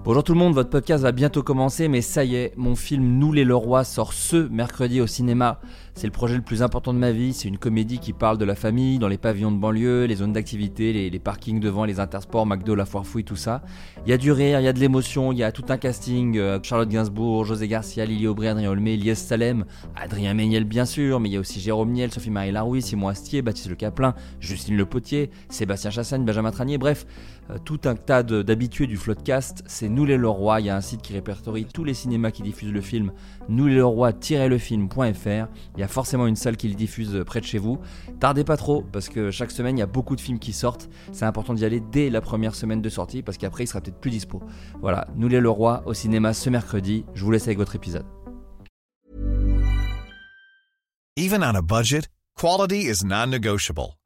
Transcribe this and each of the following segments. Bonjour tout le monde, votre podcast va bientôt commencer, mais ça y est, mon film Nous les Leroy sort ce mercredi au cinéma. C'est le projet le plus important de ma vie, c'est une comédie qui parle de la famille, dans les pavillons de banlieue, les zones d'activité, les, les parkings devant, les intersports, McDo, la foire fouille, tout ça. Il y a du rire, il y a de l'émotion, il y a tout un casting, euh, Charlotte Gainsbourg, José Garcia, Lily Aubry, Adrien Olmé, Lies Salem, Adrien Méniel bien sûr, mais il y a aussi Jérôme Niel, Sophie-Marie Larouille, Simon Astier, Baptiste Le Caplin, Justine Le Potier, Sébastien Chassagne, Benjamin Tranier, bref, euh, tout un tas de- d'habitués du Floodcast, c'est Nous les Leroy, il y a un site qui répertorie tous les cinémas qui diffusent le film, nousleroy-lefilm.fr, il y a forcément une salle qui le diffuse euh, près de chez vous. Tardez pas trop, parce que chaque semaine, il y a beaucoup de films qui sortent, c'est important d'y aller dès la première semaine de sortie, parce qu'après, il sera peut-être plus dispo. Voilà, Nous les Leroy au cinéma ce mercredi, je vous laisse avec votre épisode. Even on a budget, quality is non-negotiable.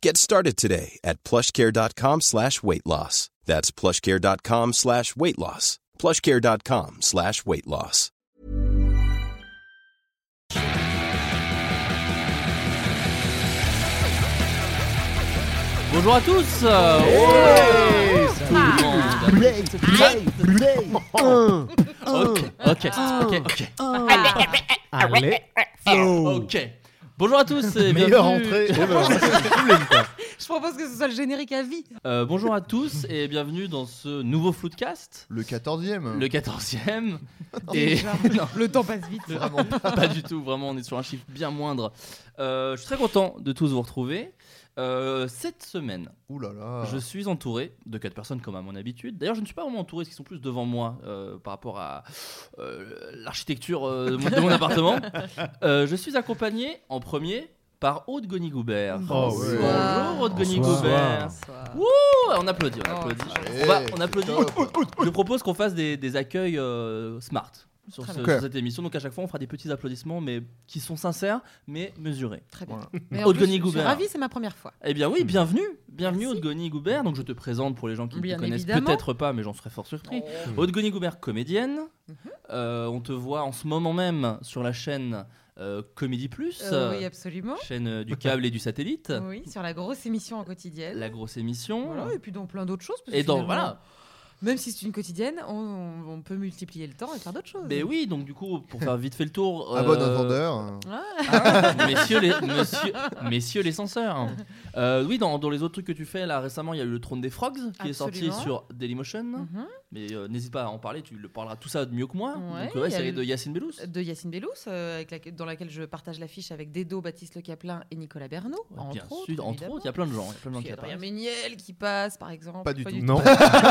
Get started today at plushcare.com slash weight loss. That's plushcare.com slash weight loss. plushcare.com slash weight loss. Bonjour à tous euh, oh, tout le monde. Ok, ok, ok, ok. Allez, Ok. Bonjour à tous et meilleure bienvenue. entrée. Je propose que ce soit le générique à vie. Euh, bonjour à tous et bienvenue dans ce nouveau Floodcast, Le 14e. le 14e. et non, Le temps passe vite. Vraiment. pas du tout, vraiment, on est sur un chiffre bien moindre. Euh, je suis très content de tous vous retrouver. Euh, cette semaine, Ouh là là. je suis entouré de quatre personnes comme à mon habitude. D'ailleurs, je ne suis pas vraiment entouré, parce qu'ils sont plus devant moi euh, par rapport à euh, l'architecture euh, de, mon, de mon appartement. Euh, je suis accompagné en premier par Aude Gonigoubert. Oh ouais. Bonjour Aude Gonigoubert. Oh, on applaudit, on Oh, applaudit. allez. on, va- Hey, on applaudit. Eh, top. Je propose qu'on fasse des, des accueils euh, smart sur, Très ce- bien. sur Ok. cette émission. Donc à chaque fois, on fera des petits applaudissements, mais qui sont sincères, mais mesurés. Très bien. Voilà. Mais en plus, Odgoni je- Je suis Goubert. ravie, c'est ma première fois. Eh bien oui, bienvenue, bienvenue Merci. Aude Goni Goubert. Donc je te présente pour les gens qui ne Bien te connaissent évidemment. peut-être pas, mais j'en serais fort surpris. Euh, Aude Goni Goubert, comédienne. Euh, on te voit en ce moment même sur la chaîne euh, Comédie Plus, Euh, oui, absolument. chaîne euh, du câble et du satellite. Oui, sur la grosse émission en quotidienne. La grosse émission. Voilà, et puis dans plein d'autres choses. parce Et que donc finalement, voilà, Même si c'est une quotidienne, on, on- on peut multiplier le temps et faire d'autres choses. Mais oui, donc du coup, pour faire vite fait le tour. Un euh, bon entendeur. ah, messieurs, les, monsieur- messieurs les censeurs. Euh, oui, dans, dans les autres trucs que tu fais, là récemment, il y a eu le trône des frogs qui est sorti Absolument. sur Dailymotion. Mhm. Mais euh, n'hésite pas à en parler, tu le parleras tout ça mieux que moi. Ouais, donc, ouais, il y a série le- de Yacine Bellous. De Yacine Bellous, euh, avec laquelle- dans laquelle je partage l'affiche avec Dedo, Baptiste Le Caplin et Nicolas Bernot. Ouais, entre Bah, bien autres, sûr, entre évidemment. autres, il y a plein de gens. Il y a plein de gens Puis qui Adrien apparaissent. Méniel qui passe, par exemple. Pas du tout. Non,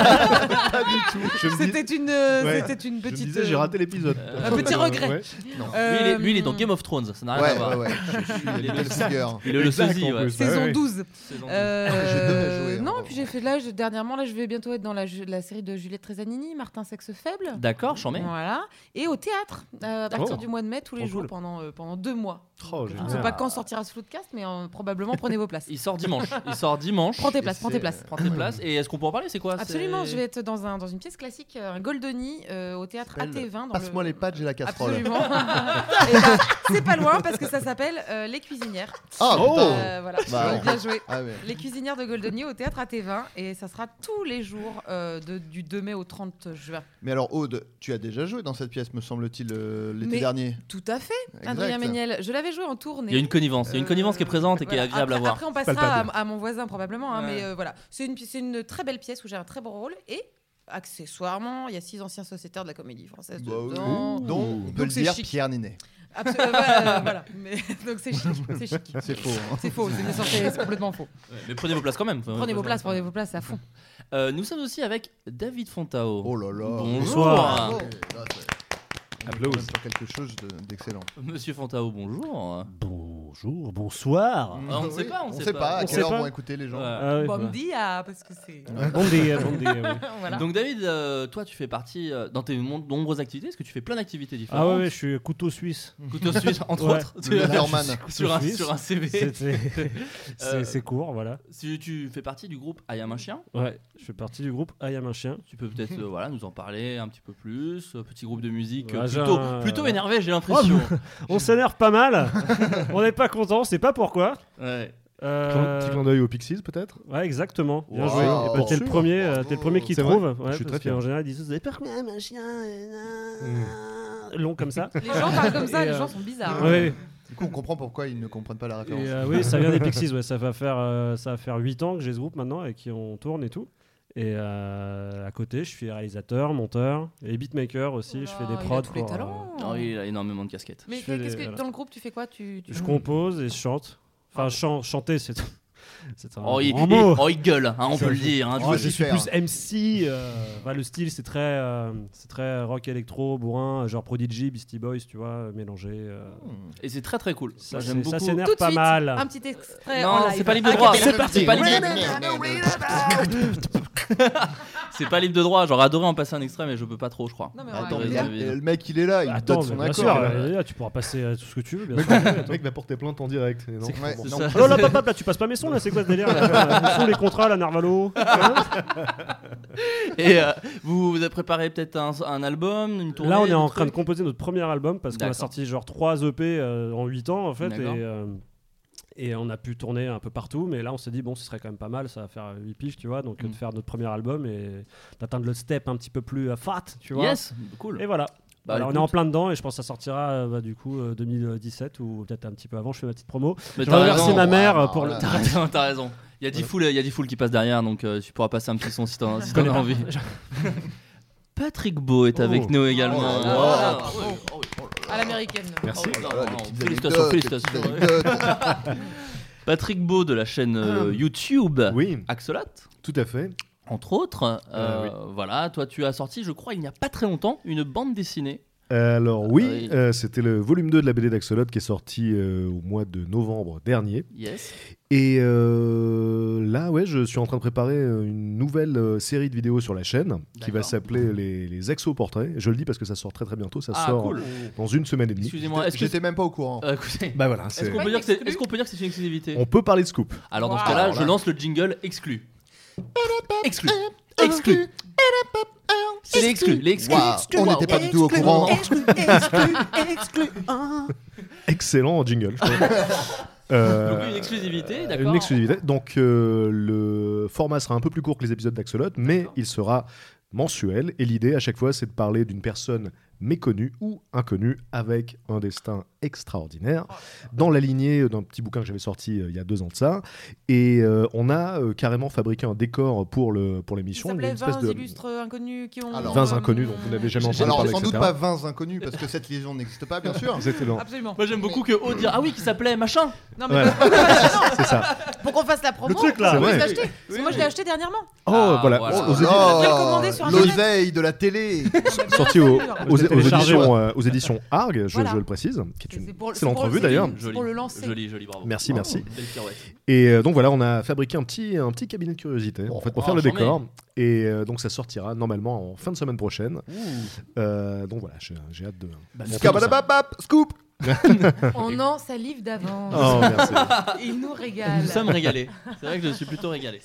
Pas du tout. Je me dis- C'était une, euh, Ouais. c'était une je me petite. disais, j'ai euh, raté l'épisode. un petit regret. Ouais. Lui, il est, euh, lui, il est dans Game of Thrones, ça n'a rien à Ouais, voir. ouais, ouais. Je je suis Les le deux Goldfinger. bah, Il est le Exact, sosie, en ouais. plus. Saison Ouais, ouais. 12. Saison Je devais jouer, Euh, hein, non, pardon. puis j'ai fait là, je- dernièrement, là, je vais bientôt être dans la, ju- la série de Juliette Trezzanini, Martin Sexe Faible. deux. D'accord, j'en mets. Voilà. Et au théâtre, euh, à partir Oh. du mois de mai, tous les Trop jours, cool. pendant, euh, pendant deux mois. Oh, Je ne génial. sais pas quand sortira ce floodcast, mais euh, probablement prenez vos places. Il sort dimanche. Il sort dimanche. Prends tes Et places, prends c'est- tes places. Prends tes places. Et est-ce qu'on peut en parler C'est quoi c'est- Absolument, je vais être dans, un, dans une pièce classique, euh, un Goldoni, euh, au théâtre Ça s'appelle AT20. dans Passe-moi le- les pattes, j'ai la casserole. Absolument. Et ben, c'est pas loin parce que ça s'appelle euh, Les Cuisinières. Ah, Oh. putain. Euh, voilà, Bah, bien joué. Ah, mais- Les cuisinières de Goldoni au théâtre AT20 et ça sera tous les jours euh, de- du 2 mai au 30 juin. Mais alors, Aude, tu as déjà joué dans cette pièce, me semble-t-il, euh, l'été Mais- dernier. Tout à fait, Exact. Adrien Méniel. Je l'avais joué en Il tournée. y a une connivence. Il y a une Euh, connivence qui est présente et qui est voilà. agréable après, à voir. Après, on passera à, Palpable. à mon voisin probablement, hein, Ouais. mais euh, voilà. C'est une, pi- c'est une très belle pièce où j'ai un très beau rôle et accessoirement, il y a six anciens sociétaires de la comédie française Bah oui. dedans. Dont, on peut Donc le c'est dire, chic. Pierre Ninet. Absol- euh, voilà, voilà. Mais- donc c'est chic. C'est chic. C'est faux. hein. C'est faux, c'est bien sûr, c'est c'est complètement faux. Ouais, Mais prenez vos places quand même. Enfin, Prenez vos voilà. places, prenez vos places à fond. Euh, nous sommes aussi avec David Fontao. Oh là là. Bonsoir. Ouais, là, c'est- on est Applause. quand même Sur quelque chose de- d'excellent. Monsieur Fontao, bonjour. Bonjour, bonsoir. Ah, on ne sait Oui, pas, on ne On sait pas. À On quelle sait heure pas. vont écouter les gens Ouais. Ah oui, Bon bah. dia, parce que c'est. Bon dia, bon dia, oui. Voilà. Donc David, euh, toi tu fais partie euh, dans tes mon- nombreuses activités, est-ce que tu fais plein d'activités Ah différentes ouais, ouais, je suis couteau suisse. Couteau suisse entre Ouais. autres. Le Matterman. sur, un, Couteau suisse. sur un CV. C'est- C'est Euh, c'est- c'est court, voilà. Si tu fais partie du groupe I Am un chien, Ouais, je fais partie du groupe I Am un chien. tu peux peut-être euh, voilà nous en parler un petit peu plus. euh, Petit groupe de musique euh, Ouais, j'ai plutôt, un- Oh, plutôt énervé, j'ai l'impression. On s'énerve pas mal. On n'est pas content, c'est pas pourquoi. Ouais. Euh, Petit clin d'œil aux Pixies peut-être Ouais, exactement. Bien Wow. joué. Eh ben, Bien t'es le sûr. premier, euh, t'es le premier qui C'est vrai. trouve. Ouais, Je suis parce très fier. qu'en général, ils disent, vous avez peur quand même, un chien, euh, long comme ça. Les gens parlent comme ça, Et, les euh, gens sont bizarres. Ouais. Du coup, on comprend pourquoi ils ne comprennent pas la Et, référence. euh, oui, ça vient des Pixies, ouais, ça va faire euh, ça va faire 8 ans que j'ai ce groupe maintenant et qui on tourne et tout. Et euh, à côté, je suis réalisateur, monteur et beatmaker aussi. je fais Oh, il des a prods. tous les pour, euh, talents. Non, Ah, il a énormément de casquettes. Mais je fais qu'est-ce des- que voilà. dans le groupe tu fais quoi tu, tu- euh, je compose et je chante. Ah. Enfin, chan- chanter, c'est c'est un Oh, il, grand il- mot. oh, il gueule, hein, on Ah, Ça, peut le je- dire. hein, tu Oh, vois, je- je suis faire. plus MC. euh, bah, le style, c'est très, euh, c'est très rock électro, bourrin, genre Prodigy, Beastie Boys, tu vois, mélangé. euh, Hmm. Et c'est très très cool. ça, Moi, c'est- j'aime ça beaucoup. s'énerve Tout de pas suite, mal. un petit extrait en Non, live. Ah, c'est pas libre de droit. C'est pas libre. C'est pas libre de droit. J'aurais adoré en passer un extrait, mais je peux pas trop, je crois. Non, mais on va Attends, Désolé, mais regarder. désolé. le le mec, il est là, Ah, il Attends, donne mais son bien accord. sûr, euh, là, tu pourras passer euh, tout ce que tu veux. Bien Le sûr. mec- le mec va porter plainte en direct. et non, C'est- bon. ouais, C'est non. ça. Oh là là, papa, là, tu passes pas mes sons là, c'est quoi ce délire là Où sont les contrats là, Narvalo Hein Et euh, vous, vous avez préparé peut-être un, un album, une tournée Là, on est des en trucs train de composer notre premier album parce qu'on a D'accord. sorti genre 3 EP euh, en 8 ans en fait. Et, D'accord. euh, et on a pu tourner un peu partout, mais là on s'est dit, bon, ce serait quand même pas mal, ça va faire 8 piges, tu vois, donc euh, Mm. de faire notre premier album et d'atteindre le step un petit peu plus euh, fat, tu vois. Yes, cool. Et voilà. Bah, Alors, on est écoute. en plein dedans et je pense que ça sortira euh, bah, du coup euh, 2017 ou peut-être un petit peu avant, je fais ma petite promo. Mais Je t'as remercie raison, ma mère Wow, euh, pour le... voilà. t'as raison, t'as raison. Il y a 10 foules, il y a dix foules qui passent derrière, donc euh, tu pourras passer un petit son si t'en si t'en as envie. Patrick Beau est avec Oh. nous également. Oh là là. Voilà. Bravo. Oh oui, oh oui. À l'américaine. Merci. Oh là là, Voilà, les petites Félicitations, anecdotes, les petites félicitations. anecdotes. Patrick Beau de la chaîne euh, YouTube Ah. Oui, Axolot, tout à fait. entre autres. Euh, Euh, Voilà, toi tu as sorti, je crois, il n'y a pas très longtemps, une bande dessinée. Alors oui, Ah oui. euh, c'était le volume 2 de la BD d'Axolot qui est sorti euh, au mois de novembre dernier. Yes. Et euh, là, ouais, je suis en train de préparer euh, une nouvelle euh, série de vidéos sur la chaîne qui va D'accord. s'appeler les, les Axoportraits. Je le dis parce que ça sort très très bientôt, ça Ah, sort cool. dans une semaine et demie. Excusez-moi, est-ce que J'étais même pas au courant. Euh, écoutez, Bah voilà, est-ce c'est- qu'on Ouais, peut, dire que c'est- exclu. est-ce qu'on peut dire que c'est une exclusivité on peut parler de scoop. Alors dans ce Wow. cas-là, Alors je là- lance le jingle exclu. Exclu. Exclu. C'est les exclus, les exclus. Waouh, on n'était pas du tout au courant. Ah, Excellent jingle. je trouve. Euh, Donc une exclusivité, d'accord. Une exclusivité. Donc euh, le format sera un peu plus court que les épisodes d'Axolot, mais D'accord. il sera mensuel. Et l'idée à chaque fois, c'est de parler d'une personne méconnue ou inconnue avec un destin extraordinaire, Oh dans la lignée d'un petit bouquin que j'avais sorti euh, il y a deux ans de ça. Et euh, on a euh, carrément fabriqué un décor pour le pour Il l'émission, s'appelait une 20 espèce de illustres inconnus qui ont. euh, Alors, 20 inconnus dont vous n'avez Euh, jamais entendu Alors, parler. sans doute etc. pas 20 inconnus, parce que cette liaison n'existe pas, bien sûr. Exactement. Absolument. Moi j'aime beaucoup que O dire ah oui qui s'appelait machin. bah, Non, mais Voilà, c'est ça. pour qu'on fasse la promo, Le truc, là, on peut ouais. les acheter. Parce que moi, je l'ai acheté dernièrement. Oh, Ah, voilà. voilà. Aux- aux éditions- Oh, Je l'ai commandé sur Internet. L'oseille de la télé. sorti au- Bien aux, aux sûr. éditions, euh, aux éditions Arg, je, Voilà. je le précise, qui est C'est une pour- c'est excellente pour le revue CD. d'ailleurs. C'est pour le lancer. Joli, joli, bravo. Merci, Bravo, merci. Belle pirouette. Et euh, donc voilà, on a fabriqué un petit, un petit cabinet de curiosité en fait, pour oh, faire le j'en ai. décor. Et euh, donc ça sortira normalement en fin de semaine prochaine. Euh, donc voilà, j'ai j'ai hâte de. Bah, monter tout ça. Scabadababap, scoop. On en salive d'avance. Oh, merci. Il nous régale. Nous sommes régalés. C'est vrai que je suis plutôt régalé.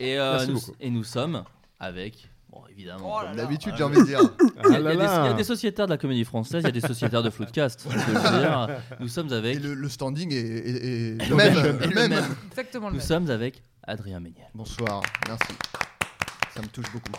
Et, euh, Merci nous, beaucoup. et nous sommes avec, bon Oh évidemment, là comme Comme d'hab- D'habitude, j'ai envie de dire. il y, a- Ah il y là a des- il y a là. des sociétaires de la comédie française, il y a des sociétaires de Floodcast. on peut le dire. Nous sommes Et avec, le, le standing est, est- est Et le même. et le le même. même. Exactement le nous même. sommes avec Adrien Méniel. Bonsoir, merci. Ça me touche beaucoup.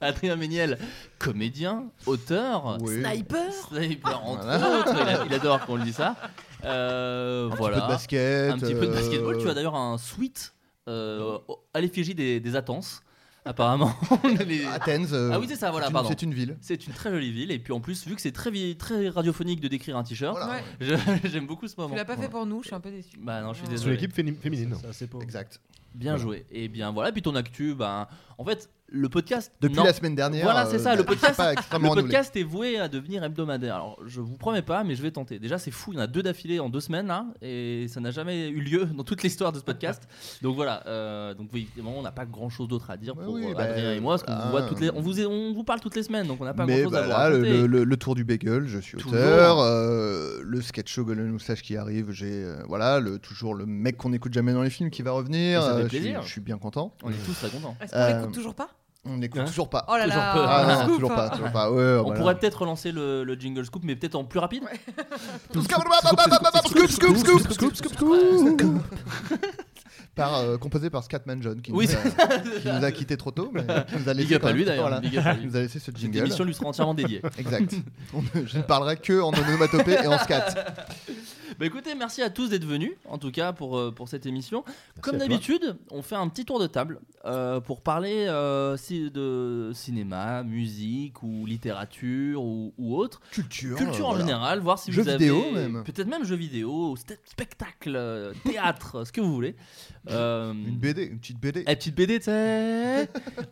Adrien Méniel, comédien, auteur, Oui. Sniper. sniper, entre Voilà. autres. Il, a- il adore qu'on le dise ça. Euh, voilà. Un petit peu de basket. Un petit peu de Oh, basketball. euh, Tu as d'ailleurs un suite euh, au- à l'effigie des, des Attentes. apparemment. Les- Athens. euh, Ah oui, c'est ça, voilà, une- pardon. C'est une ville. C'est une très jolie ville, et puis en plus, vu que c'est très, vieille- très radiophonique de décrire un t-shirt, Voilà. Ouais. je- j'aime beaucoup ce moment. Tu l'as pas fait pour nous, je suis un peu Ah. déçu. Bah non, je suis Ouais. Son désolé. équipe féni- féminine. C'est assez pauvre. Exact. Bien Voilà. joué. Et bien voilà, puis ton actu, ben, en fait, le podcast. Depuis non. la semaine dernière. Voilà, c'est ça, le il est podcast- Pas Le extrêmement renouvelé. podcast est voué à devenir hebdomadaire. Alors, je vous promets pas, mais je vais tenter. Déjà, c'est fou, il y en a deux d'affilée en deux semaines, là, et ça n'a jamais eu lieu dans toute l'histoire de ce podcast. donc voilà, euh, donc oui, évidemment, on n'a pas grand chose d'autre à dire Ouais, pour oui, euh, bah, Adrien et moi, parce qu'on voilà. vous voit toutes les. On vous, est- on vous parle toutes les semaines, donc on n'a pas Mais grand chose bah à vous là, le, raconter. le- le tour du bagel, je suis Toujours. auteur. euh, le sketch show Golden Moustache qui arrive, j'ai euh, voilà le, toujours le mec qu'on n'écoute jamais dans les films qui va revenir. Mais ça fait euh, je suis- plaisir. Je suis bien content. On est tous très contents. Est-ce qu'on Euh, l'écoute toujours pas On n'écoute Hein toujours pas. Oh là toujours là peu. Ah, on non, se coupe. toujours pas, toujours pas. Ouais, hein. on voilà. pourrait peut-être relancer le, le jingle scoop, mais peut-être en plus rapide. Scoop, scoop, scoop, scoop, scoop, scoop. Par, euh, composé par Scatman John qui, Oui, nous, a, qui nous a quitté trop tôt mais qui nous a laissé Big up quand à même- lui d'ailleurs. voilà, Big up à qui lui. nous a laissé ce Cette jingle émission lui sera entièrement dédiée. exact On ne- je ne parlerai que en onomatopée et en scat Bah écoutez, merci à tous d'être venus, en tout cas pour, euh, pour cette émission. Comme à toi. d'habitude, on fait un petit tour de table euh, pour parler euh, ci- de cinéma, musique ou littérature ou, ou autre. culture Culture en euh, voilà. général, voir si Jeux vous avez. vidéo, même. Peut-être même jeux vidéo, st- spectacle, euh, théâtre, ce que vous voulez. Euh, une BD une petite BD la Eh, petite BD, tu sais.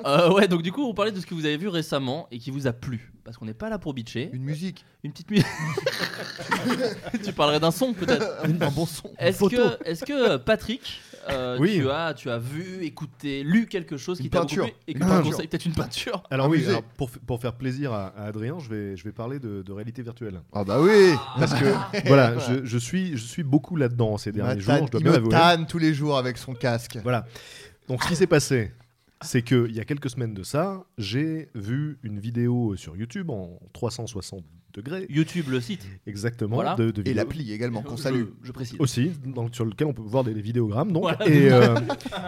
Euh, ouais, donc du coup, on parlait de ce que vous avez vu récemment et qui vous a plu. Parce qu'on n'est pas là pour bitcher. une musique Une petite musique. tu parlerais d'un son peut-être. un bon son Est-ce que, est-ce que Patrick, euh, Oui. tu, as, tu as vu, écouté, lu quelque chose Une qui t'a beaucoup peinture. plu et que Une tu peinture. conseilles peut-être une peinture Alors oui, Amusé. alors, pour, f- pour faire plaisir à, à Adrien, je vais, je vais parler de, de réalité virtuelle. ah bah oui Parce que voilà, je, je suis, je suis beaucoup là-dedans ces derniers Matane, jours, je dois il bien me l'avouer. Bah, tanne tous les jours avec son casque Voilà. Donc ce qui s'est passé, c'est que il y a quelques semaines de ça, j'ai vu une vidéo sur YouTube en 360 degrés YouTube le site. exactement Voilà. de, de et vidéos- l'appli également qu'on Je- salue Je, précise. aussi dans- sur lequel on peut voir des, des vidéogrammes donc Voilà. et euh,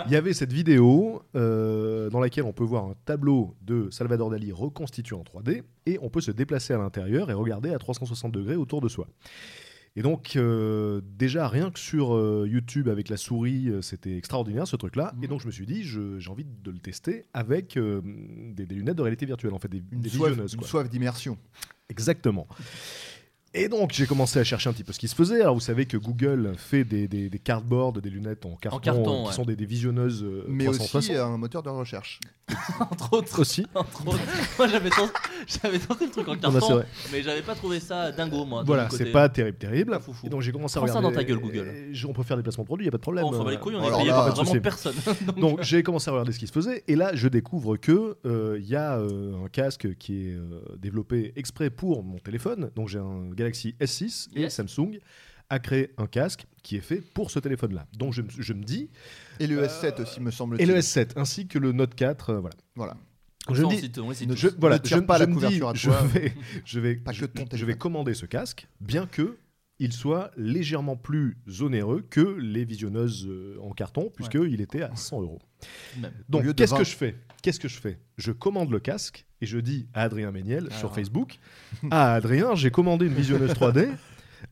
il y avait cette vidéo euh, dans laquelle on peut voir un tableau de Salvador Dali reconstitué en 3D et on peut se déplacer à l'intérieur et regarder à 360 degrés autour de soi et donc euh, déjà rien que sur euh, YouTube avec la souris euh, c'était extraordinaire ce truc là Mhm. et donc je me suis dit je- j'ai envie de le tester avec euh, des, des lunettes de réalité virtuelle en fait des, une des soif, visionneuses une quoi. soif d'immersion Exactement. Et donc, j'ai commencé à chercher un petit peu ce qui se faisait. Alors, vous savez que Google fait des, des, des cardboards, des lunettes en carton, carton, euh, qui ouais. sont des, des visionneuses euh, mais 360. aussi euh, un moteur de recherche Entre autres. Aussi. Entre autres. moi j'avais tenté, j'avais tenté le truc en Ah bah, c'est carton, vrai. mais j'avais pas trouvé ça dingo moi. de Voilà, mon c'est côté. pas terrible, terrible. Pas foufou. Et donc j'ai commencé à Prends ça regarder. dans ta gueule, Google. Et je- on peut faire des placements de produits, il n'y a pas de problème. euh, On s'en bat les couilles, on est Alors payé là, par pas de vraiment souci. personne. Donc j'ai commencé à regarder ce qui se faisait et là je découvre que euh, il y a euh, un casque qui est euh, développé exprès pour mon téléphone. Donc j'ai un Galaxy S6 et Yes. Samsung a créé un casque qui est fait pour ce téléphone-là. Donc je, me- je me dis et le S7 aussi me semble-t-il et le S7 ainsi que le Note 4 euh, voilà. voilà Comme Je ça, on dis- cite- on les cite Je, tous. voilà, Ne tire je- pas je la me dis, couverture à je toi. vais, je vais, Pas que je, ton je téléphone. vais commander ce casque, bien que il soit légèrement plus onéreux que les visionneuses euh, en carton, puisque il était à 100 euros. Même. Au lieu Donc de qu'est-ce 20. que je fais Qu'est-ce que je fais Je commande le casque et je dis à Adrien Méniel sur Alors. Facebook Ah Adrien, j'ai commandé une visionneuse 3D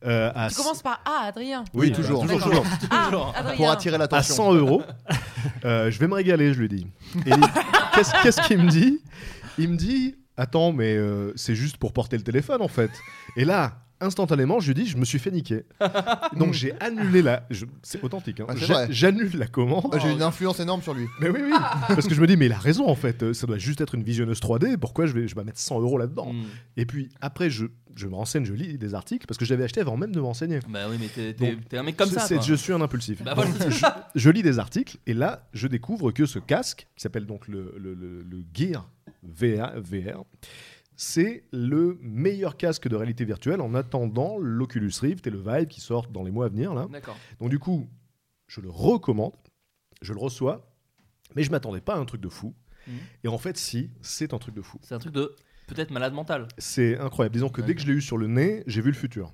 euh, à Tu commences par A, Adrien. oui, Voilà. toujours, D'accord. toujours. Ah, Toujours. Adrien. pour attirer à l'attention 100 euros. Euh, je vais me régaler, je lui dis. Et il- qu'est-ce, qu'est-ce qu'il me dit Il me dit Attends, mais euh, c'est juste pour porter le téléphone en fait. Et là, instantanément, je lui dis Je me suis fait niquer. Donc j'ai annulé la. je- C'est authentique, hein. Ah, c'est J'a- vrai. J'annule la commande. Ah, J'ai une influence énorme sur lui. Mais oui, oui. Parce que je me dis Mais il a raison en fait. Euh, Ça doit juste être une visionneuse 3D. Pourquoi je vais, je vais mettre 100 euros là-dedans Mm. Et puis après, je, je me renseigne, je lis des articles parce que je l'avais acheté avant même de me renseigner. Bah oui, mais t'es- t'es Donc, t'es un mec comme C'est- ça. c'est- toi. Je suis un impulsif. Bah voilà. Donc, je, je lis des articles et là, je découvre que ce casque, qui s'appelle donc le, le, le- le Gear VA VR, c'est le meilleur casque de réalité virtuelle en attendant l'Oculus Rift et le Vive qui sortent dans les mois à venir. Là. D'accord. Donc du coup, je le recommande, je le reçois, mais je m'attendais pas à un truc de fou. Mhm. Et en fait, si, c'est un truc de fou. C'est un truc de peut-être malade mental. C'est incroyable. Disons que dès que je l'ai eu sur le nez, j'ai vu le futur.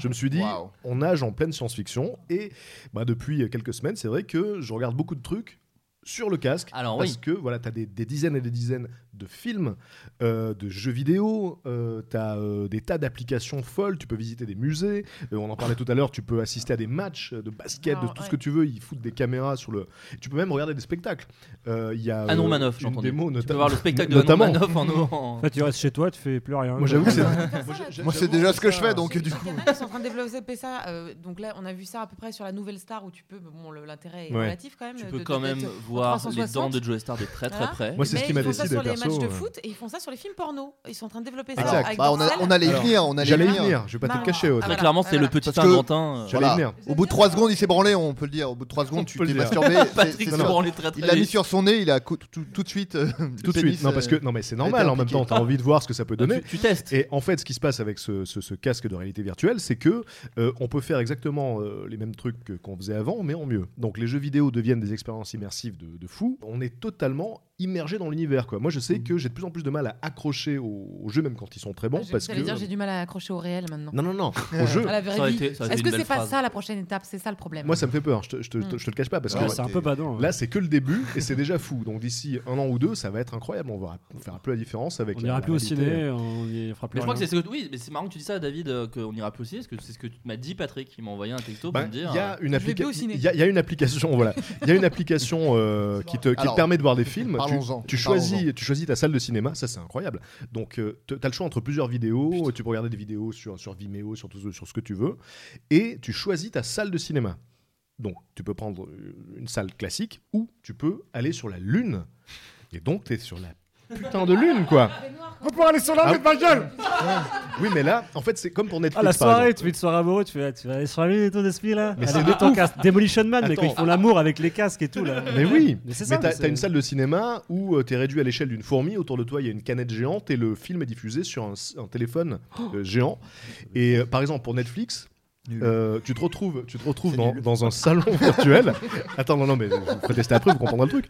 Je me suis dit, Waouh. on nage en pleine science-fiction. Et bah, depuis quelques semaines, c'est vrai que je regarde beaucoup de trucs sur le casque. Alors parce Ah oui. que voilà, tu as des, des dizaines et des dizaines de films, euh, de jeux vidéo, euh, tu as des tas d'applications folles, tu peux visiter des musées, euh, on en parlait tout à l'heure, tu peux assister à des matchs de basket, de Alors, tout ce ouais. que tu veux, ils foutent des caméras sur le... Tu peux même regarder des spectacles. Euh, Il y a Anon euh, Manoff, Ah, j'ai une entendu. démo, Tu peux notamment- voir le spectacle de Anon notamment. Manoff en. En en- fait, tu restes chez toi, tu fais plus rien. Moi j'avoue que c'est... Moi, c'est déjà ce que je fais, donc Il du y coup. en a qui sont en train de développer ça. euh, donc là, on a vu ça à peu près sur la nouvelle star où tu peux. Bon, le- l'intérêt est Ouais. relatif quand même. Tu de- peux de- quand de- même de- voir les dents 360. de Joe Star de très très Voilà. près. Moi c'est Mais ce qui m'a Ils font ça décidé sur les perso. matchs de euh. foot et ils font ça sur les films porno. Ils sont en train de développer ça. Exact. avec Bah, des on, a- salles. on allait y Alors, venir, on allait J'allais y y venir. venir, je vais pas te le Marrant. cacher. Audrey. Ah, Très voilà. clairement, c'est Voilà. le petit Parce que- argentin. euh, J'allais Voilà. y venir. Au bout de 3 secondes, il s'est branlé, on peut le dire. Au bout de 3 On secondes, tu peut le t'es dire. masturbé. c'est- Patrick c'est se ça. branlait très très Il l'a mis vite. sur son nez, il a cou- tout, tout de suite. euh, Tout le de pénis, suite. Non, parce euh, que non, mais c'est a été normal. En même impliqué. temps, t'as envie de voir ce que ça peut Bah, donner. Tu, Ah, tu testes. Et en fait, ce qui se passe avec ce, ce- ce casque de réalité virtuelle, c'est que euh, on peut faire exactement euh, les mêmes trucs que- qu'on faisait avant, mais en mieux. Donc, les jeux vidéo deviennent des expériences immersives de, de fou. On est totalement immergé dans l'univers. Quoi. Moi, je sais que j'ai de plus en plus de mal à accrocher aux, aux jeux, même quand ils sont très bons, Ah, Je- parce que j'allais dire, j'ai du Ah mal à accrocher au réel maintenant. non, non, non, aux jeux. À la Ça aurait vraie vie. été- ça aurait Est-ce été que une c'est belle pas phrase. ça la prochaine étape C'est ça le problème. Moi, ça me fait peur. Je te, je te- je Mm. te- je te le cache pas parce Ah Ouais, que c'est un peu badant. hein. ouais. Là, c'est que le début et c'est déjà fou. Donc d'ici un an ou deux, ça va être incroyable. On verra, on verra plus la différence avec. on la- ira la plus au réalité. ciné, on y fera plus Mais je crois que rien. c'est ce que oui, mais c'est marrant que tu dis ça, David, euh, qu'on ira plus aussi, parce que c'est ce que tu m'as dit, Patrick. Il m'a envoyé un texto pour Ben, me Il dire. euh, y a une euh, Je vais plus application. au ciné. Il y, a- il y a une application. Voilà. Il y a une application euh, qui te qui te Alors, permet de voir des films. Tu, parlons-en, tu choisis, parlons-en. tu choisis ta salle de cinéma. Ça, c'est incroyable. Donc, tu as le choix entre plusieurs vidéos. Tu peux regarder des vidéos sur sur Vimeo, sur tout ce- sur ce que tu veux, et tu choisis ta salle de cinéma. Donc, tu peux prendre euh, une salle classique ou tu peux aller sur la lune. Et donc, tu es sur la putain de lune, quoi. On peut aller sur la Ah. rue de ma gueule Oui, mais là, en fait, c'est comme pour Netflix. Ah, la par soirée, exemple. tu fais une soirée amoureux, tu fais, tu vas aller sur la lune et tout, d'esprit là. Mais Mais c'est c'est de ton casque. Demolition Man, mais quand Attends. ils font l'amour avec les casques et tout là. Mais oui, Mais mais, c'est ça, t'as mais c'est- t'as une salle de cinéma où tu t'es réduit à l'échelle d'une fourmi. Autour de toi, il y a une canette géante et le film est diffusé sur un, s- un téléphone Oh. euh, géant. Et euh, par exemple, pour Netflix. Nul. euh, tu te retrouves, tu te retrouves Mmh. C'est dans, nul. dans un salon virtuel. Attends, non, non, mais je vous ferai tester après, vous comprendrez le truc.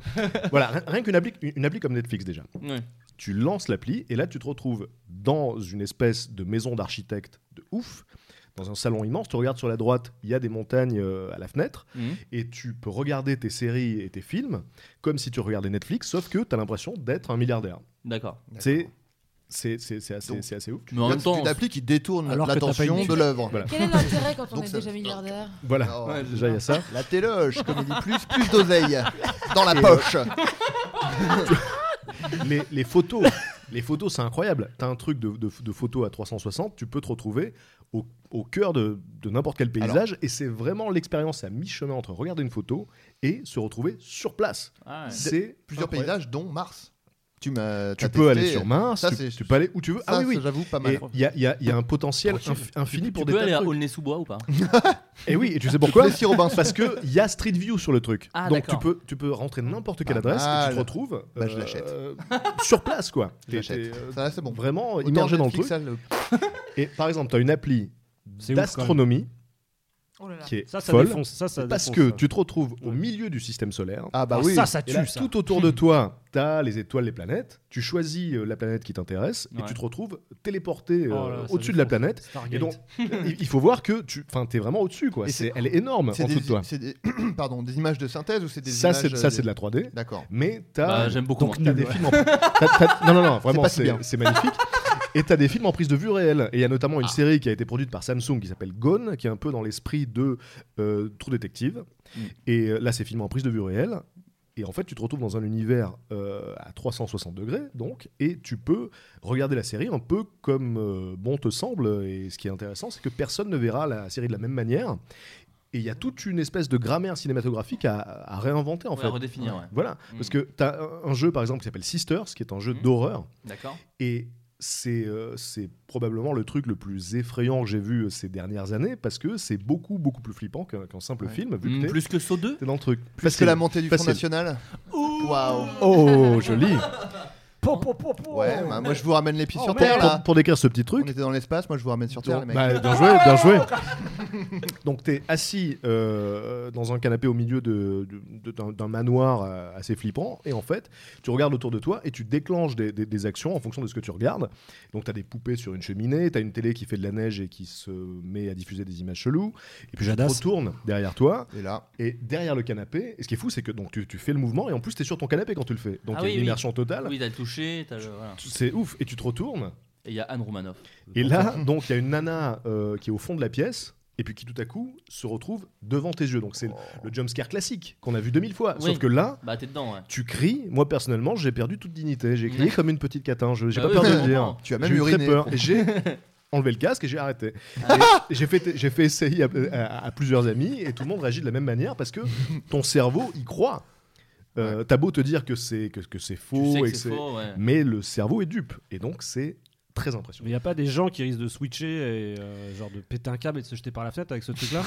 Voilà, rien- rien qu'une appli, une appli comme Netflix déjà. Ouais. tu lances l'appli et là tu te retrouves dans une espèce de maison d'architecte de ouf, dans un salon immense, tu regardes sur la droite, il y a des montagnes euh, à la fenêtre Mmh. Mhm. et tu peux regarder tes séries et tes films comme si tu regardais Netflix, sauf que tu as l'impression d'être un milliardaire. D'accord. C'est c'est c'est- c'est assez, Donc, c'est assez ouf. Mais en même temps, une appli qui détourne Alors que t'as pas l'attention une- de l'œuvre. Voilà. Quel est l'intérêt quand on Donc est ça- déjà milliardaire Voilà, Alors, Ouais, déjà il y a ça. La téloge, comme il dit, plus, plus d'oseille dans la euh, poche. les, les photos, les photos, c'est incroyable. T'as un truc de, de, de photo à 360, tu peux te retrouver au, au cœur de, de n'importe quel paysage, et c'est vraiment l'expérience à mi-chemin entre regarder une photo et se retrouver sur place. Ah, ouais. C'est Plusieurs incroyable. paysages, dont Mars. Tu, m'as- Tu t'as peux testé. aller sur Mars, Ça, tu, c'est- tu peux aller où tu veux. Ça, ah oui, ça, oui. j'avoue, pas mal. Et Il y a, il y a- il y a un potentiel Tranquille. inf- infini pour tu des peux tas aller de à trucs. Aulnay-sous-Bois ou pas Et oui, et tu sais pourquoi Plessis Robinson. Parce que il y a Street View sur le truc. Ah, Donc tu d'accord. peux, tu peux rentrer n'importe quelle Pas adresse et tu mal. te retrouves euh, Bah, je l'achète. sur place, quoi. Je T'es- l'achète. t'es, euh, Ça, c'est bon. Vraiment Autant immergé dans le Netflix, truc. ça, le- Et par exemple, tu as une appli C'est ouf, d'astronomie Oh là là. qui est Ça, ça folle défonce. Ça, ça parce défonce, que ça. tu te retrouves au Ouais. milieu du système solaire. Ah bah Ah, oui. ça, ça Et là, tue ça. Hmm. tout autour de toi, tu as les étoiles, les planètes. Tu choisis euh, la planète qui t'intéresse et Ouais. tu te retrouves téléporté euh, Oh là là, ça au-dessus de la défonce. planète. Stargate. Et donc, il il faut voir que tu es vraiment au-dessus. quoi. Et C'est- c'est- Elle est énorme en c'est dessous des, de toi. c'est des- pardon, des images de synthèse ou c'est des Ça, images c'est euh, ça, c'est des- de la 3D. D'accord. Mais tu Bah, as J'aime beaucoup. moi. T'as des films en- t'as- t'as- Non, non, non, vraiment, pas si c'est bien. c'est magnifique. Et t'as des films en prise de vue réelle. Et il y a notamment une série qui a été produite par Samsung qui s'appelle Gone, qui est un peu dans l'esprit de euh, True Detective. Mm. Et euh, là, c'est filmé en prise de vue réelle. Et en fait, tu te retrouves dans un univers euh, à 360 degrés, donc, et tu peux regarder la série un peu comme euh, bon te semble. Et ce qui est intéressant, c'est que personne ne verra la série de la même manière. Et il y a toute une espèce de grammaire cinématographique à, à réinventer, en Ouais, fait. à redéfinir, ouais. Voilà, Mm. parce que tu as un jeu par exemple qui s'appelle Sisters, qui est un jeu Mm. d'horreur, D'accord. et c'est euh, c'est probablement le truc le plus effrayant que j'ai vu euh, ces dernières années, parce que c'est beaucoup, beaucoup plus flippant qu'un qu'un simple Ouais. film, vu Mm, que t'es- Plus que Saut 2 t'es dans le truc. Plus que la montée du Front facile. National. Waouh. Oh, joli Po, po, po, po. Ouais, bah, moi je vous ramène les pieds Oh, sur pour, terre pour- là. pour décrire ce petit On truc, était dans l'espace, moi je vous ramène sur terre, les mecs. bah, bien joué, bien joué Donc t'es assis euh, dans un canapé au milieu de- de- d'un d'un manoir euh, assez flippant, et en fait, tu regardes autour de toi et tu déclenches des, des- des actions en fonction de ce que tu regardes. Donc t'as des poupées sur une cheminée, t'as une télé qui fait de la neige et qui se met à diffuser des images cheloues, et puis tu te Badass. retournes derrière toi, Et là, et derrière le canapé, et ce qui est fou, c'est que donc tu, tu fais le mouvement, et en plus t'es sur ton canapé quand tu le fais. Donc Ah il y a oui, une oui. immersion totale. Oui, t'as le couché. t'as le- voilà. C'est ouf. Et tu te retournes. Et il y a Anne Roumanoff. Et là, donc, il y a une nana euh, qui est au fond de la pièce. Et puis qui tout à coup se retrouve devant tes yeux. Donc c'est le Oh. le jumpscare classique qu'on a vu 2000 fois. Oui. Sauf que là, Bah, t'es dedans, ouais. tu cries. Moi personnellement, j'ai perdu toute dignité. J'ai crié Ouais. comme une petite catin. Je- J'ai Bah pas oui, peur de je le dire. comprends. Tu as J'ai même eu très uriné. Ah. peur. Et j'ai enlevé le casque et j'ai arrêté. Et j'ai fait, j'ai fait essayer à, à- à plusieurs amis et tout le monde réagit de la même manière parce que ton cerveau y croit. Euh, T'as beau te dire que c'est que, que c'est Tu faux, sais et que que c'est c'est- faux, ouais. mais le cerveau est dupe et donc c'est très Mais impressionnant. il n'y a pas des gens qui risquent de switcher et euh, genre de péter un câble et de se jeter par la fenêtre avec ce truc-là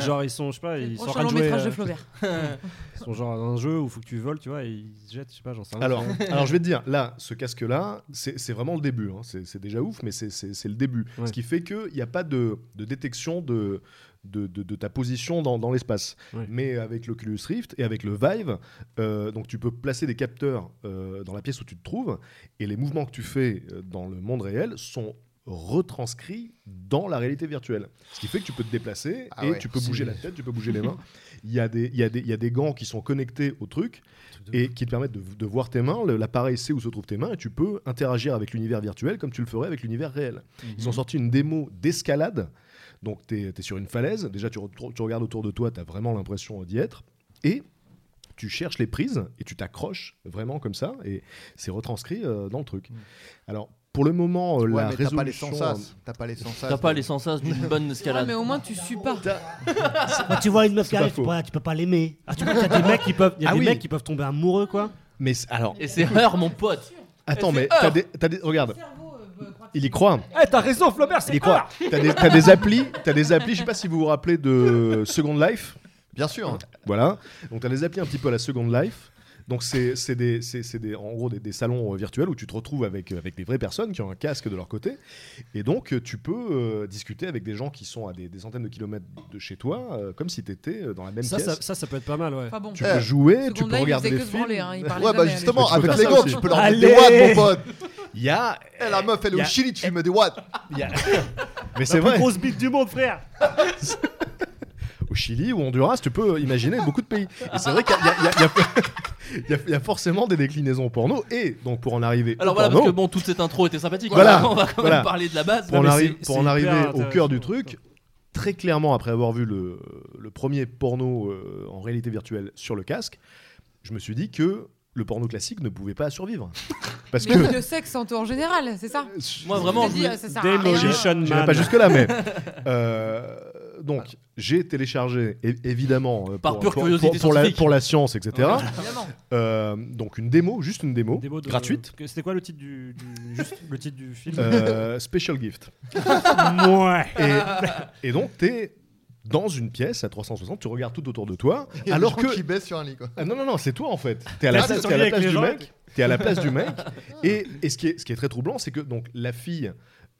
Genre ils sont, je sais pas, ils sont en Prochain train de long jouer. métrage de euh, Flaubert. Ils sont genre dans un jeu où faut que tu voles, tu vois, et ils se jettent, je sais pas, j'en sais rien. Alors, alors je vais te dire, là, ce casque-là, c'est c'est vraiment le début. hein. C'est c'est déjà ouf, mais c'est- c'est c'est le début. Ouais. Ce qui fait qu'il n'y a pas de, de détection de, de, de- de ta position dans, dans l'espace. Ouais. Mais avec l'Oculus Rift et avec le Vive, euh, donc tu peux placer des capteurs euh, dans la pièce où tu te trouves, et les mouvements que tu fais euh, dans le monde réel sont retranscrits dans la réalité virtuelle. Ce qui fait que tu peux te déplacer Ah et ouais, tu peux c'est- bouger la tête, tu peux bouger les mains. Il y, a des, il, y a des, il y a des gants qui sont connectés au truc et qui te permettent de, de voir tes mains. le- L'appareil sait où se trouvent tes mains et tu peux interagir avec l'univers virtuel comme tu le ferais avec l'univers réel. Ils Mhm. ont sorti une démo d'escalade. Donc, tu es, sur une falaise. Déjà, tu, re- tu regardes autour de toi, tu as vraiment l'impression euh, d'y être. Et tu cherches les prises et tu t'accroches vraiment comme ça. Et c'est retranscrit euh, dans le truc. Alors, pour le moment, euh, Ouais, la mais t'as pas les résolution. euh, sensas. T'as pas les sensas. T'as pas les sensations d'une bonne Ouais, escalade. mais au moins tu sues pas. Quand tu vois une meuf C'est qui pas arrive, tu faux. peux, pas- tu peux pas l'aimer. Ah, tu vois qu'il y a des mecs qui peuvent, il y a Ah des oui. mecs qui peuvent tomber amoureux, quoi. Mais c'est- alors, Et c'est rare, mon pote. attends, mais c'est t'as hors. euh, des, t'as des- regarde, il y croit. Eh, t'as raison, Flaubert, Il y Ah, croit. T'as des, t'as des applis, t'as des applis. Je sais pas si vous vous rappelez de Second Life. Bien sûr. Voilà. Donc, tu as des applis un petit peu à la Second Life. Donc, c'est c'est des, c'est- c'est des- en gros des, des salons euh, virtuels où tu te retrouves avec, euh, avec des vraies personnes qui ont un casque de leur côté. Et donc, euh, tu peux euh, discuter avec des gens qui sont à des, des centaines de kilomètres de chez toi, euh, comme si tu étais dans la même ça, ça, pièce. ça, ça peut être pas mal, ouais. Pas bon. Tu Eh, peux jouer, Seconde tu peux Life, il regarder faisait des que se branler, hein, films. il parlait Ouais, bah jamais, justement, Tu peux avec faire les ça gants, aussi. tu peux leur mettre Allez des watts, mon pote. Il y a. Eh, la meuf, elle est Y a- au Chili, tu Bah, lui mets des watts. Mais c'est vrai, Grosse bite du monde, frère. au Chili ou Honduras, tu peux imaginer beaucoup de pays. Et c'est vrai qu'il y a- il y a- il y a- il y a- il y a forcément des déclinaisons porno. Et donc, pour en arriver. au Alors voilà, parce porno, que bon, toute cette intro était sympathique. Ah Voilà, mais On va quand voilà. même parler de la base. pour en, mais arri- c'est- pour c'est en hyper arriver au cœur du intéressant, truc, très clairement, après avoir vu le, le premier porno euh, en réalité virtuelle sur le casque, je me suis dit que le porno classique ne pouvait pas survivre. Parce Mais que. le sexe en tout en général, c'est ça Moi, vraiment, Je je te dis, me- ah, ça sert à rien. Demolition Man. J'irai pas jusque-là, mais. euh, donc, j'ai téléchargé, é- évidemment, euh, Par pour, pure pour- curiosité pour- pour la, scientifique. pour la science, etc. Évidemment. Euh, donc, une démo, juste une démo, Une démo de- gratuite. que- C'était quoi le titre du, du- juste le titre du film euh, special gift. Mouais. Et, et donc, t'es dans une pièce à 360, tu regardes tout autour de toi, Il y a alors des gens que. qui baissent sur un lit, quoi. Ah non, non, non, c'est toi en fait. T'es à la, Ah, t'es t'es à la avec place les du gens. mec. T'es à la place du mec. Et, et ce, qui est, ce qui est très troublant, c'est que donc la fille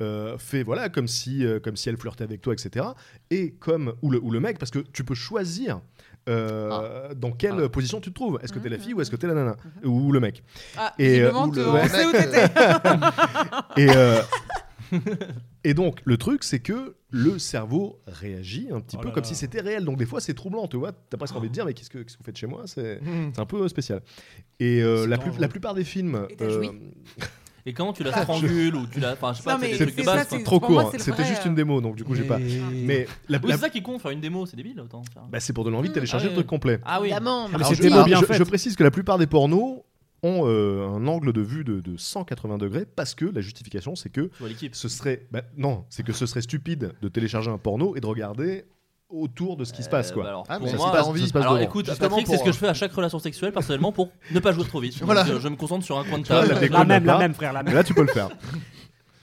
euh, fait voilà comme si, euh, comme si elle flirtait avec toi, etc. Et comme ou le, ou le mec, parce que tu peux choisir. euh, Ah. Dans quelle position tu te trouves Est-ce que t'es Mhm. la fille ou est-ce que t'es la nana Ou le mec Ah, Et, et euh, ou le- on sait où t'étais. euh, et, euh, et donc, le truc, c'est que le cerveau réagit un petit Oh peu là comme là. si c'était réel. Donc, des fois, c'est troublant, tu vois. T'as presque envie de dire, mais qu'est-ce que, qu'est-ce que vous faites chez moi C'est Hmm. c'est un peu euh, spécial. Et euh, C'est la, plus- dangereux. la plupart des films. euh, Et t'as joui Et comment Ah, tu la strangules ou tu la. Enfin, je sais pas, Non, c'est mais des trucs de c'est base. ça, quoi. c'est- trop pour moi, court. c'est le C'était vrai, juste euh, une démo, donc du coup, j'ai pas. Mais la, Oui, la- c'est ça qui compte, faire une démo, c'est débile. Autant faire. bah, c'est pour donner envie de Mm, télécharger ah le oui. truc complet. Ah oui, Évidemment. mais Alors, c'était je, bien alors, je- fait. je précise que la plupart des pornos ont euh, un angle de vue de, de 180 degrés parce que la justification, c'est que tu vois l'équipe. ce serait bah, non, c'est que ce serait stupide de télécharger un porno et de regarder autour de ce qui se passe Euh, quoi. bah alors, Ah, pour mais ça, moi, c'est pas envie. ça se passe alors devant. écoute, Justement Patrick, c'est pour- euh, ce que je fais à chaque relation sexuelle personnellement pour ne pas jouer trop vite. Donc, Voilà. euh, je me concentre sur un coin de vois, table. Ah, la déco- La Écoute, même, la pas. même, frère, la Mais même. là tu peux le faire.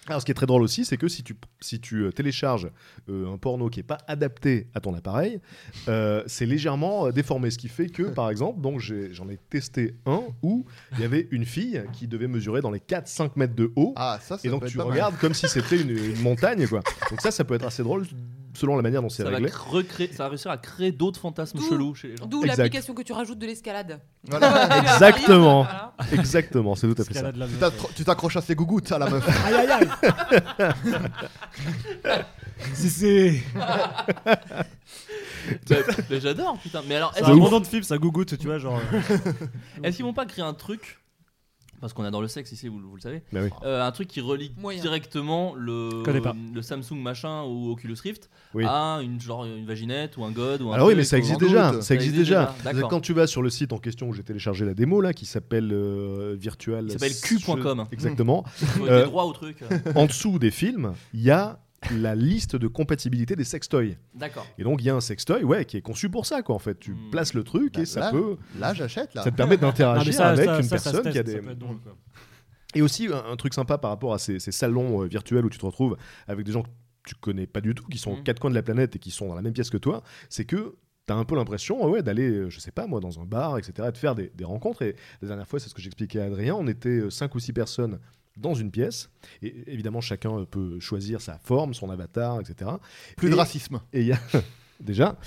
Alors ce qui est très drôle aussi, c'est que si tu si tu euh, télécharges euh, un porno qui est pas adapté à ton appareil, euh, c'est légèrement euh, déformé, ce qui fait que par exemple, donc j'ai- j'en ai, testé un où il y avait une fille qui devait mesurer dans les 4-5 mètres de haut. Ah, ça, ça et donc peut être tu pas mal. regardes comme si c'était une, une montagne quoi. Donc ça ça peut être assez drôle selon la manière dont c'est ça, va réglé. cr- recréer, ça va réussir à créer d'autres fantasmes D'où- chelous chez les gens. D'où Exact. l'application que tu rajoutes de l'escalade. Voilà. Exactement. Voilà. Exactement, c'est tout à fait ça. Escalade la Tu meuf. t'accro- Tu t'accroches à ses gougouttes, à la meuf. Aïe, aïe, aïe. Si, si. Mais- mais Bah, J'adore, putain. Mais alors, C'est est-ce un qu'ils bon vont- nom de film, ça gougoute, tu vois, genre. euh, est-ce qu'ils vont pas créer un truc parce qu'on adore le sexe ici, vous, vous le savez. Bah oui. Euh, un truc qui relie Moyen. directement le, Connais pas. le Samsung machin ou Oculus Rift Oui. à une, genre, une vaginette ou un god ou un Bah Alors oui, truc mais ça ou existe un- déjà. doute. Ça existe déjà. D'accord. Quand tu vas sur le site en question où j'ai téléchargé la démo là, qui s'appelle euh, Virtual, Il s'appelle Q.com. Exactement. Faut des Euh, droits au truc. en dessous des films, il y a la liste de compatibilité des sextoys. D'accord. Et donc il y a un sextoy, ouais, qui est conçu pour ça quoi. En fait, tu Hmm. places le truc Bah, et ça là, peut, Là, j'achète là. ça te permet Non, mais d'interagir ça- avec ça- une ça, ça se personne qui a teste, des. ça peut être drôle, quoi. Et aussi un, un truc sympa par rapport à ces, ces salons euh, virtuels où tu te retrouves avec des gens que tu connais pas du tout, qui sont aux Mm. quatre coins de la planète et qui sont dans la même pièce que toi, c'est que tu as un peu l'impression euh, ouais, d'aller, euh, je sais pas moi, dans un bar, etc., et de faire des, des rencontres. Et la dernière fois, c'est ce que j'expliquais à Adrien, on était euh, cinq ou six personnes dans une pièce, et évidemment chacun euh, peut choisir sa forme, son avatar, etc. Plus de Et- racisme. Et il y a déjà,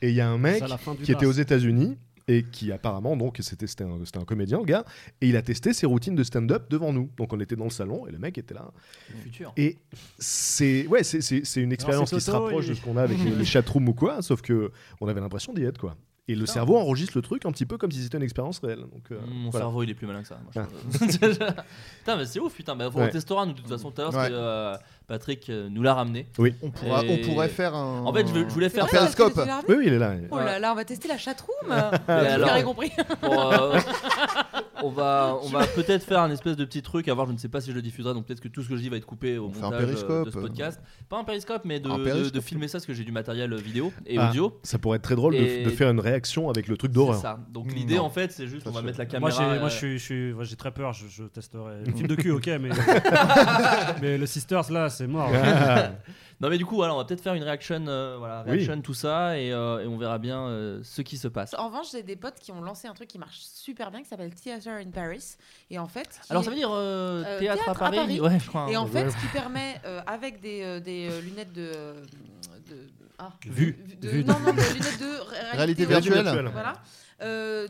et il y a un C'est mec à la fin du qui était bar. aux États-Unis et qui apparemment donc c'était c'était un, c'était un comédien le gars et il a testé ses routines de stand-up devant nous donc on était dans le salon et le mec était là Le futur. et c'est ouais c'est- c'est c'est une expérience c'est qui se Toto, rapproche il- de ce qu'on a avec les, les chatrooms ou quoi sauf que on avait l'impression d'y être quoi et Ah. le cerveau enregistre le truc un petit peu comme si c'était une expérience réelle donc euh, Mm, Mon voilà. cerveau il est plus malin que ça. moi, je Ah. trouve. putain, mais c'est ouf, putain. Bah, faut- On Ouais. testera nous de toute façon tout à l'heure. Ouais. parce que, euh, Patrick euh, nous l'a ramené. On, pourra, Et- on pourrait faire un. En fait, je veux- je voulais C'est faire vrai, ça. parce que Periscope. tu l'as ramené oui oui il est là Oh là là, on va tester la chatroom. Vous alors avez compris. pour, euh, on va, on va peut-être faire un espèce de petit truc. À voir, je ne sais pas si je le diffuserai. Donc peut-être que tout ce que je dis va être coupé au On fait un montage euh, de périscope. ce podcast. Pas un périscope, mais de, Un de- périscope. de filmer ça parce que j'ai du matériel euh, vidéo et Ah, audio. ça pourrait être très drôle de- Et- de, faire une réaction avec le truc C'est d'horreur ça. Donc l'idée Non. en fait, c'est juste Ça, on va c'est- mettre la Moi, caméra. j'ai, euh, moi, je suis, je suis- moi, j'ai très peur. Je, je testerai. Le film de cul, ok, mais mais le Sisters là, c'est mort. Ah. euh, Non mais du coup, voilà, on va peut-être faire une réaction, euh, voilà, Oui. réaction tout ça et, euh, et on verra bien euh, ce qui se passe. En revanche, j'ai des potes qui ont lancé un truc qui marche super bien qui s'appelle Theater in Paris. Et en fait. qui Alors est- ça veut dire euh, Euh, théâtre, à théâtre à Paris, Paris. ouais, je crois. Et hein. en fait, ce qui permet, euh, avec des, euh, des, euh, lunettes de. de- ah. Vue. De- Vue. Non, non, de lunettes de ré- Réalité réalité virtuelle. Voilà. Euh,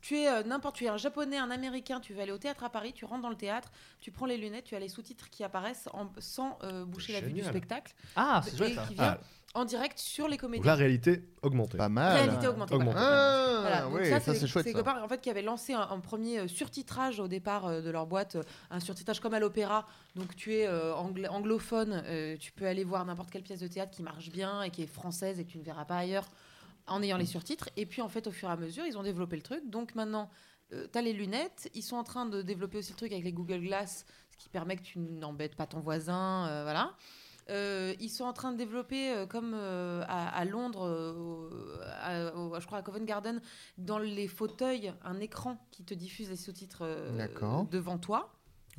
tu es euh, n'importe, tu es un japonais, un américain, tu vas aller au théâtre à Paris, tu rentres dans le théâtre, tu prends les lunettes, tu as les sous-titres qui apparaissent en- sans euh, boucher la vue du Génial. spectacle ah, et c'est qui chouette. vient ça. en direct sur les Donc comédies. la réalité augmentée Pas mal. Réalité augmentée. voilà. Augmentée. Ah, Voilà, donc ouais, ça, ça c'est c'est chouette. C'est ça. les copains, en fait, qui avaient lancé un, un premier euh, surtitrage au départ euh, de leur boîte, euh, un surtitrage comme à l'opéra. Donc, tu es euh, angl- anglophone, euh, tu peux aller voir n'importe quelle pièce de théâtre qui marche bien et qui est française et que tu ne verras pas ailleurs en ayant les Mm. surtitres. Et puis, en fait, au fur et à mesure, ils ont développé le truc. Donc, maintenant, tu as Euh, les lunettes. Ils sont en train de développer aussi le truc avec les Google Glass, ce qui permet que tu n'embêtes pas ton voisin. euh, voilà. Euh, ils sont en train de développer, euh, comme euh, à, à Londres, euh, au- à- au- je crois à Covent Garden, dans les fauteuils, un écran qui te diffuse les sous-titres euh, D'accord. devant toi,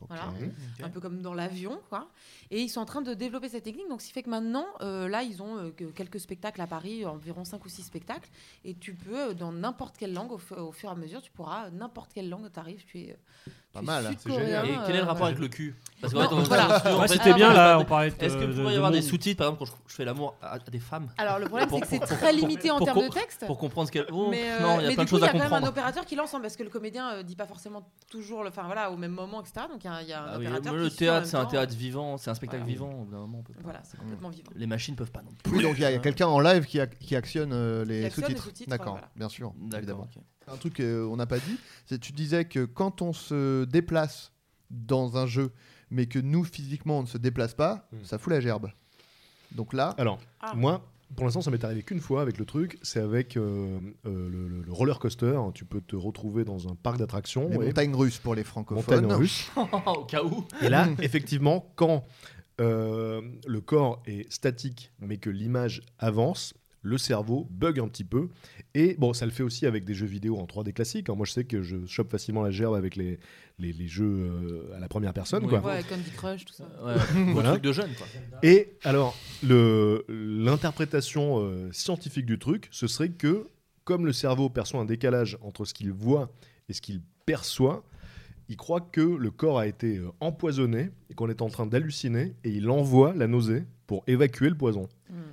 voilà. Ok. un peu comme dans l'avion. quoi. Et ils sont en train de développer cette technique, donc ce qui fait que maintenant, euh, là, ils ont euh, que- quelques spectacles à Paris, environ 5 ou 6 spectacles, et tu peux, euh, dans n'importe quelle langue, au, fu- au fur et à mesure, tu pourras, euh, n'importe quelle langue, t'arrives, tu es, euh. Pas mal, hein, c'est génial. sud-coréen. Et quel est le euh, rapport avec le cul Parce qu'en Non, fait, on- voilà. on- en Ouais, fait, c'était bien alors, là. On parlait. de- Est-ce que de- vous pourriez de y avoir des monde. sous-titres, par exemple, quand je- je fais l'amour à à des femmes Alors le problème, Pour- c'est que c'est pour- très limité en pour- termes de pour- texte. pour comprendre ce qu'elle. Oh, mais euh, non, il y mais a plein du de coup, choses à il y a quand même un comprendre. opérateur qui lance, hein, parce que le comédien euh, dit pas forcément toujours, le, enfin voilà, au même moment, etc. Donc il y a, il y a un Ah oui, opérateur. le qui suit en théâtre, même c'est un temps. théâtre vivant, c'est un spectacle Voilà. vivant. au bout d'un moment, on peut pas- Voilà, c'est complètement vivant. Les machines peuvent pas non plus. Oui, donc il y a, il y a quelqu'un en live qui, ac- qui actionne euh, Qui les actionne les sous-titres. sous-titres, D'accord, voilà. bien sûr. D'accord. Évidemment. ok. Un truc qu'on n'a pas dit, c'est tu disais que quand on se déplace dans un jeu, mais que nous physiquement on ne se déplace pas, Mm. ça fout la gerbe. Donc là, Alors, Ah. moi, pour l'instant, ça m'est arrivé qu'une fois avec le truc. C'est avec euh, euh, le, le- le roller coaster. hein. Tu peux te retrouver dans un parc d'attractions. les et- montagnes russes pour les francophones. montagne russe. Au cas où. Et là, effectivement, quand euh, le corps est statique, mais que l'image avance, le cerveau bug un petit peu. Et bon, ça le fait aussi avec des jeux vidéo en 3D classique. hein. Moi, je sais que je chope facilement la gerbe avec les, les, les jeux euh, à la première personne. Oui. quoi. Ouais, Candy Crush, tout ça. Ouais, un Voilà. truc de jeune, quoi. Et alors, le- l'interprétation euh, scientifique du truc, ce serait que, comme le cerveau perçoit un décalage entre ce qu'il voit et ce qu'il perçoit, il croit que le corps a été euh, empoisonné et qu'on est en train d'halluciner et il envoie la nausée pour évacuer le poison.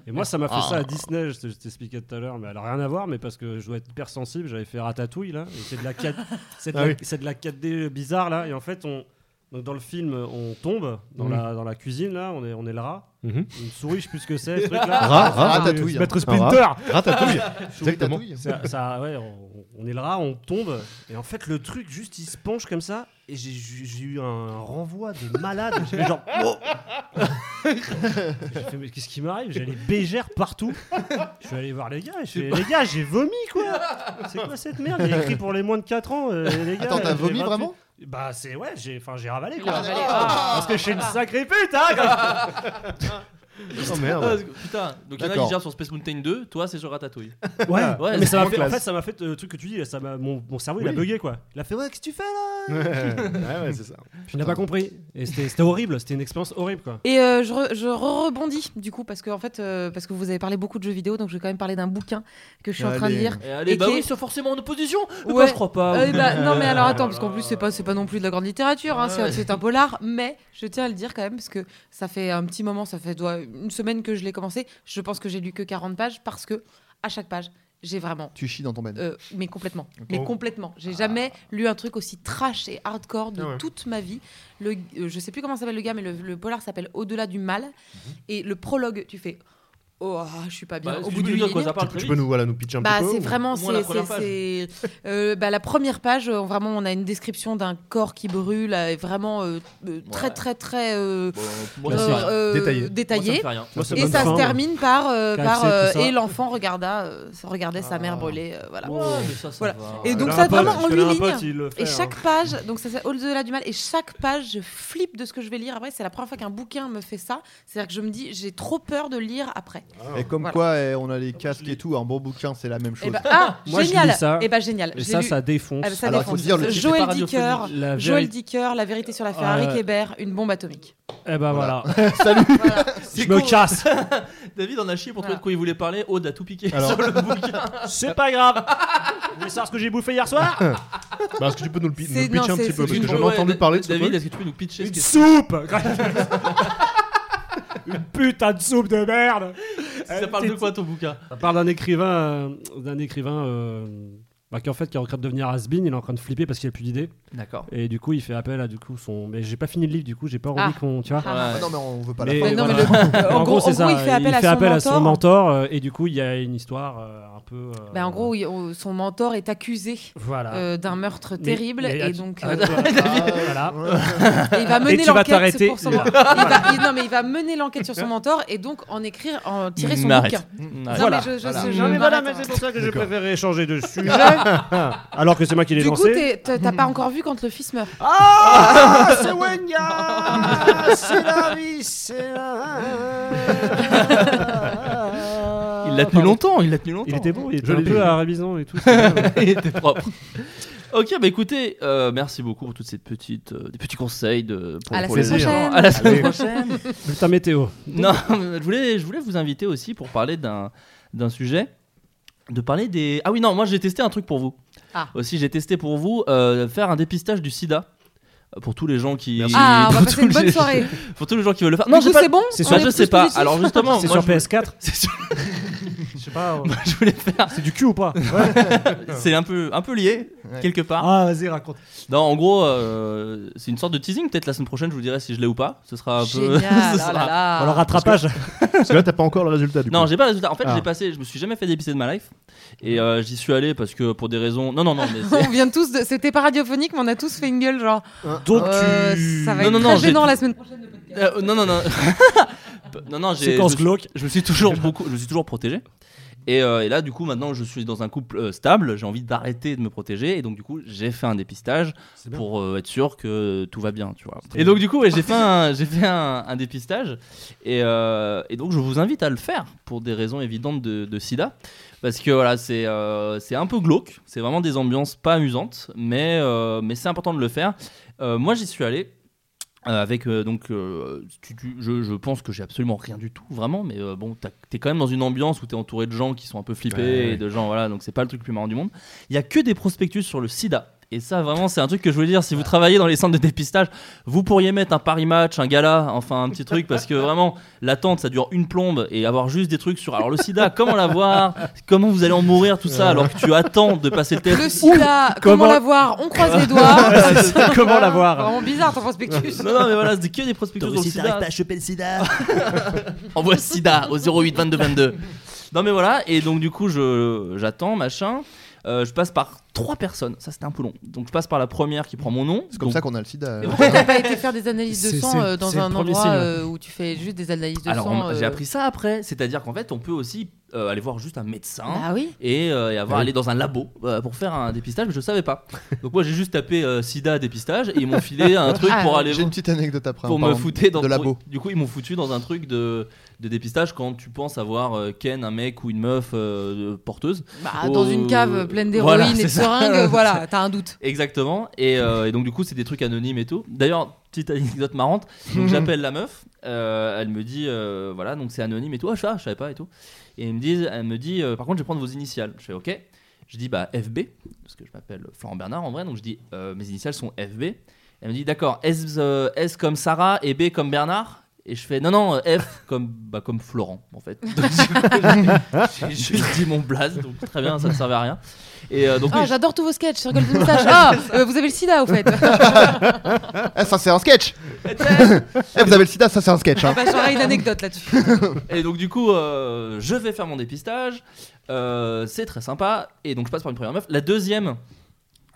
Et moi, ça m'a fait Ah. ça à Disney, je te- je t'expliquais tout à l'heure, mais alors rien à voir, mais parce que je dois être hyper sensible, j'avais fait Ratatouille là, et c'est de la 4 c'est de, Ah la- oui. c'est de la 4D bizarre là, et en fait, on, Donc dans le film, on tombe dans, Mhm. la, dans la cuisine, là, on est, on est le rat. Mhm. Une souris, je sais plus ce que c'est, ce truc-là. Rat, rat, Ratatouille. hein. Maître Un rat. Splinter ratatouille. Souris Exactement. tatouille. Ça, ça- ouais, on, on est le rat, on tombe. Et en fait, le truc, juste, il se penche comme ça. Et j'ai- j'ai j'ai eu un renvoi de malade. J'ai fait genre. Oh j'ai fait, mais qu'est-ce qui m'arrive J'allais bégère partout. Je suis allé voir les gars. Et je fais, les gars, j'ai vomi quoi C'est quoi cette merde Il y a écrit pour les moins de 4 ans. euh, les gars, Attends, t'as j'ai vomi 28. vraiment Bah, c'est ouais, j'ai enfin, j'ai ravalé Il a quoi. Ah, ravalé. Parce que je suis une sacrée pute, hein quand- Oh Ah, merde. putain, donc il y en a D'accord. qui gèrent sur Space Mountain 2, toi c'est sur Ratatouille. Ouais, Ouais, mais c'est ça m'a moins fait, en classe. fait, ça m'a fait euh, le truc que tu dis, ça m'a, mon, mon cerveau il a Oui. bugué quoi. Il a fait, ouais, qu'est-ce que tu fais là Ah, Ouais, ouais, ouais, c'est ça. Je n'ai pas compris. Et c'était c'était horrible, c'était une expérience horrible quoi. Et euh, je, re- je re- rebondis du coup parce que en fait euh, parce que vous avez parlé beaucoup de jeux vidéo donc je vais quand même parler d'un bouquin que je suis en train de Allez. lire. Et allez, Et bah qui est- oui, c'est forcément en opposition Mais Ouais. bah, je crois pas. Euh, bah, non mais alors attends là parce qu'en là. plus c'est pas c'est pas non plus de la grande littérature hein, c'est Ouais. c'est un polar mais je tiens à le dire quand même parce que ça fait un petit moment ça fait doit, une semaine que je l'ai commencé je pense que j'ai lu que 40 pages parce que à chaque page j'ai vraiment Tu chies dans ton bain. euh, mais complètement mais complètement j'ai jamais lu un truc aussi trash et hardcore de Ah ouais. toute ma vie le euh, je sais plus comment s'appelle le gars mais le, le polar s'appelle au-delà du mal et le prologue tu fais oh ah, je suis pas bien Bah, au bout du excuse-moi, de quoi ça parle Tu, très tu vite. peux nous, voilà, nous pitcher un bah, petit peu c'est ou- vraiment au moins c'est- la première c'est- c'est- euh, bah, la première page euh, vraiment on a une description d'un corps qui brûle euh, et vraiment euh, euh, très Ouais. très très euh, Bon, moi, euh, ça me hein. fait rien. euh, Détaillé. détaillé. Moi, ça me fait rien. Moi, c'est et bonne ça fin, se ouais. termine par, euh, KFC, par euh, hein. tout ça. et l'enfant regarda euh, regardait sa mère Ah. brûler euh, voilà Ouais, mais ça, ça Voilà. va. Et Ouais. donc Je ça connais Oh, un vraiment en pote- je connais huit un pote, lignes. il le fait, Et hein. chaque page, donc ça c'est au-delà du mal, et chaque page, je flippe de ce que je vais lire après. C'est la première fois qu'un bouquin me fait ça. C'est-à-dire que je me dis, j'ai trop peur de lire après. Et comme Voilà. quoi, eh, on a les casques et tout. Un bon bouquin, c'est la même Et chose. bah, ah, Moi, je génial lis ça. Et bah, génial Et Je ça, l'ai lu. ça défonce. Ah, bah, ça Alors, défonce. faut dire le C'était Joël pas Dicker, radiophonique. La Joël vérité. Dicker, La vérité sur l'affaire Harry Euh, Kébert, une bombe atomique. Eh ben voilà. Voilà. Je C'est me con, casse. David en a chié pour Voilà. trouver de quoi il voulait parler. Aude a tout piqué Alors. sur le bouquin. C'est pas grave. Vous voulez savoir ce que j'ai bouffé hier soir Bah, est-ce que tu peux nous le pi- nous C'est- le pitcher non, un petit c'est- peu c'est Parce que une- j'en ai Ouais, entendu Da- parler de ce David, truc. est-ce que tu peux nous pitcher ce Une qu'est- soupe. Une putain de soupe de merde. Ça parle de quoi ton bouquin Ça parle d'un écrivain, euh, d'un écrivain euh, bah, qui en fait qui est en train de devenir has il est en train de flipper parce qu'il a plus d'idées D'accord. et du coup il fait appel à du coup son. Mais j'ai pas fini le livre du coup, j'ai pas envie Ah. qu'on tu vois. Ah. Ah non, mais on veut pas Mais- la Ouais, fin. non, mais En, le- en gros, c'est en ça. gros, il fait appel, à, son mentor. mentor euh, et du coup il y a une histoire euh, un peu. euh, Bah, en gros, il- on- son mentor est accusé Voilà. euh, d'un meurtre Ah. Mais- terrible mais- et donc euh, Ah, voilà. Et il va mener Et tu vas l'enquête t'arrêter pour son là. mentor. Il va- il- non, mais il va mener l'enquête sur son mentor et donc en écrire, en tirer son M'arrête. bouquin. Non, Voilà. mais je- je- Voilà. je- je Non, mais voilà, mais m'arrête, hein. c'est pour ça que j'ai D'accord. préféré échanger de sujet. alors que c'est moi qui l'ai Du coup, lancé. t'es- t'as t'as pas encore vu quand le fils meurt. Ah, c'est Wenya C'est la vie, c'est la. Il l'a tenu longtemps, il l'a tenu longtemps. Ah, Il était bon, il était Je un l'ai vu. peu à Rabizon et tout. c'était bien, ouais. Il était propre. Ok, bah écoutez, euh, merci beaucoup pour toutes ces petites, euh, des petits conseils de, pour, À la pour les semaine gens. prochaine. À la semaine Allez. prochaine. Bulletin météo. Non, je voulais, je voulais vous inviter aussi pour parler d'un d'un sujet, de parler des. Ah oui, non, moi j'ai testé un truc pour vous. Ah. Aussi, j'ai testé pour vous euh, faire un dépistage du SIDA euh, pour tous les gens qui. Merci. Ah, on va pour passer tous une bonne les- soirée. Pour tous les gens qui veulent le faire. Non, j'ai c'est bon. Ah bah, c'est on sûr, est je plus sais pas. positif. Alors justement, C'est moi, sur je voulais- PS4 c'est sur- Je sais pas, moi, je voulais faire. c'est du cul ou pas C'est un peu, un peu lié Ouais. quelque part. Ah, vas-y, raconte. Non, en gros, euh, c'est une sorte de teasing. Peut-être la semaine prochaine, je vous dirai si je l'ai ou pas. Ce sera un peu. Génial, ce oh sera- là là. Alors, rattrapage. Parce que là, t'as pas encore le résultat du coup. Non, j'ai pas le résultat. En fait, Ah. j'ai passé. Je me suis jamais fait dépister de ma life. Et euh, j'y suis allé parce que pour des raisons. Non, non, non. Mais c'est- on vient tous de. C'était pas radiophonique, mais on a tous fait une gueule genre. Donc, euh, tu. Ça va Oh, Non, être non, non, très j'ai- gênant la semaine prochaine. Euh, non, non, non. non, non, j'ai. Je, me Séquence suis- glauque. je me suis toujours beaucoup. Je me suis toujours protégé. Et, euh, et là, du coup, maintenant, je suis dans un couple euh, stable. J'ai envie d'arrêter de me protéger. Et donc, du coup, j'ai fait un dépistage C'est bien. pour euh, être sûr que tout va bien, tu vois. C'était Et donc, du coup, ouais, j'ai fait un, j'ai fait un, un dépistage. Et, euh, et donc, je vous invite à le faire pour des raisons évidentes de, de sida. Parce que voilà, c'est euh, c'est un peu glauque. C'est vraiment des ambiances pas amusantes. Mais, euh, mais c'est important de le faire. Euh, moi, j'y suis allé. euh, avec euh, donc, euh, tu- tu- je, je pense que j'ai absolument rien du tout vraiment, mais euh, bon, t'as- t'es quand même dans une ambiance où t'es entouré de gens qui sont un peu flippés Ouais, ouais. et de gens voilà, donc c'est pas le truc le plus marrant du monde. Il y a que des prospectus sur le SIDA Et ça, vraiment, c'est un truc que je voulais dire. Si vous travaillez dans les centres de dépistage, vous pourriez mettre un pari match, un gala, enfin un petit truc, parce que vraiment, l'attente, ça dure une plombe. Et avoir juste des trucs sur alors le sida, comment l'avoir, comment vous allez en mourir, tout ça, alors que tu attends de passer le test. Le sida, comment, comment- l'avoir On croise les doigts. Comment l'avoir Vraiment bizarre ton prospectus. Non, non, mais voilà, c'est que des prospectus sur le sida. Envoie sida au 08 22 22. Non, mais voilà, et donc du coup, je- j'attends, machin. Euh, je passe par trois personnes, ça c'était un peu long. Donc je passe par la première qui prend mon nom. C'est comme ça qu'on a le sida. Et euh. T'as pas été faire des analyses de C'est- sang c'est- euh, dans c'est le un premier endroit signe, ouais. euh, où tu fais juste des analyses de Alors, sang on- euh, j'ai appris ça après, c'est-à-dire qu'en fait, on peut aussi euh, aller voir juste un médecin Bah oui. et, euh, et avoir Ah oui. aller dans un labo euh, pour faire un dépistage, mais je savais pas. Donc moi, j'ai juste tapé euh, sida dépistage et ils m'ont filé un truc Ah, pour aller Euh, J'ai une petite anecdote après. pour en me parlant foutre dans de labo. Du coup, ils m'ont foutu dans un truc de, de dépistage quand tu penses avoir euh, ken un mec ou une meuf euh, de- porteuse. Bah, dans Oh, une cave pleine d'héroïne voilà, et de c'est ça. seringues, voilà, t'as un doute. Exactement. Et, euh, et donc, du coup, c'est des trucs anonymes et tout. D'ailleurs, petite anecdote marrante. Donc, j'appelle la meuf. euh, elle me dit, euh, voilà, donc c'est anonyme et tout. Ah, je, ah, je savais pas et tout. Et elle me dit, elle me dit euh, par contre, je vais prendre vos initiales. Je fais OK. Je dis, bah, FB, parce que je m'appelle Florent Bernard en vrai. Donc, je dis, euh, mes initiales sont FB. Elle me dit, d'accord, S, euh, S comme Sarah et B comme Bernard. Et je fais, non, non, euh, F comme, bah, comme Florent, en fait. Donc, du coup, j'ai juste dit mon blaze, donc très bien, ça ne servait à rien. Et euh, donc, Ah, oui, j'adore tous vos sketchs sur Golden Moustache. Ah, euh, vous avez le sida, au fait. Bah, Ah, ça c'est un sketch Eh, Vous avez le sida, ça c'est un sketch. hein. bah, j'aurais une anecdote là-dessus. Et donc du coup, euh, je vais faire mon dépistage. Euh, c'est très sympa. Et donc je passe par une première meuf. La deuxième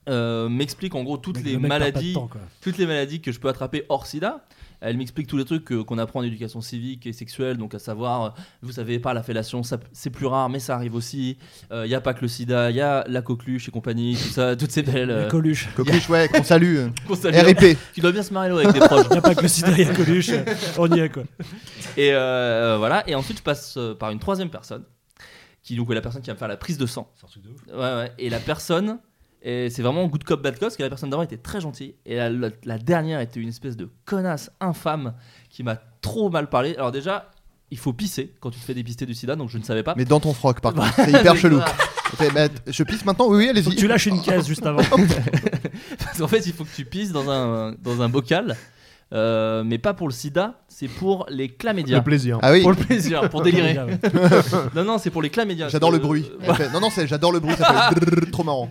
euh, m'explique en gros toutes Le les mec perd pas de maladies, temps, quoi. toutes les maladies que je peux attraper hors SIDA. Elle m'explique tous les trucs que- qu'on apprend en éducation civique et sexuelle, donc à savoir, euh, vous savez, par la fellation, ça- c'est plus rare, mais ça arrive aussi. Il n'y a pas que le sida, il y a la coqueluche et compagnie, tout ça, toutes ces belles. La euh, Coluche. Coqueluche, ouais, qu'on salue. euh. qu'on salue. RIP. Tu dois bien se marier avec des proches. Il n'y a pas que le sida, il y a Coluche. On y est, quoi. Et euh, voilà. Et ensuite, je passe euh, par une troisième personne, qui donc est la personne qui va me faire la prise de sang. Ouais, ouais. Et la personne, et c'est vraiment good cop bad cop, parce que la personne d'avant était très gentille, et la, la- la dernière était une espèce de connasse infâme qui m'a trop mal parlé. Alors déjà, il faut pisser quand tu te fais dépister du sida, donc je ne savais pas. Mais dans ton froc, par contre. C'est hyper C'est chelou. ça. Fait, bah, t- je pisse maintenant Oui, oui, Faut allez-y. que tu lâches une caisse juste avant. Parce qu'en fait, il faut que tu pisses dans un dans un bocal. euh, mais pas pour le sida, c'est pour les Le chlamydia. plaisir. Ah oui, Pour le plaisir, pour délirer. Déliré. Non, non, c'est pour les chlamydia. j'adore le Euh, bruit. voilà. Fait, Non, non, c'est- j'adore le bruit, ça fait drrrr, trop marrant.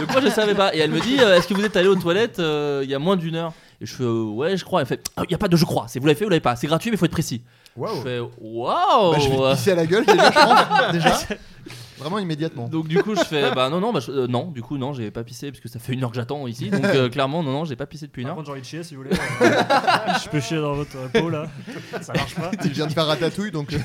Donc moi je savais pas. Et elle me dit euh, Est-ce que vous êtes allé aux toilettes euh, il y a moins d'une heure Et je fais euh, Ouais, je crois. Elle fait Ah, Il n'y a pas de je crois. C'est vous l'avez fait ou vous l'avez pas. C'est gratuit, mais il faut être précis. Je fais Waouh Bah, je vais te pisser à la gueule déjà, je pense. Déjà. Vraiment immédiatement. Donc du coup je fais Bah non, non, bah, je- euh, non, du coup non, j'ai pas pissé parce que ça fait une heure que j'attends ici. Donc euh, clairement, non, non, j'ai pas pissé depuis une Par heure. contre, j'ai envie de chier si vous voulez. Euh, Je peux chier dans votre euh, peau là. Ça marche pas. Tu viens de faire ratatouille, donc euh,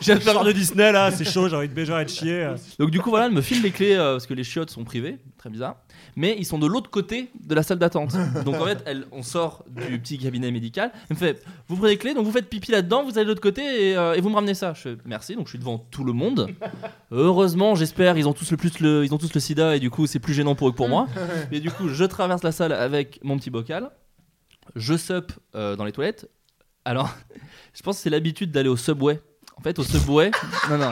J'ai le de Disney là, c'est chaud, j'ai envie de baiser et de chier. euh. Donc du coup voilà, elle me file les clés euh, parce que les chiottes sont privées, très bizarre. Mais ils sont de l'autre côté de la salle d'attente. Donc en fait, elle, on sort du petit cabinet médical. Elle me fait, vous prenez les clés, donc vous faites pipi là-dedans, vous allez de l'autre côté et, euh, et vous me ramenez ça. Je fais, merci. Donc je suis devant tout le monde. Heureusement, j'espère, ils ont tous le plus le, ils ont tous le sida et du coup c'est plus gênant pour eux que pour moi. Mais du coup, je traverse la salle avec mon petit bocal. Je sup euh, dans les toilettes. Alors, je pense que c'est l'habitude d'aller au subway. En fait, au subway, non non,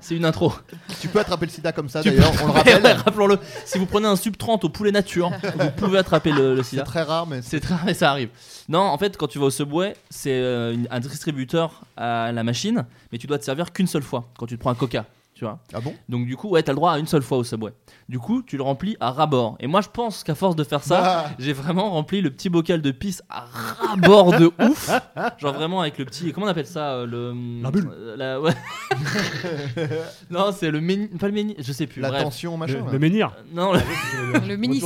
c'est une intro. tu peux attraper le sida comme ça Tu d'ailleurs, on le Ouais, ouais, rappelle. Rappelons-le. Si vous prenez un sub 30 au poulet nature, vous pouvez attraper le, le C'est sida. très rare, mais C'est très mais ça arrive. Non, en fait, quand tu vas au Subway, c'est euh, une- un distributeur à la machine, mais tu dois te servir qu'une seule fois quand tu te prends un Coca, tu vois. Ah bon Donc du coup, ouais, t'as le droit à une seule fois au Subway. Du coup, tu le remplis à ras-bord. Et moi, je pense qu'à force de faire ça, Ah. j'ai vraiment rempli le petit bocal de pisse à ras-bord de ouf. Genre vraiment avec le petit. Comment on appelle ça euh, le, La bulle. euh, la- ouais. non, c'est le mini. Pas le mini. Je sais plus. la bref. tension, Le, machin. hein. le menhir. Euh, Non, le- Le mini,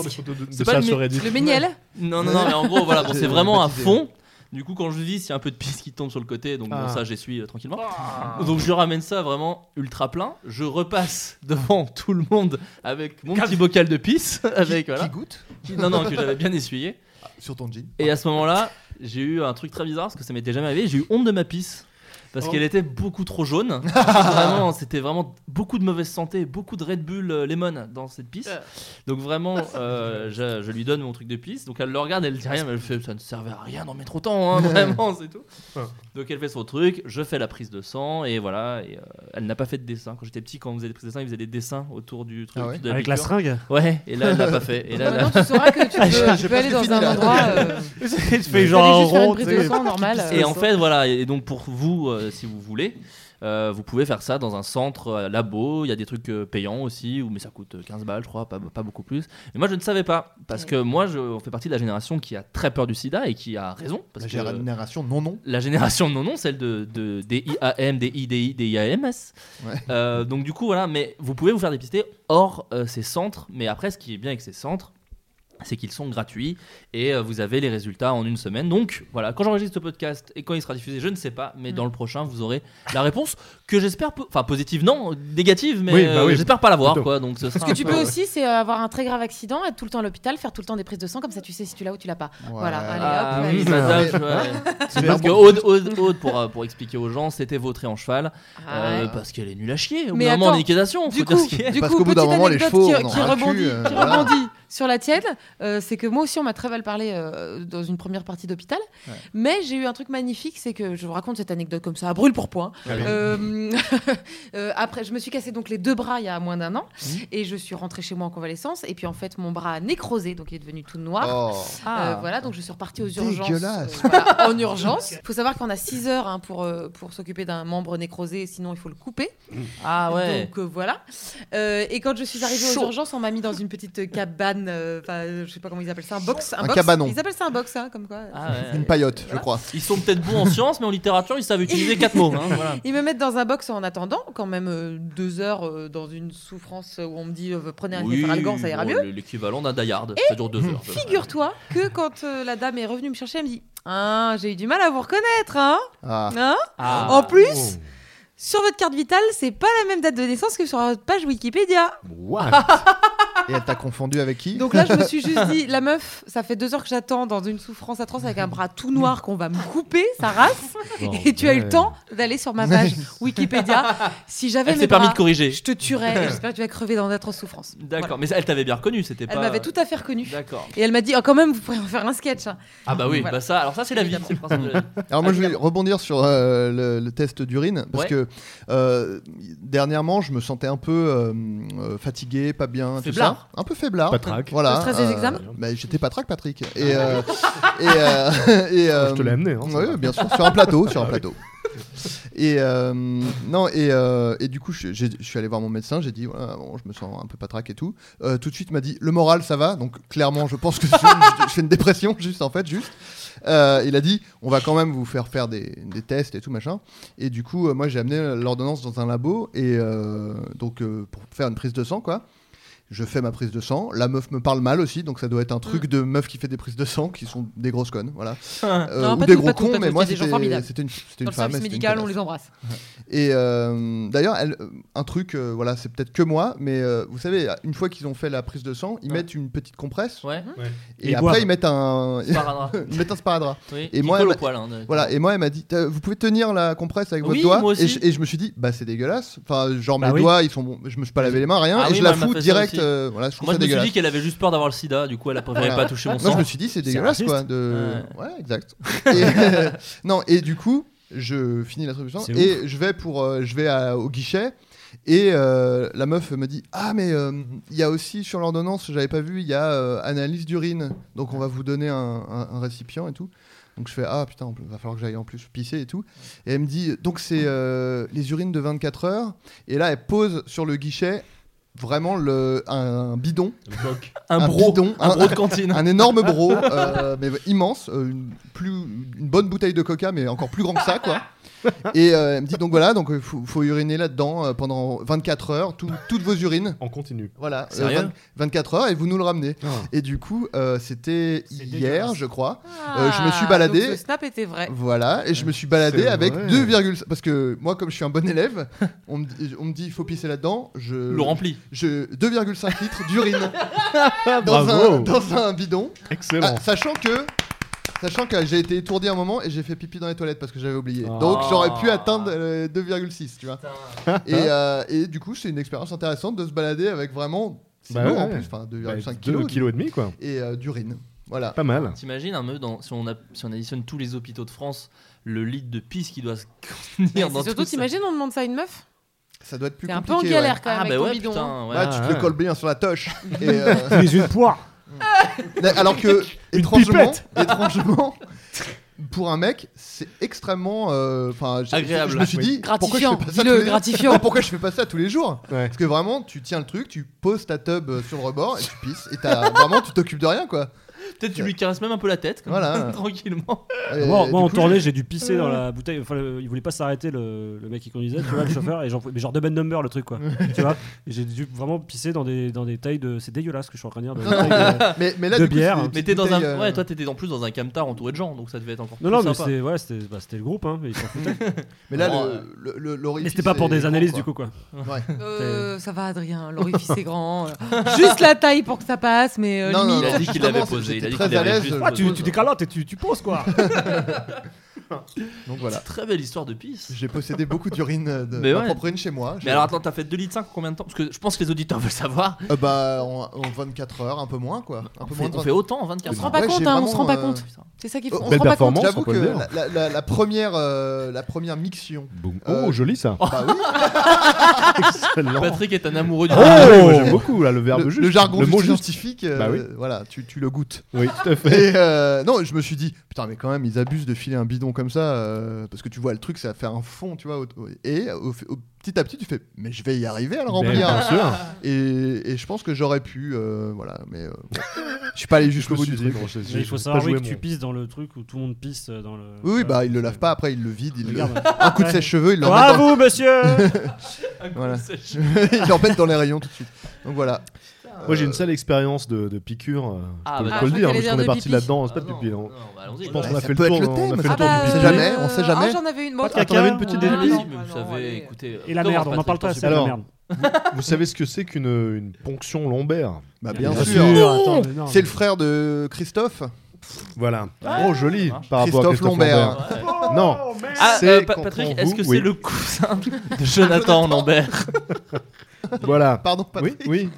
C'est pas le mi- le méniel. non, non, non, mais en gros, voilà, bon, c'est vraiment à Baptisé. fond. Du coup, quand je vis, s'il y a un peu de pisse qui tombe sur le côté, donc bon, Ah. ça, j'essuie euh, tranquillement. Ah. Donc, je ramène ça vraiment ultra plein. Je repasse devant tout le monde avec mon petit bocal de pisse. Avec, voilà. Qui goûte Qui- Non, non, que j'avais bien essuyé. sur ton jean. Et à ce moment-là, j'ai eu un truc très bizarre parce que ça m'était jamais arrivé. J'ai eu honte de ma pisse. parce Oh. qu'elle était beaucoup trop jaune. vraiment, c'était vraiment beaucoup de mauvaise santé, beaucoup de Red Bull euh, Lemon dans cette piste. Donc vraiment, euh, je, je lui donne mon truc de piste. Donc elle le regarde, elle dit rien, mais elle fait ça ne servait à rien d'en mettre autant, hein, vraiment, c'est tout. Donc elle fait son truc, je fais la prise de sang et voilà. Et, euh, elle n'a pas fait de dessin. Quand j'étais petit, quand on faisait des prises de sang, ils faisaient des dessins autour du truc Ah ouais Bah de Avec la piqûre. seringue Ouais, et là elle l'a pas fait. Et là, elle a- Maintenant, tu sauras que tu peux, tu peux aller dans un endroit. euh, Tu fais tu genre peux un juste faire une rond. prise tu de sais. sang normale. Et euh, en fait, voilà, et donc pour vous, euh, si vous voulez, euh, vous pouvez faire ça dans un centre euh, labo. Il y a des trucs euh, payants aussi, ou- mais ça coûte euh, 15 balles, je crois, pas, pas beaucoup plus. Mais moi, je ne savais pas, parce que moi, je, on fait partie de la génération qui a très peur du sida et qui a raison. Parce La que, génération, non, non. la génération non non celle de, de des IAM des IDI des IAMS Ouais. Euh, donc du coup voilà mais vous pouvez vous faire dépister hors euh, ces centres mais après ce qui est bien avec ces centres c'est qu'ils sont gratuits et euh, vous avez les résultats en une semaine. Donc voilà, quand j'enregistre ce podcast et quand il sera diffusé, je ne sais pas, mais Mm. dans le prochain, vous aurez la réponse que j'espère, po- enfin positive, non, négative, mais Oui, bah euh, oui. j'espère pas l'avoir. Plutôt. Quoi, donc ce sera Ce que tu un peux peu- aussi, c'est euh, avoir un très grave accident, être tout le temps à l'hôpital, faire tout le temps des prises de sang, comme ça tu sais si tu l'as ou tu l'as pas. Voilà, Ouais. allez, Ah hop, oui, allez. ça, Ouais. ça, ouais. C'est Parce que vraiment- Aude, Aude- Aude, pour, euh, pour expliquer aux gens, c'était vautré en cheval. Ah, Euh, ouais. parce qu'elle est nulle à chier. Au bout Mais d'un moment, en attends, liquidation, faut Du dire coup, ce qui est. du Parce coup, qu'au bout d'un petite moment, les anecdote chevaux, qui, on en qui a un rebondit, cul, euh, qui voilà. rebondit sur la tienne, euh, c'est que moi aussi on m'a très mal parlé euh, dans une première partie d'hôpital, Ouais. mais j'ai eu un truc magnifique, c'est que je vous raconte cette anecdote comme ça, à brûle pour point. Euh, euh, après, je me suis cassé donc les deux bras il y a moins d'un an, Mhm. et je suis rentrée chez moi en convalescence, et puis en fait mon bras a nécrosé, donc il est devenu tout noir. Oh. Ah. Euh, voilà, donc je suis repartie aux urgences. Dégueulasse. euh, voilà, en urgence. Il faut savoir qu'on a 6 heures hein, pour, euh, pour s'occuper d'un membre nécrosé, sinon il faut le couper. Ah ouais. Donc euh, voilà. Euh, et quand je suis arrivée aux urgences, on m'a mis dans une petite euh, cabane, euh, enfin je sais pas comment ils appellent ça, un box. Un box. cabanon. Ils appellent ça un box, hein, comme quoi. Ah ouais. Une paillote, je crois. Ils sont peut-être bons en sciences, mais en littérature, ils savent utiliser quatre mots. hein, voilà. Ils me mettent dans un box en attendant, quand même euh, deux heures euh, dans une souffrance où on me dit euh, prenez un Algan, ça ira bon, mieux. l- L'équivalent d'un Dayard. Ça dure deux heures. Figure-toi que quand euh, la dame est revenue me chercher, elle me dit Ah, j'ai eu du mal à vous reconnaître, hein, Ah. hein Ah. En plus, sur votre carte vitale, c'est pas la même date de naissance que sur votre page Wikipédia. What Et elle t'a confondu avec qui Donc là, je me suis juste dit, la meuf, ça fait deux heures que j'attends dans une souffrance atroce avec un bras tout noir qu'on va me couper, sa race, et tu as eu le temps d'aller sur ma page Wikipédia. Si j'avais Elle mes s'est permis bras, de corriger. je te tuerais. et J'espère que tu vas crever dans d'atroces souffrances. D'accord, Voilà. mais elle t'avait bien reconnu, c'était pas. Elle m'avait tout à fait reconnue. D'accord. Et elle m'a dit, oh, quand même, vous pourrez en faire un sketch. hein. Ah bah oui, Voilà. bah ça, alors ça c'est la vie, c'est le principe de la vie. Alors moi je vais rebondir sur euh, le, le test d'urine parce Ouais. que euh, dernièrement je me sentais un peu euh, euh, fatigué, pas bien, tout Faiblard. ça. un peu faiblard. Pas trac. Voilà. Le stress des examens Ah, bah, j'étais pas trac Patrick. Et euh, et, euh, et, euh, Je te l'ai amené. hein, ça ouais, va. Ah bien sûr, sur un plateau, sur un plateau. Et euh, non et, euh, et du coup je, j'ai- je suis allé voir mon médecin, j'ai dit voilà, bon, je me sens un peu patraque et tout. Euh, tout de suite il m'a dit le moral ça va donc clairement je pense que je, je fais une dépression juste en fait juste. Euh, il a dit on va quand même vous faire faire des, des tests et tout machin. Et du coup euh, moi j'ai amené l'ordonnance dans un labo et euh, donc euh, pour faire une prise de sang quoi. Je fais ma prise de sang. La meuf me parle mal aussi, donc ça doit être un truc de meuf qui fait des prises de sang qui sont des grosses connes, voilà. Euh, Non, ou pas des toutes, gros pas toutes, cons, pas mais toutes, moi il y a des gens c'était formidables. c'était une, c'était Dans le une femme. service et c'était une médical, on connasse. les embrasse. Et euh, d'ailleurs, elle- euh, un truc, euh, voilà, c'est peut-être que moi, mais euh, vous savez, une fois qu'ils ont fait la prise de sang, ils Ouais. mettent une petite compresse Ouais, Hein hein. et, Ils après boivent. ils mettent un, Sparadrap. ils mettent un sparadrap. Oui. Et qui moi, colle au bah- poil. hein, de- Voilà. Et moi, elle m'a dit, T'as- vous pouvez tenir la compresse avec votre Oui, doigt. moi aussi. Et, je, et je me suis dit, bah c'est dégueulasse. Enfin, genre Bah mes oui. doigts, ils sont, bons. je me suis pas lavé les mains, rien, Ah et oui, je moi, la elle m'a fous fait ça direct. aussi. euh, voilà, je trouve Moi ça je me suis dégueulasse. dit qu'elle avait juste peur d'avoir le sida, du coup elle a préféré Voilà. pas toucher mon Moi, je sang. me suis dit, c'est C'est dégueulasse, raciste. quoi. De... Ouais, exact. Et- euh, non, et du coup, je finis l'attribution C'est et je vais, pour, euh, je vais à- au guichet. Et euh, la meuf me dit Ah, mais euh, il y a aussi sur l'ordonnance, j'avais pas vu, il y a euh, analyse d'urine. Donc on va vous donner un, un- un récipient et tout. Donc je fais Ah putain, il va falloir que j'aille en plus pisser et tout. Et elle me dit Donc c'est euh, les urines de 24 heures. Et là, elle pose sur le guichet vraiment le, un, bidon. Un un bro, bidon, un un- bro de cantine. Un énorme bro, euh, mais immense, euh, une, plus, une bonne bouteille de coca, mais encore plus grand que ça, quoi. Et euh, elle me dit donc voilà, donc euh, faut, faut uriner là-dedans euh, pendant 24 heures, tout- toutes vos urines. On continue. Voilà, Sérieux 20 24 heures et vous nous le ramenez. Ah. Et du coup, euh, c'était C'est hier, dégueulasse. je crois. Ah, Euh, je me suis baladé. donc le snap était vrai. Voilà, et je me suis baladé C'est avec vrai. 2,5. Parce que moi, comme je suis un bon élève, on me dit, on me dit, il faut pisser là-dedans. Je Le remplit. je 2,5 litres d'urine dans, Bravo. un, dans un bidon. Excellent. Ah, sachant Ah, que Sachant que j'ai été étourdi un moment et j'ai fait pipi dans les toilettes parce que j'avais oublié. Ah. Donc j'aurais pu atteindre euh, 2,6, tu vois. Et, euh, et du coup, c'est une expérience intéressante de se balader avec vraiment. C'est Bah lourd ouais, en ouais. plus, enfin 2,5 Bah, deux kilos. kilos et demi, quoi. Et euh, d'urine. Voilà. Pas mal. T'imagines un peu dans, si, on a, si on additionne tous les hôpitaux de France, le litre de pisse qui doit se contenir dans Bah, Surtout, tout ça. t'imagines, on demande ça à une meuf Ça doit être plus T'es un compliqué. peu en galère ouais. quand même Ah avec bah ton ouais, bidon. hein. putain, ouais. Là, tu te Ah, le ouais. colles bien sur la toche. Et, euh, Les yeux de poire. Mais Alors que, Une étrangement, pipette. étrangement, pour un mec, c'est extrêmement. euh, Enfin, j'ai- Agréable. Je me suis Oui. dit, pourquoi je hein. Gratifiant, fais pas ça dis-le, tous les jours gratifiant. Ah, Pourquoi je fais pas ça tous les jours Ouais. Parce que vraiment, tu tiens le truc, tu poses ta tub euh, sur le rebord et tu pisses. Et t'as- vraiment, tu t'occupes de rien, quoi. Peut-être tu lui caresses même un peu la tête, comme Voilà. ça, tranquillement. moi, Et- et moi, du en coup, tournée, j'ai dû pisser dans la bouteille. Enfin, le- il voulait pas s'arrêter, le, le mec qui conduisait, tu vois, le chauffeur. Et genre, mais genre de Ben Number, le truc, quoi. tu vois Et J'ai dû vraiment pisser dans des, dans des tailles de. C'est dégueulasse ce que je suis en train de dire. dans des Non, non, tailles de- Mais, mais là, de du coup, bière. c'est des Mais petites t'es dans un. bouteilles, euh, Ouais, toi t'étais en plus dans un camtar entouré de gens, donc ça devait être encore plus. Non, non, mais sympa. c'était ouais, c'était- bah, c'était le groupe, hein. mais ils s'en foutaient. Mais là, Bon, le- euh, le- le- l'orifice Mais c'était pas pour est des grand, analyses, quoi. du coup, quoi. Euh, ça va, Adrien, l'orifice est grand. Juste la taille pour que ça passe, mais euh, Non, non, limite. Il a dit qu'il justement, l'avait c'est- posé, il a j'étais dit très qu'il à l'avait l'aise. Ah, juste je posé. Ah, le tu, pose. tu décalotes et tu, tu poses quoi. Donc voilà. Très belle histoire de pisse. J'ai possédé beaucoup d'urine, euh, de Mais ma ouais. propre urine chez moi. Mais alors attends, t'as fait 2 litres 5 combien de temps Parce que je pense que les auditeurs veulent savoir. Euh, Bah, en, en 24 heures, un peu moins, quoi. Un On peu fait, moins de on 24 fait autant en On se 24 rend heures. pas Ouais, compte, j'ai hein, on se vraiment, rend pas euh, compte. C'est ça qu'il Oh, faut. on belle se rend pas compte. performance. J'avoue on que peut le dire. la, la- la- la première, euh, la première mixion. Boum. Euh, Oh, joli ça. Bah oui, Excellent. Patrick est un amoureux du. Oh Ah Oh ouais, moi, j'aime beaucoup là, le verbe le, juste. le jargon le mot justi- juste. justifique, euh, Bah oui. voilà, tu, tu le goûtes. Oui, tout à fait. Et euh, non, je me suis dit, putain, mais quand même, ils abusent de filer un bidon comme ça, euh, parce que tu vois, le truc, ça va faire un fond, tu vois. au- au- et au- au- petit à petit, tu fais, mais je vais y arriver à le Ben, remplir. bien sûr. Et, et je pense que j'aurais pu, euh, voilà, mais euh, je suis pas allé jusqu'au bout du truc. Mais il faut savoir oui, que tu pisses dans le truc où tout le monde pisse euh, dans le. Oui, oui, Voilà. bah, il le lave pas, après, il le vide, il le- Regarde. un coup de Ouais. sèche-cheveux, il Bravo, l'embête monsieur Voilà. dans... l'embête dans les rayons tout de suite. Donc voilà. Moi, Euh, j'ai une seule expérience de, de piqûre. euh, Ah, Je peux, bah, je ah, peux je le crois dire, qu'elle parce est qu'on bien est de parti pipi. là-dedans. C'est Ah, pas de pipi. hein. bah, Allons-y. Je pense Ouais, qu'on a ça fait le peut tour. être le on a thème, ça. fait le tour Ah du bah, pipi. sait jamais, on sait jamais. Ah, euh, j'en avais une. Pas bonne. de Attends, on avait une petite Ah, dédouane. non, Vous bah non, savez, allez. écoutez. Et la comment merde, on en parle Patrick pas, t'en c'est la Alors, merde. Vous savez ce que c'est qu'une une ponction lombaire Bah, bien Bien sûr. sûr. Attends, mais non, C'est le mais- frère de Christophe. Voilà. Oh, joli marche. par rapport à Christophe Christophe Lambert. Lambert. Ouais. Non, Ah, C'est euh, Pa- contre Patrick, vous, est-ce que oui. c'est Ah, le cousin de Jonathan Lambert voilà. Pardon, Oui, Patrick. oui.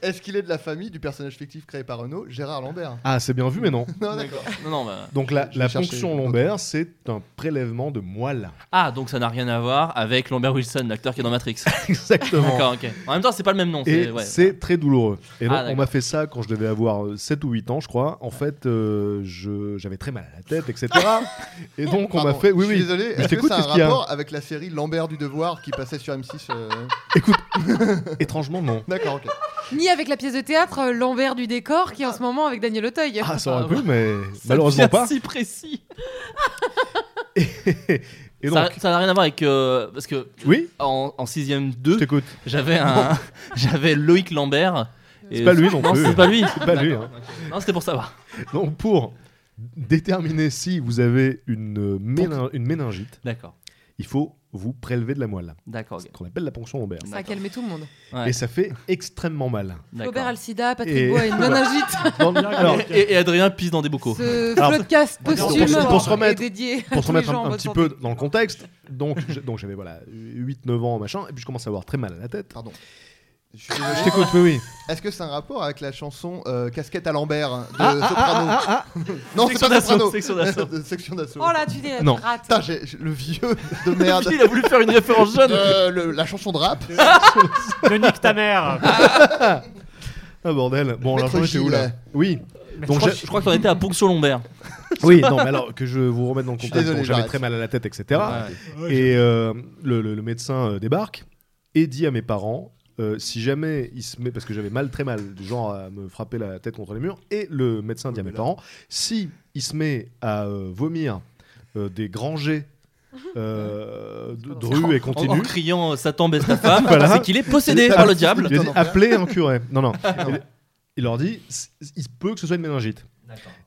Est-ce qu'il est de la famille du personnage fictif créé par Renault, Gérard Lambert Ah, c'est bien vu, mais non. Non, d'accord. Non, non, bah. Donc la, Je vais la chercher. ponction lombaire, c'est un prélèvement de moelle. Ah, donc ça n'a rien à voir avec Lambert Wilson, l'acteur qui est dans Matrix. Exactement. D'accord, ok. En même temps, c'est pas le même nom. Et c'est- ouais. c'est très douloureux. Et Ah, donc, on d'accord. m'a fait ça quand je devais avoir euh, 7 ou 8 ans, je crois. En fait, euh, je- j'avais très mal à la tête, etc. Et donc, on m'a Pardon, fait. Oui, je suis oui. désolé. Est-ce que t'écoute, ça a un qu'est-ce qu'il y a rapport avec la série Lambert du Devoir qui passait sur M6 euh, Écoute, étrangement, non. D'accord, ok. Ni avec la pièce de théâtre euh, L'envers du décor qui est en ce moment avec Daniel Auteuil. Ah, ça Ah, aurait pu, mais Ça malheureusement devient pas. si précis. Et donc, Ça ça n'a rien à voir avec. euh, parce que oui, en, en 6ème je 2, t'écoute. j'avais un. J'avais Loïc Lambert. et- C'est pas lui non Non, plus. c'est pas lui. C'est pas lui, D'accord, ok. Non, c'était pour savoir. Donc, pour déterminer si vous avez une, euh, ménin- une méningite, D'accord. il faut vous prélever de la moelle, D'accord, ce ok. qu'on appelle la ponction lombaire. Ça a calmé tout le monde. Ouais, Et ça fait extrêmement mal. Robert d'accord. Alcida, Patrick Et- Bois et Nanagite. Dans- alors, Et, et- et Adrien pisse dans des bocaux. Ce Alors, podcast pour- pour- posthume pour se remettre- est dédié à pour tous se remettre les gens en un, un bonne petit santé. peu dans le contexte, donc je- donc j'avais voilà 8-9 ans machin, et puis je commence à avoir très mal à la tête. Pardon. Je suis désolé. Je t'écoute, oui, oui. Est-ce que c'est un rapport avec la chanson euh, Casquette à Lambert de Ah, ah, Soprano ah, ah, Non, c'est Section pas d'assaut, Soprano. section d'assaut. De Section d'assaut. Oh là, tu dis, Non. tu rates. Putain, j'ai- j'ai- le vieux de merde. Il a voulu faire une référence jeune. Euh, le- la chanson de rap. Le nique ta mère. ah, bordel. Bon, Maître alors j'étais où là Gilles. Oui. je, Donc j'ai- crois, je crois Hmm. que t'en étais à Ponction Lombaire. oui, non, mais alors que je vous remette dans le Je suis contexte, désolé, donc j'avais j'arrête. très mal à la tête, etc. Ouais. Et euh, le, le- le médecin euh, débarque et dit à mes parents euh, si jamais il se met, parce que j'avais mal, très mal, du genre à me frapper la tête contre les murs, et le médecin dit à mes parents si il se met à euh, vomir euh, des grands jets euh, de, de rue et En, continue, en criant euh, Satan baisse ta femme, Voilà. c'est qu'il est possédé C'est le par le tabac. diable. il a dit Putain, appelez un curé. Non, non. Il, il leur dit c- il se peut que ce soit une méningite.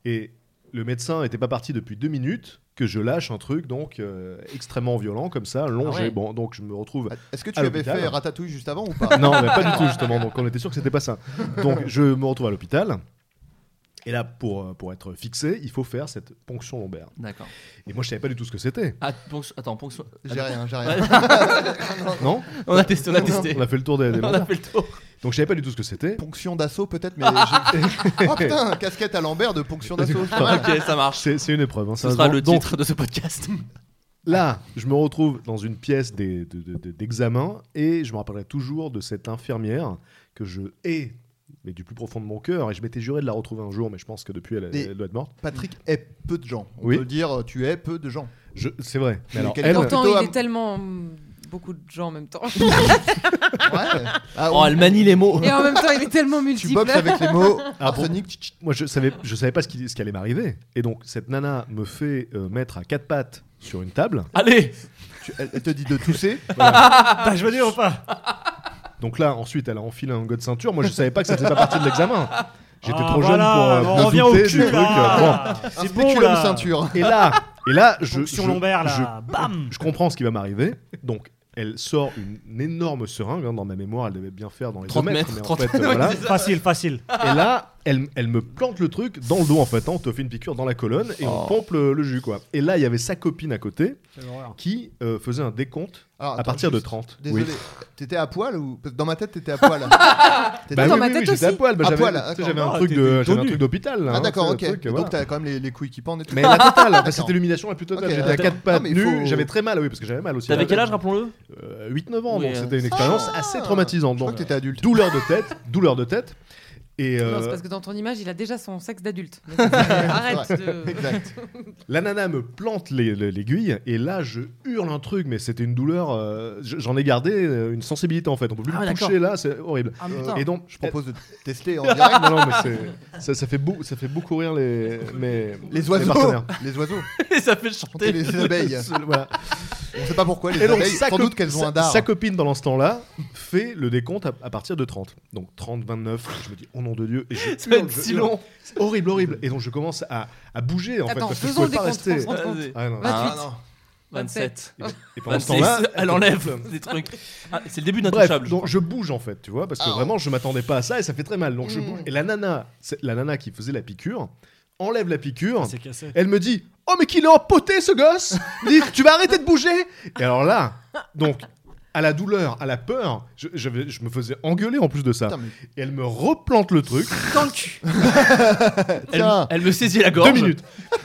Et le médecin n'était pas parti depuis deux minutes que je lâche un truc donc euh, extrêmement violent comme ça, longé. Ah ouais. Bon, donc je me retrouve Est-ce que tu À avais l'hôpital. fait Ratatouille juste avant ou pas Non, mais pas du tout justement. Donc on était sûr que c'était pas ça. Donc je me retrouve à l'hôpital. Et là, pour, euh, pour être fixé, il faut faire cette ponction lombaire. D'accord. Et moi, je savais pas du tout ce que c'était. Ah, ponction- Attends, ponction. J'ai attends. rien, j'ai Ouais. rien. Oh. Non On a testé, on a testé. On a fait le tour des, des On lombaires. a fait le tour. Donc, je savais pas du tout ce que c'était. Ponction d'assaut peut-être, mais j'ai- oh putain, casquette à Lambert de ponction d'assaut. Ah, c'est pas mal. ok, ça marche. C'est c'est une épreuve. hein, Ce sérieusement. sera le Donc, titre de ce podcast. Là, je me retrouve dans une pièce des- de- de- de- d'examen et je me rappellerai toujours de cette infirmière que je hais, mais du plus profond de mon cœur. Et je m'étais juré de la retrouver un jour, mais je pense que depuis, elle, Et- elle doit être morte. Patrick est peu de gens. On Oui. peut dire tu es peu de gens. Je- C'est vrai. Mais Mais alors, quelqu'un- elle, Pourtant, Pourtant, plutôt il il à- est est tellement beaucoup de gens en même temps. Ouais. Ah, Oh, on- elle manie les mots. Et en même temps, il est tellement tu multiple. boxes avec les mots. Ah, pour- Arsenic, tch, tch, moi, je savais, je savais pas ce qui, ce qui allait m'arriver. Et donc, cette nana me fait euh, mettre à quatre pattes sur une table. Allez tu- elle elle te dit de tousser. Bah, je veux dire ou pas Donc là, ensuite, elle a enfilé un gars de ceinture. Moi, je savais pas que ça faisait pas partie de l'examen. J'étais Ah, trop jeune voilà, pour euh, On me revient au douter cul, du truc. euh, bon. là. Un C'est bon, spéculum là. ceinture. Et là, et là, je, Ponction je- lombaire, je- là. Bam je comprends ce qui va m'arriver. Donc, elle sort une, énorme seringue. hein. dans ma mémoire, elle devait bien faire dans les 30 deux mètres. mètres, mais en 30 fait, euh, voilà. Facile, facile. Et là, elle, elle me plante le truc dans le dos, en fait. hein. on te fait une piqûre dans la colonne et Oh. on pompe le, le jus, quoi. Et là, il y avait sa copine à côté qui euh, faisait un décompte Alors, à attends, partir de juste- 30. Désolé, Oui. t'étais à poil ou parce que dans ma tête t'étais à poil. T'étais Bah à oui, Dans poil. ma oui, tête oui, j'étais à aussi. poil. bah, À j'avais- poil, tu sais, d'accord. j'avais un Ah, truc t'es- de- t'es j'avais tout un truc nu. d'hôpital. là, Ah hein, d'accord, tu ok. sais, le truc, Et voilà. Donc t'as quand même les, les couilles qui pendent et tout. Mais la totale, parce que c'était D'accord. l'humiliation la plus totale. Ok, J'étais à d'accord. quatre pattes Non, mais il faut- nues, j'avais très mal, ah oui, parce que j'avais mal aussi. T'avais quel âge, rappelons-le Euh, 8-9 ans, Oui, donc euh. c'était une expérience Ah. assez Je traumatisante. crois Donc, que t'étais adulte. douleur de tête, douleur de tête. Et Non, euh, c'est parce que dans ton image, il a déjà son sexe d'adulte. Donc, euh, Arrête de. Exact. la nana me plante les- les- l'aiguille et là je hurle un truc, mais c'était une douleur. euh, je- J'en ai gardé euh, une sensibilité en fait. On peut plus Ah, me d'accord. toucher là, c'est horrible. Ah, putain. Et donc Je propose de tester en direct. Non, non, mais c'est- ça, ça fait beau, ça fait beaucoup rire les mes- Les mes oiseaux, partenaires. les oiseaux, Et ça fait Comptez chanter. les abeilles. Voilà. On sait pas pourquoi les Et donc abeilles. sa, Sans co- doute qu'elles ont sa- un dard. sa copine dans l'instant là fait le décompte à, à partir de 30. Donc 30, 29. Je me dis, oh nom de Dieu. Et je Ça va hurle, être je si hurle. long. C'est horrible, horrible. Et donc je commence à, à bouger en fait. Attends, Parce que je faisons pouvais des pas comptes rester. pour se rendre compte. Ah, non. Ah, Vas-y. non. 27. Et pendant 26. ce temps-là, Elle enlève des trucs. Ah, c'est le début de Bref, l'intouchable. donc je bouge en fait, tu vois, parce que Ah. vraiment je m'attendais pas à ça et ça fait très mal. Donc je Mm. bouge. Et la nana, c'est- la nana qui faisait la piqûre, enlève la piqûre. Ah, C'est cassé. Elle me dit Oh, mais qu'il est empoté ce gosse Elle dit, Tu vas arrêter de bouger Et alors là, donc, à la douleur, à la peur, je, je vais- je me faisais engueuler en plus de ça. Putain, mais- Et elle me replante le truc. Dans le cul. Elle, Tiens. elle me saisit la gorge. Deux minutes.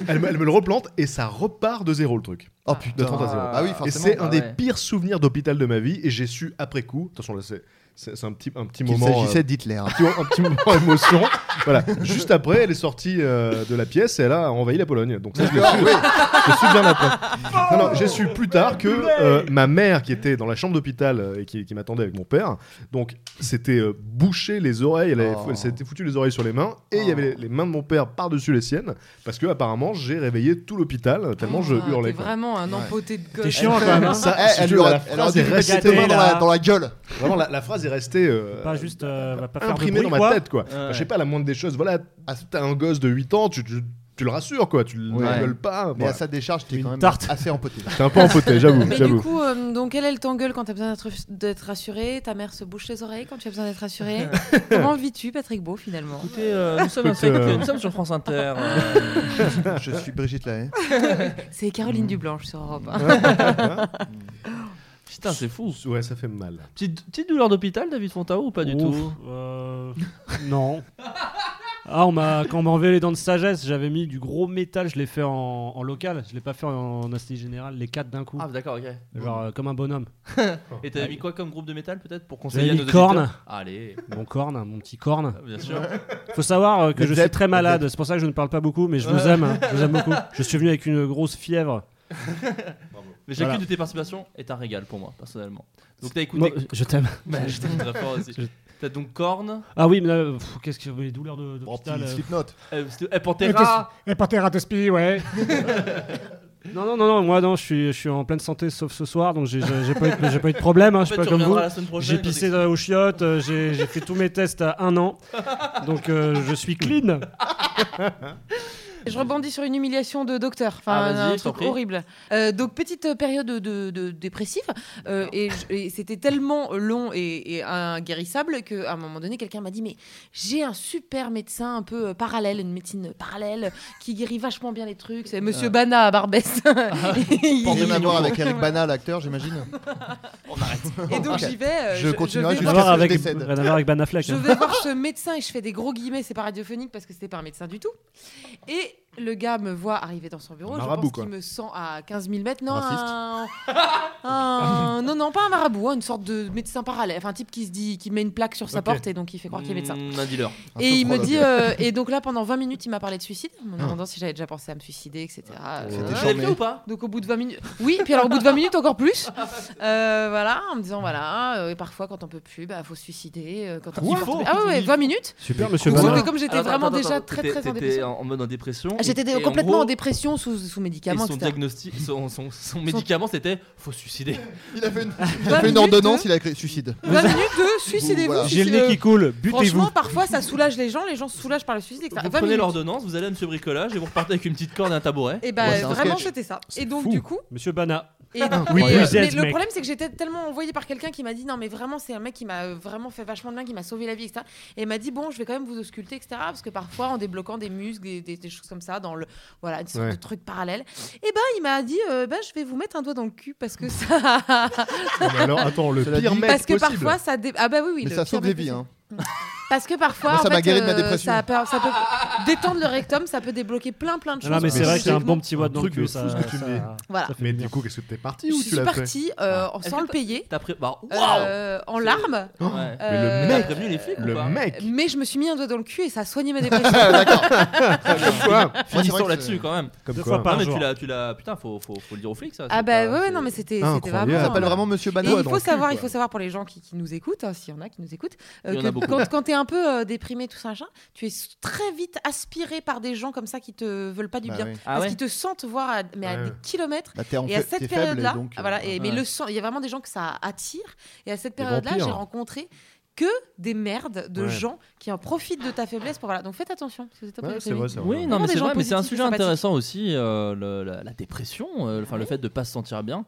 Elle, me- elle me le replante et ça repart de zéro le truc. Oh putain. De 30 à 0. Ah oui, Et forcément. c'est un Ah des ouais. pires souvenirs d'hôpital de ma vie. Et j'ai su après coup. Attention, là, c'est, c'est- c'est un petit, un petit Il moment. s'agissait euh, d'Hitler. un petit- un petit moment émotion. Voilà. Juste après, elle est sortie euh, de la pièce et elle a envahi la Pologne. Donc ça, je l'ai su, je suis bien après. Non, non, j'ai su plus tard que euh, ma mère, qui était dans la chambre d'hôpital euh, et qui, qui m'attendait avec mon père, donc s'était euh, bouché les oreilles, elle, avait- Oh. elle s'était foutu les oreilles sur les mains et il y avait les, les mains de mon père par-dessus les siennes parce que apparemment j'ai réveillé tout l'hôpital tellement je Ah, hurlais. T'es quoi. vraiment un empoté de T'es gosse. chiant quand même. hein. Ça, Eh, si elle tu lui veux, aurait, la elle aurait phrase dû est lui mettre restée. tes mains dans la, là. dans la gueule. Vraiment, la, la phrase est restée. euh, Pas juste. euh, va pas faire de imprimé bruit, dans ma quoi. tête quoi. Enfin, je sais pas la moindre des choses. Voilà, Ah, t'as un gosse de 8 ans, tu, tu- tu le rassures quoi, tu le Ouais. gueules pas. Mais voilà. à sa décharge, t'es Une quand même tarte. assez empoté. T'es un peu empoté, j'avoue, Mais du j'avoue. coup, euh, donc elle, elle t'engueule quand t'as besoin d'être- d'être rassuré. Ta mère se bouche les oreilles quand tu as besoin d'être rassuré. Comment le vis-tu, Patrick Beau, finalement Écoutez, euh, nous, sommes un Écoute, euh, site- nous sommes sur France Inter. euh, Je suis Brigitte Lahaye. C'est Caroline Dublanche sur Europe. hein. hein, Putain, c'est fou. Ouais, ça fait mal. Petite, petite douleur d'hôpital, David Fontao, ou pas du Ouf, tout euh, Non. Ah, on m'a quand on m'a enlevé les dents de sagesse, j'avais mis du gros métal, je l'ai fait en, en local, je l'ai pas fait en, en anesthésie générale, les quatre d'un coup, Ah, d'accord, ok. genre euh, comme un bonhomme. Oh. Et Ah, t'avais mis quoi comme groupe de métal peut-être pour conseiller à mis nos auditeurs Korn. Allez, ah, Mon corne, mon petit corne. bien sûr. Faut savoir euh, que Led je suis Zepp, très Led malade, c'est pour ça que je ne parle pas beaucoup, mais je vous aime, hein, je vous aime beaucoup. Je suis venu avec une grosse fièvre. Mais chacune Voilà. de tes participations est un régal pour moi, personnellement. Donc t'as Moi, écouté. euh, je t'aime. Bah, je t'aime très fort aussi. Je- T'as donc Korn, Ah oui, mais là, pff, qu'est-ce que les douleurs de Oh, d'hôpital. petit euh, Slipknot. euh, c'était- eh, Ah, Pantera. Et pas terre à ouais. non, non, non, non, moi, non, je suis, je suis en pleine santé, sauf ce soir, donc j'ai j'ai- j'ai pas, eu de- j'ai pas eu de problème, hein, En je fait, suis tu pas comme vous. reviendras la semaine prochaine. J'ai pissé euh, aux chiottes, euh, j'ai j'ai fait tous mes tests à un an, donc euh, je suis clean. Je rebondis sur une humiliation de docteur. Enfin, Ah, vas-y, un je t'en truc prie. horrible. Euh, donc, petite euh, période de, de- dépressive. euh, et j- et c'était tellement long et, et inguérissable qu'à un moment donné, quelqu'un m'a dit Mais j'ai un super médecin un peu euh, parallèle, une médecine parallèle qui guérit vachement bien les trucs. C'est monsieur Ah. Bana à Barbès. Ah. Il- Pour rien à voir avec Eric Bana, l'acteur, j'imagine. et donc, Ok. j'y vais. euh, Je continuerai vais jusqu'à voir- ce que je avec, décède. rien à voir avec Ben Affleck. Je hein. vais voir ce médecin et je fais des gros guillemets, c'est pas radiophonique parce que c'était pas un médecin du tout. Et le gars me voit arriver dans son bureau, je Marabout, pense quoi. qu'il me sent à 15 000 mètres. Non, Raciste. un, un- non, non, pas un marabout, hein, une sorte de médecin parallèle, enfin un type qui se dit, qui met une plaque sur sa Ok. Mmh. porte et donc il fait croire qu'il est médecin. Mm, Un dealer. Un Et peu il me froid, dit, donc. euh, et donc là pendant 20 minutes, il m'a parlé de suicide, en Ah. me demandant si j'avais déjà pensé à me suicider, etc. C'était Euh, Vous charmé. avez fait ou pas donc au bout de 20 minutes, oui, puis alors au bout de 20 minutes encore plus, Ah, bah, Euh, voilà, en me disant voilà, euh, et parfois quand on peut plus, bah faut se suicider, euh, quand on Il peut faut. plus- ah ouais, ouais, 20 minutes. Super, monsieur Sauf Bana. que comme j'étais Alors, vraiment attends, déjà attends, très t'étais- très en t'étais dépression, Ah, en mode en dépression. j'étais et complètement en, gros, dépression sous, sous Et médicaments, son etc. diagnostic, son, son- son médicament, c'était faut se suicider. Il a fait Ah, une, il 20 a fait une minutes ordonnance, hein. de- il a écrit suicide. 20 minutes de suicidez-vous. Voilà. si J'ai le c'est, nez qui coule, euh, Franchement, butez-vous. parfois ça soulage les gens, les gens se soulagent par le suicide, etc. Vous 20 prenez minutes. l'ordonnance, vous allez à Monsieur Bricolage et vous repartez avec une petite corde et un tabouret. Et bah Ouais, c'est un vraiment sketch. c'était ça. Et donc fou. du coup, Monsieur Bana. Et, Oui, mais, euh, vous mais êtes, le mec. problème, c'est que j'étais tellement envoyée par quelqu'un qui m'a dit non, mais vraiment, c'est un mec qui m'a euh, vraiment fait vachement de bien, qui m'a sauvé la vie, etc. Et il m'a dit bon, je vais quand même vous ausculter, etc. Parce que parfois, en débloquant des muscles, des, des- des choses comme ça, dans le voilà, une sorte Ouais. de truc parallèle, et ben il m'a dit euh, ben, je vais vous mettre un doigt dans le cul parce que ça, Non, mais alors, attends, le Cela pire dit- mec parce que possible. parfois ça dé- ah bah oui oui, Mais le ça pire sauve mec des vies. possible. Hein. Parce que parfois, Moi, ça en fait, m'a guéri de ma euh, dépression. Ça, peut, ça peut détendre le rectum, ça peut débloquer plein plein de Non, choses. non, mais c'est Mais vrai que c'est un physiquement. bon petit doigt Un dans le truc cul, de ça. fou, ce que tu me dis. ça- Voilà. ça fait Mais bien. du coup, qu'est-ce que t'es parti Je ou tu suis l'as fait partie euh, Ah. en- Est-ce sans que le payer, T'as pris. Bah, waouh euh, en C'est- larmes. Ouais. Euh, T'as prévenu les flics ou Le pas mec Mais je me suis mis un doigt dans le cul et ça a soigné ma dépression. Quoi Moi, c'est vrai Finissons que là-dessus c'est- quand même. Comme Deux quoi. fois par non, mais jour. tu l'as, tu l'as. Putain, faut, faut, faut le dire aux flics ça. ah c'est bah pas- ouais, ouais, c'est- non mais c'était Ah, c'était incroyable. vraiment. Ça Ah, s'appelle ouais. vraiment Monsieur Et Bana. il faut savoir, il faut savoir pour les gens qui, qui nous écoutent, hein, s'il y en a qui nous écoutent, euh, Il y en que a beaucoup. quand, quand t'es un peu euh, déprimé tout ça, machin, tu es s- très vite aspiré par des gens comme ça qui te veulent pas du Bah bien, oui. Ah parce ouais. qu'ils te sentent voir à, mais à Ouais. des kilomètres. Bah, t'es en Et à cette fait- t'es faible, et période-là, ah, donc. euh, voilà, et, mais ouais. le sang, il y a vraiment des gens que ça attire. Et à cette Des période-là, j'ai vampires. rencontré que des merdes de Ouais. gens qui en profitent de ta faiblesse pour voilà. Donc faites attention. Si vous êtes Ouais, déprimé. c'est vrai, c'est vrai. Oui, non, Vraiment mais des c'est gens vrai, mais c'est un positifs, sujet sympathiques. intéressant aussi, euh, le- la, la dépression, euh, enfin Ah le oui. fait de pas se sentir bien.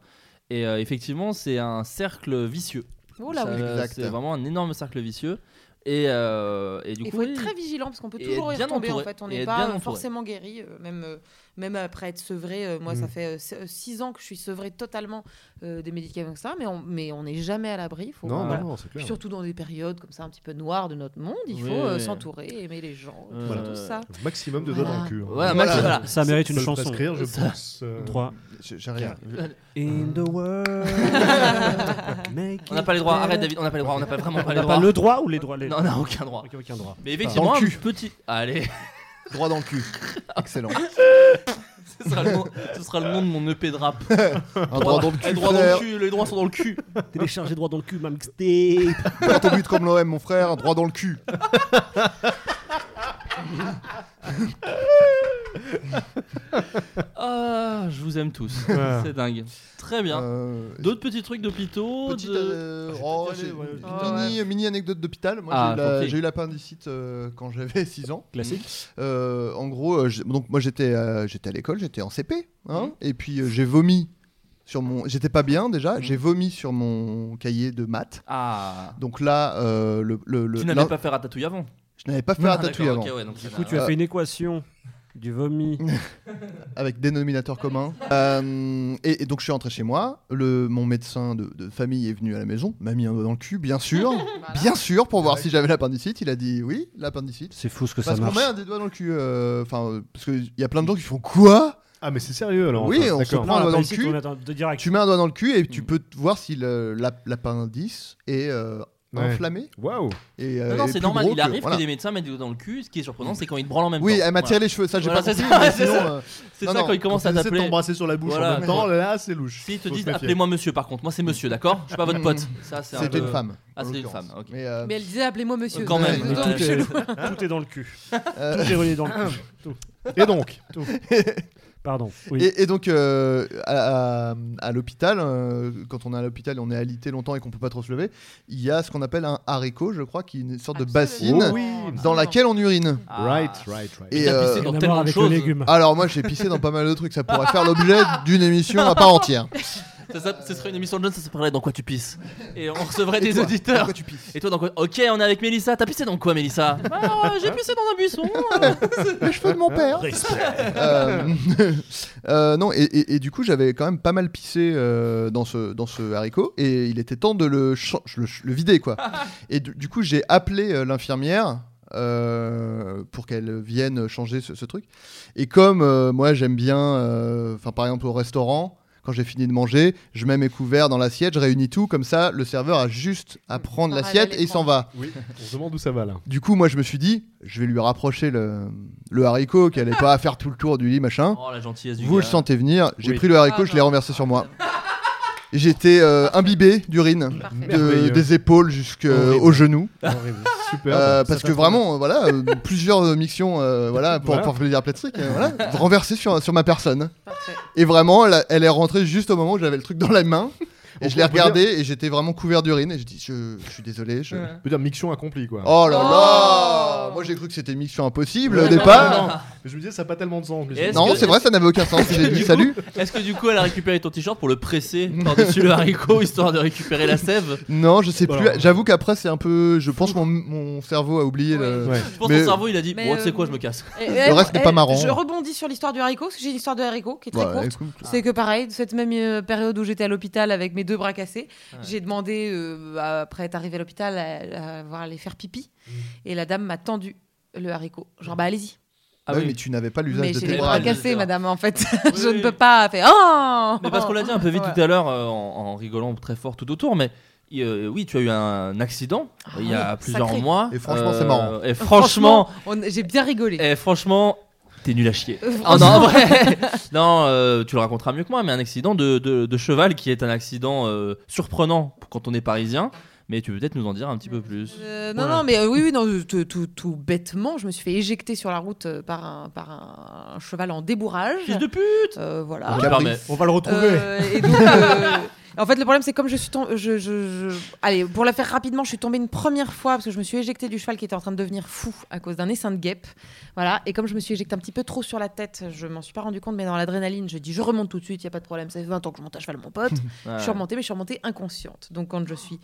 Et euh, effectivement, c'est un cercle vicieux. Oh là Ça, oui. euh, Exact. C'est vraiment un énorme cercle vicieux. Et, euh, et du Il coup, faut oui. être très vigilant parce qu'on peut Et toujours y être bien retomber entouré. en fait. On Et n'est être pas bien euh, entouré. forcément guéri, euh, même, euh, même après être sevré. euh, moi, ça Mm. fait 6 ans que je suis sevré totalement euh, des médicaments que ça, mais on mais on n'est jamais à l'abri. Faut- Non, voilà. non, non, c'est Puis clair. Surtout dans des périodes comme ça un petit peu noires de notre monde, il Oui, faut euh, oui. s'entourer, aimer les gens, Euh, tout, voilà. tout ça. Maximum de doigts dans Voilà. le cul. hein. Voilà, Max, Voilà. voilà. Ça mérite Faut une le chanson. prescrire, je Ça- pense. euh, 3. J'ai j'ai rien. In the world. On n'a pas les droits, arrête David, on n'a pas les droits, on n'a pas vraiment pas On les n'a droits. pas le droit ou les droits les... Non, on n'a aucun droit. Ok, aucun droit. Mais effectivement, Dans le un cul. petit. Allez, Droit dans le cul. Excellent. ce sera, le nom, ce sera le nom de mon EP de rap. Un droit dans le Les cul. droits dans frère. le cul, les droits sont dans le cul. Télécharger droit dans le cul, ma mixtape. Quand on bute comme l'OM, mon frère, un droit dans le cul. Ah, je vous aime tous. Ouais. C'est dingue. Très bien. Euh, D'autres petits trucs d'hôpitaux Petite, de... euh, oh, aller, j'ai- ouais, mini, ouais. mini anecdote d'hôpital. Moi, Ah, j'ai eu la- compris. j'ai eu l'appendicite euh, quand j'avais 6 ans. Classique. Euh, en gros, euh, j'ai- donc moi j'étais euh, j'étais à l'école, j'étais en CP, Mhm. hein, et puis euh, j'ai vomi sur mon. J'étais pas bien Mhm. déjà, j'ai vomi sur mon cahier de maths. Ah. Donc là, euh, le, le- le- Tu l'in- n'avais pas fait ratatouille avant. je n'avais pas fait Ah, un tatouage d'accord, avant, ok, ouais, donc ça Du coup, n'a- tu as fait une équation du vomi. avec dénominateur commun. Euh, et, et donc je suis rentré chez moi. Le mon médecin de, de famille est venu à la maison, m'a mis un doigt dans le cul, bien sûr, bien sûr, pour voir si j'avais l'appendicite. Il a dit oui, l'appendicite. C'est fou ce que Parce qu'on met un des doigts dans le cul. euh, Enfin, euh, parce qu'il y a plein de gens qui font quoi Ah, mais c'est sérieux alors. Oui, enfin, on se d'accord. prend un doigt dans le cul. De direct. Tu mets un doigt dans le cul et tu Mm. peux t- voir si le- la- l'appendice est euh, Ouais. inflammé. Waouh. Et, euh, Non, non, est c'est plus normal. gros Il arrive voilà. que des médecins mettent des doigts dans le cul. Ce qui est surprenant, c'est quand ils te branlent en même Oui, temps. elle m'a Voilà. tiré les cheveux, ça j'ai Voilà, pas c'est compris. mais ça, c'est sinon, ça. euh, C'est Non, ça non, quand ils commencent à Ils essaient de t'appeler. t'embrasser sur la bouche Voilà, en même temps, quoi. là, c'est louche. S'ils te Faut se disent méfier. appelez-moi monsieur par contre, moi c'est monsieur, d'accord Je suis pas votre pote. Ça c'est un c'était peu- Mm. une femme. Ah, en c'était une l'occurrence. femme, ok. Mais, euh, Mais elle disait appelez-moi monsieur. Quand même. Euh, Ouais, Mais donc, tout, je- est, tout est dans le cul. euh, Tout est relié dans le cul. Et donc, Pardon. Oui. Et, et donc euh, à, à- à l'hôpital, euh, quand on est à l'hôpital et on est alité longtemps et qu'on peut pas trop se lever, il y a ce qu'on appelle un haricot, je crois, qui est une sorte de bassine Oh oui. dans laquelle on urine. Ah. Right, right, right. Et T'as euh, pissé Rien dans à tellement voir de avec choses. le légume. alors moi j'ai pissé dans pas mal de trucs, ça pourrait faire l'objet d'une émission à part entière. Ça, ça- ce serait une émission de jeunes, ça se parlait dans quoi tu pisses. Et on recevrait Et des toi, auditeurs. pourquoi tu pisses Et toi, dans quoi Ok, on est avec Mélissa. T'as pissé dans quoi, Mélissa Bah, euh, J'ai pissé dans un buisson. hein. Les cheveux de mon père. Euh, euh, non, et, et- et du coup, j'avais quand même pas mal pissé euh, dans, ce, dans ce haricot, et il était temps de le, chan- le, le vider, quoi. Et du, du coup, j'ai appelé euh, l'infirmière. euh, pour qu'elle vienne changer ce, ce truc. Et comme euh, moi j'aime bien, euh, enfin par exemple au restaurant, quand j'ai fini de manger, je mets mes couverts dans l'assiette, je réunis tout, comme ça le serveur a juste à prendre Ah, l'assiette elle et il Mm. s'en va. Oui, on se demande où ça va là. Du coup, moi, je me suis dit, je vais lui rapprocher le, le haricot, qu'elle n'allait pas faire tout le tour du lit, machin. Oh, la gentillesse du Vous gars. le sentez venir, j'ai Oui. pris le haricot, je l'ai renversé sur moi. J'étais euh, imbibé d'urine, de- Merveilleux. des épaules Horrible. jusqu'aux genoux. Horrible. Super. Euh, Ça parce que t'apprend- vraiment, euh, voilà, euh, plusieurs euh, mictions euh, voilà, pour, Voilà. pour plaisir plastique, euh, voilà, renversées sur, sur ma personne. Parfait. Et vraiment, elle, a- elle est rentrée juste au moment où j'avais le truc dans la main. On Et je peut- l'ai on peut dire- regardé et j'étais vraiment couvert d'urine. Et je dis, je, je suis désolé. Je... Je veux dire, mission accomplie quoi. Oh là Oh là Moi j'ai cru que c'était Mission Impossible au Non, départ. non, non. Mais je me disais, ça n'a pas tellement de sens. mais je Et me est-ce disais- Non, c'est vrai, ça n'avait aucun sens. J'ai Du dit coup- salut. Est-ce que du coup, elle a récupéré ton t-shirt pour le presser par-dessus le haricot histoire de récupérer la sève Non, je sais plus. Voilà. J'avoue qu'après c'est un peu. Je pense que mon, mon cerveau a oublié le. Ouais. Je pense que Mais- son cerveau, il a dit Mais, Bon, tu sais euh, quoi, je me casse. Et- Le reste n'est pas marrant. Je rebondis sur l'histoire du haricot, parce que j'ai une histoire de haricot qui est très Ouais, courte. écoute. C'est que pareil, cette même euh, période où j'étais à l'hôpital avec mes deux bras cassés, j'ai demandé, euh, après être arrivée à l'hôpital, à, à voir les faire pipi. Mmh. Et la dame m'a tendu le haricot. Genre, bah allez-y. Ah oui, mais tu n'avais pas l'usage Mais de j'ai tes les bras. bras bras, cassés, bien sûr. madame, en fait. je Oui. ne peux pas faire. Oh Mais parce qu'on l'a dit un peu vite Ouais. tout à l'heure euh, en, en rigolant très fort tout autour, mais euh, oui, tu as eu un accident il y a oui, plusieurs sacré. mois. Euh, Et franchement, c'est marrant. Et Ah franchement, on- j'ai bien rigolé. et franchement, t'es nul à chier. Euh, Ah non, franchement. en vrai. non, euh, tu le raconteras mieux que moi, mais un accident de, de- de cheval qui est un accident euh, surprenant quand on est parisien. Mais tu peux peut-être nous en dire un petit peu plus. Euh, non, Voilà. non, mais euh, oui, oui, non, euh, tout, tout- tout bêtement, je me suis fait éjecter sur la route euh, par un, par un, un cheval en débourrage. Fils de pute Euh, voilà. Je me permets. On va le retrouver. Euh, et donc, euh, en fait, le problème, c'est comme je suis tombée. Je, je- je- Allez, pour la faire rapidement, je suis tombée une première fois parce que je me suis éjectée du cheval qui était en train de devenir fou à cause d'un essaim de guêpe. Voilà. Et comme je me suis éjectée un petit peu trop sur la tête, je m'en suis pas rendu compte, mais dans l'adrénaline, je dis je remonte tout de suite, il y a pas de problème. Ça fait 20 ans que je monte à cheval, mon pote. Ouais. Je suis remontée, mais je suis remontée inconsciente. Donc quand je suis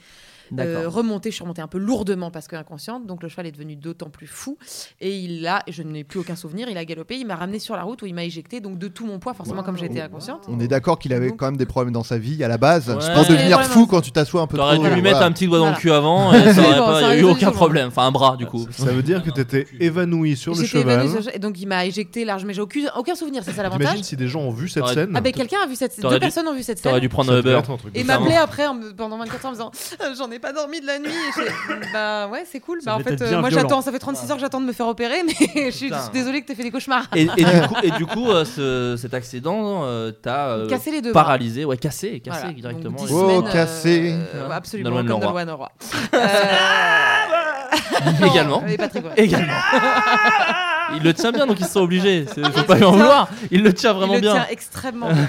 euh, D'accord. remontée, je suis remontée un peu lourdement parce que inconsciente. Donc le cheval est devenu d'autant plus fou. Et il a, je n'ai plus aucun souvenir, il a galopé, il m'a ramenée sur la route où il m'a éjectée. Donc de tout mon poids, forcément, comme j'étais inconsciente. On est d'accord qu'il avait quand même des problèmes dans sa vie à la base. Ouais. Pour devenir Ouais, fou vraiment. quand tu t'assois un peu T'aurais trop. dû lui voilà. mettre un petit doigt dans le Voilà. cul avant, et ça aurait Oui, bon, ça pas- il y a aurait eu aucun résolu. problème. Enfin, un bras du coup. Ça veut dire que t'étais évanoui sur le J'étais cheval. évanouie sur le cheval, et donc il m'a éjecté large, mais j'ai aucun, aucun souvenir, c'est ça T'imagines l'avantage. si des gens ont vu cette T'aurais- scène Ah ben quelqu'un a vu cette scène, T'aurais deux dû- personnes ont vu cette T'aurais scène. dû prendre Ça un devait Uber. être un truc Et de Clairement. m'appelait après en me- pendant 24 heures en me disant Euh, j'en ai pas dormi de la nuit. Et j'ai- bah ouais c'est cool. Ça Bah en devait fait être bien euh, moi violent. j'attends, ça fait 36 heures que j'attends de me faire opérer, mais je suis Putain. désolée que t'aies fait des cauchemars. Et, et du coup, et du coup, euh, ce- cet accident euh, t'a euh, Casser les deux. bras. paralysé, ouais, cassé, cassé Voilà. directement. Donc, dix Et- Oh, semaines, euh, cassé. euh, ouais, absolument, Nolwenn comme Leroy. Nolwenn Leroy. Euh, Également. Et Patrick, ouais. Également. Il le tient bien, donc ils sont obligés. C'est- Faut pas lui en vouloir. Il le tient vraiment Il le bien. tient extrêmement bien.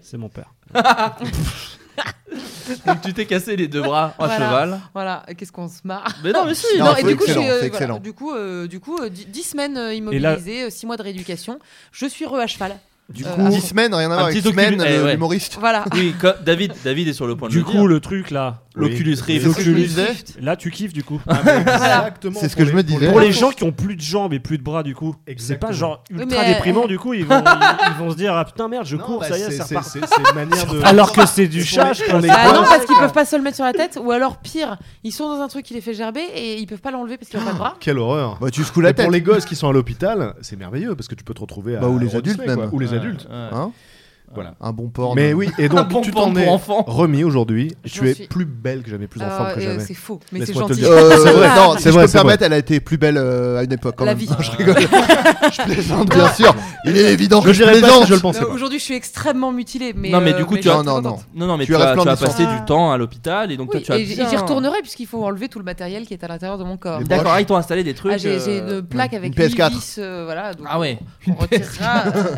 C'est mon père. Donc tu t'es cassé les deux bras à Voilà. cheval. Voilà, et qu'est-ce qu'on se marre. Mais non, mais si. Non, Euh, Non, c'est et du coup, je suis, excellent, euh, c'est voilà, excellent. du coup, euh, du coup, euh, dix- dix semaines euh, là- immobilisées, 6 mois de rééducation. Je suis re à cheval. Du Euh, coup, ah. 10 semaines, rien à voir Un avec petit semaine, document- eh, euh, ouais. l'humoriste. Voilà. oui, co- David, David est sur le point de Du le coup, le truc là, dire. l'Oculus Rift. C'est ce que je me disais. là tu kiffes du coup. Exactement. C'est ce que je me disais. Pour les gens qui ont plus de jambes et plus de bras du coup, c'est Exactement. pas genre Oui, ultra mais, euh, déprimant du coup, ils vont, ils, ils vont se dire ah putain merde, je cours, ça y est, c'est bah, c'est reparti. c'est- c'est une manière de. Alors que c'est du chat, je pense. Bah non, parce qu'ils peuvent pas se le mettre sur la tête, ou alors pire, ils sont dans un truc qui les fait gerber et ils peuvent pas l'enlever parce qu'ils ont pas de bras. Quelle horreur. Bah, tu secoues la Mais tête. pour les gosses qui sont à l'hôpital, c'est merveilleux parce que tu peux te retrouver à. Bah, ou les à Walt adultes, Disney, quoi. même. Ou les adultes. Hein Voilà. Un bon porno. Mais oui, et Un donc bon tu porn t'en pour es enfants. remis aujourd'hui. J'en Tu es suis- plus belle que jamais, plus en Ah, forme que et, euh, jamais. c'est faux, mais c'est Laisse-moi te gentil. le dire. Euh, C'est vrai, non, si c'est je vrai, peux me c'est permettre, elle a été plus belle euh, à une époque. quand La même. vie. Non, je rigole. je plaisante, bien sûr. Il est évident Je que je dirais pas plaisante. si je le pensais Non, pas. Aujourd'hui, je suis extrêmement mutilée. Mais Non, mais euh, du coup, tu je as- suis Non, non, contente. non. Non, non, mais tu, Tu es as, tu as resplendissante. passé du temps à l'hôpital et donc Oui, toi tu as. et j- et bien- j'y retournerai puisqu'il faut enlever tout le matériel qui est à l'intérieur de mon corps. Les D'accord, ah, ils t'ont installé des trucs. Ah, j'ai j'ai euh, une plaque avec une PS4. huit vis, euh, voilà, donc Ah ouais. on retirera, euh,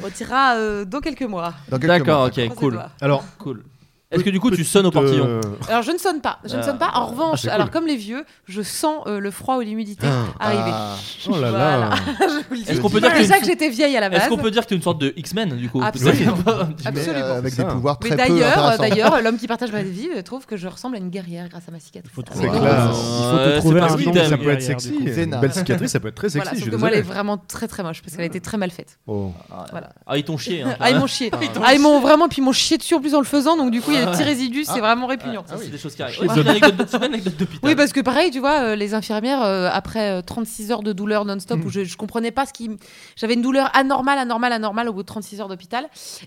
on retirera euh, dans quelques mois. Dans quelques D'accord, mois. ok, Croisez les cool. doigts. Alors, cool. Est-ce que du coup tu sonnes au portillon euh, Alors je ne sonne pas, je ne Ah. sonne pas. En revanche, c'est cool. alors comme les vieux, je sens euh, le froid ou l'humidité arriver. Ah. Oh là là. Voilà. je vous le dis. Est-ce qu'on C'est peut dire que pour t'es ça une- que j'étais vieille à la Est-ce base. qu'on peut dire que t'es une sorte de X-Men du coup Absolument. Mais, Absolument. euh, avec Ça. des pouvoirs Mais très peu d'ailleurs, euh, intéressants. d'ailleurs, l'homme qui partage ma vie euh, trouve que je ressemble à une guerrière grâce à ma cicatrice. Faut Ah, C'est oui. classe. Donc, Il faut Ouais, te c'est trouver pas un ce nom. qu'il t'aime, Ça peut être derrière, du sexy. coup. Une Zéna. belle cicatrice, ça peut être très sexy. Voilà, je sauf suis que moi, elle est désolé. vraiment très très moche parce qu'elle a été très mal faite. Oh. Ah, ils t'ont chié. hein, Ah, ils m'ont chié. Ah, ils m'ont vraiment, puis ils m'ont chié dessus en plus en le faisant, donc du coup, il y a des petits résidus, c'est vraiment répugnant. Ça, c'est des choses qui arrivent. Chier Ouais, c'est une anecdote- c'est une anecdote d'hôpital. Oui, parce que pareil, tu vois, euh, les infirmières, euh, après euh, 36 heures de douleur non-stop, où je, je comprenais pas ce qui. m- J'avais une douleur anormale, anormale, anormale au bout de 36 heures d'hôpital.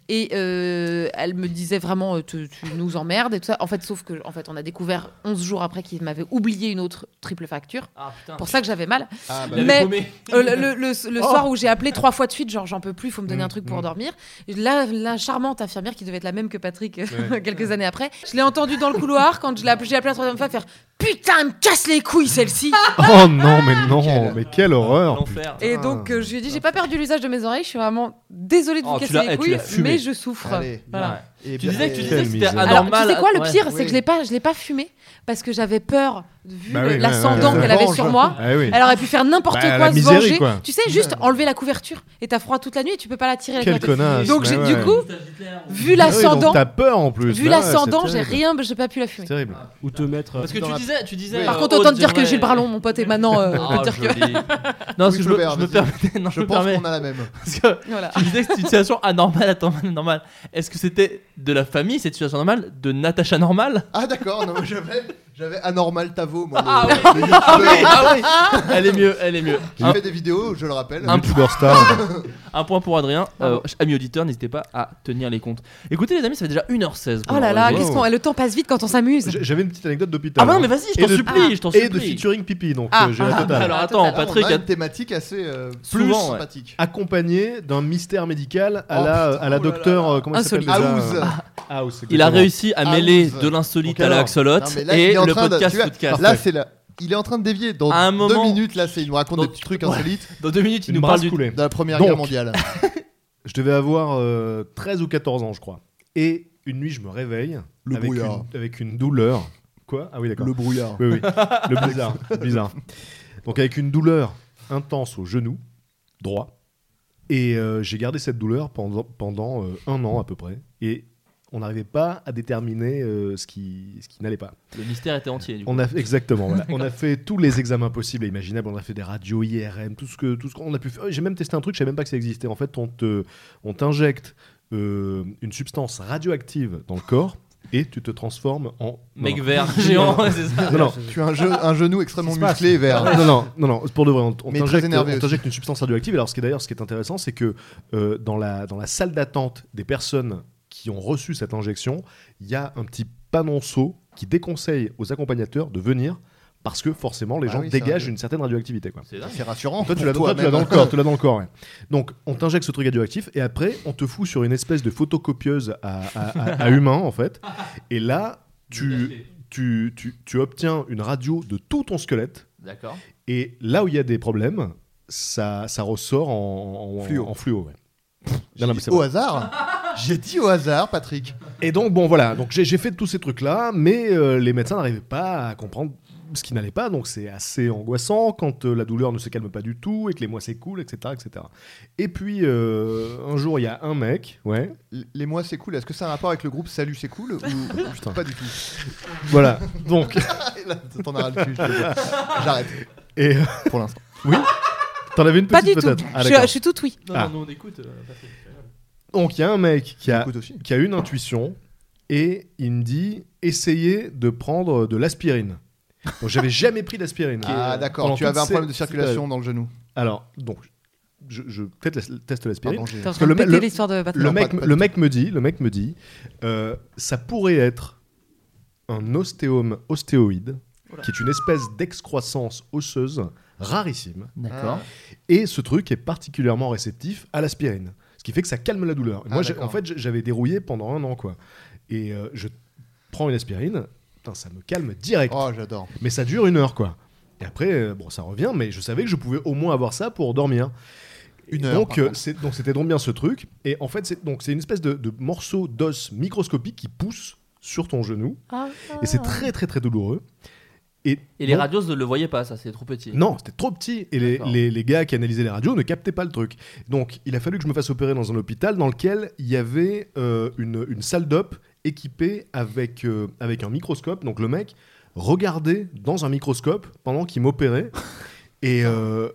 Et euh, elle me disait vraiment, euh, tu, tu nous emmerdes et tout ça. En fait, sauf que, en fait, on a découvert 11 jours après qu'ils m'avaient oublié une autre triple facture. Ah putain. Pour ça que j'avais mal. Ah, bah, Il avait Mais- paumé. Euh, le le- le- le soir où j'ai appelé trois fois de suite, genre j'en peux plus, il faut me donner un truc pour dormir. La, la charmante infirmière qui devait être la même que Patrick euh, quelques années après, je l'ai entendue dans le couloir quand je l'ai appelé, j'ai appelé la troisième fois faire Putain, elle me casse les couilles celle-ci Oh non, mais non, Quelle- mais quelle horreur. L'enfer. Et donc euh, je lui ai dit J'ai pas perdu l'usage de mes oreilles, je suis vraiment désolée de Oh, vous tu casser l'as- eh, les tu couilles, l'as fumé. mais je souffre. Allez. Voilà. Ouais. Et Tu bien- eh, disais que tu et- disais que c'était misère. Ah, Alors, anormal. tu sais quoi, le Ouais. pire, c'est que Oui. je l'ai pas, je l'ai pas fumé parce que j'avais peur, vu Bah le- oui, l'ascendant ouais, ouais, qu'elle ouais. avait sur Mange. moi. Ah oui. Elle aurait pu faire n'importe Bah, quoi, la se misérie, venger. quoi. Tu sais, juste enlever la couverture et t'as froid toute la nuit et tu peux pas la tirer. la Quelle couverture. connasse. Donc mais j'ai- ouais. Ah du coup, vu l'ascendant, Oui, donc T'as peur en plus. vu Bah ouais, l'ascendant, c'est j'ai terrible. rien, j'ai pas pu la C'est fumer. terrible. Ou te mettre. euh, Parce que tu disais, tu disais. Par euh, contre, autant Oh, Aude, te dire que j'aimerais- j'ai le bras long, mon pote, et maintenant, euh, Ah, autant te dire que. joli. Non, parce que je me, Flaubert, je me vas-y. permets. Non, je, Je me pense permets. qu'on a la même. Parce que Voilà. tu disais que c'était une situation anormale, attends, normale. Est-ce que c'était de la famille, cette situation normale De Natacha normale Ah d'accord, non, mais j'avais, j'avais anormal Tavo, moi. Ah le- oui. le youtubeur. Ah oui, ah oui Elle est mieux, elle est mieux. J'ai Ah. fait des vidéos, je le rappelle. Un- YouTuber star. Un point pour Adrien. Euh, amis auditeurs, n'hésitez pas à tenir les comptes. Écoutez, les amis, ça fait déjà 1h16. qu'on Oh là là, enregistre. qu'est-ce qu'on. Le temps passe vite quand on s'amuse. J'ai- J'avais une petite anecdote d'hôpital. Ah bah non, mais vas-y, je Et t'en de- supplie, je t'en Et de supplie. featuring pipi, donc Ah, euh, j'ai la ah, totale. Alors attends, Là, Patrick, on a une thématique assez euh, plus Souvent, ouais. sympathique. Accompagné d'un mystère médical à Oh, la, à la oh là docteur. là. euh, comment elle s'appelle Insolite. déjà House. House, il a exactement. réussi à mêler Ah, de l'insolite Donc à la alors- axolote Non, mais là, il et est en le train de- podcast tu vois, podcast. Là, c'est là. Il est en train de dévier dans À un moment- deux minutes. Là, c'est il nous raconte Dans- des petits trucs Ouais. insolites Dans deux minutes, il Une nous parle brasse du. coulée. de la Première Donc. Guerre mondiale. Je devais avoir euh, 13 ou 14 ans, je crois. Et une nuit, je me réveille Le avec, brouillard. une, avec une douleur. Quoi Ah oui, d'accord. Le brouillard. Oui, oui. Le blizzard. Bizarre. Donc, avec une douleur intense au genou droit. Et euh, j'ai gardé cette douleur pendant, pendant euh, un an à peu près. Et on n'arrivait pas à déterminer euh, ce qui, ce qui n'allait pas. Le mystère était entier. Du coup. On a, exactement. voilà. On a fait tous les examens possibles et imaginables. On a fait des radios, IRM, tout ce que, tout ce qu'on a pu faire. J'ai même testé un truc, je savais même pas que ça existait. En fait, on te, on t'injecte euh, une substance radioactive dans le corps et tu te transformes en non, Mec non. vert, géant, c'est ça. Non, non. Tu as un, ge- un genou extrêmement Ça se passe. Ah musclé et vert. Non, non, non, non, pour de vrai, on, on Mais très t'injecte énervé on t'injecte une substance radioactive. Alors, ce qui est d'ailleurs, ce qui est intéressant, c'est que euh, dans, la, dans la salle d'attente des personnes qui ont reçu cette injection, il y a un petit panonceau qui déconseille aux accompagnateurs de venir parce que forcément, les Ah gens oui, c'est dégagent vrai. une certaine radioactivité. Quoi. C'est dingue. C'est rassurant. Toi, tu pour l'as toi, tu l'as même. dans le corps, tu l'as dans le corps. ouais. Donc, on t'injecte ce truc radioactif et après, on te fout sur une espèce de photocopieuse à, à- à- à humain, en fait. Et là, tu, tu, tu, tu obtiens une radio de tout ton squelette. D'accord. Et là où il y a des problèmes, ça, ça ressort en, en- Fluo. en fluo. ouais. J'ai Non, non, dit mais c'est au vrai. hasard. J'ai dit au hasard, Patrick. Et donc, bon, voilà, donc j'ai j'ai fait tous ces trucs-là, mais euh, les médecins n'arrivaient pas à comprendre ce qui n'allait pas, donc c'est assez angoissant quand euh, la douleur ne se calme pas du tout et que les mois s'écoulent, etc., etc. Et puis, euh, un jour, il y a un mec, ouais, L- Les mois, c'est cool. Est-ce que ça a un rapport avec le groupe Salut, c'est cool ou Oh, Putain. pas du tout voilà, donc, Là, T'en as ras le cul. je te le dis. J'arrête et euh, pour l'instant. t'en avais une Pas petite du tout. peut-être Ah, Je- d'accord. Je suis tout oui. Non, Ah. non, nous, on écoute. euh, Patrick. Donc, il y a un mec qui a, Écoute aussi. qui a une intuition et il me dit essayez de prendre de l'aspirine. Donc j'avais jamais pris d'aspirine. Ah d'accord. euh, Pendant Tu avais toute un cette- problème de circulation dans le genou. Alors donc je, je- peut-être la- teste l'aspirine. Pardon, j'ai- T'es en Parce train que de le me- péter le- l'histoire de Batman. Le Non, mec, pas- pas le du mec me dit, le mec me dit, euh, ça pourrait être un ostéome ostéoïde, Oula. qui est une espèce d'excroissance osseuse rarissime. Ah. D'accord. Et ce truc est particulièrement réceptif à l'aspirine, ce qui fait que ça calme la douleur. Et Ah, Moi, j'ai- d'accord. en fait, j'- j'avais dérouillé pendant un an, quoi. Et euh, je prends une aspirine, putain, ça me calme direct. Oh, j'adore. Mais ça dure une heure, quoi. Et après, euh, bon, ça revient, mais je savais que je pouvais au moins avoir ça pour dormir. Une Et heure, Donc, par euh, contre. c'est- donc c'était donc bien ce truc. Et en fait, c'est donc c'est une espèce de, de morceau d'os microscopique qui pousse sur ton genou. Ah. Et c'est très très très douloureux. Et, Et les donc- radios ne le voyaient pas, ça, c'est trop petit. Non, c'était trop petit. Et les, D'accord. les- les gars qui analysaient les radios ne captaient pas le truc. Donc, il a fallu que je me fasse opérer dans un hôpital dans lequel il y avait euh, une, une salle d'op équipée avec, euh, avec un microscope. Donc, le mec regardait dans un microscope pendant qu'il m'opérait. Et euh,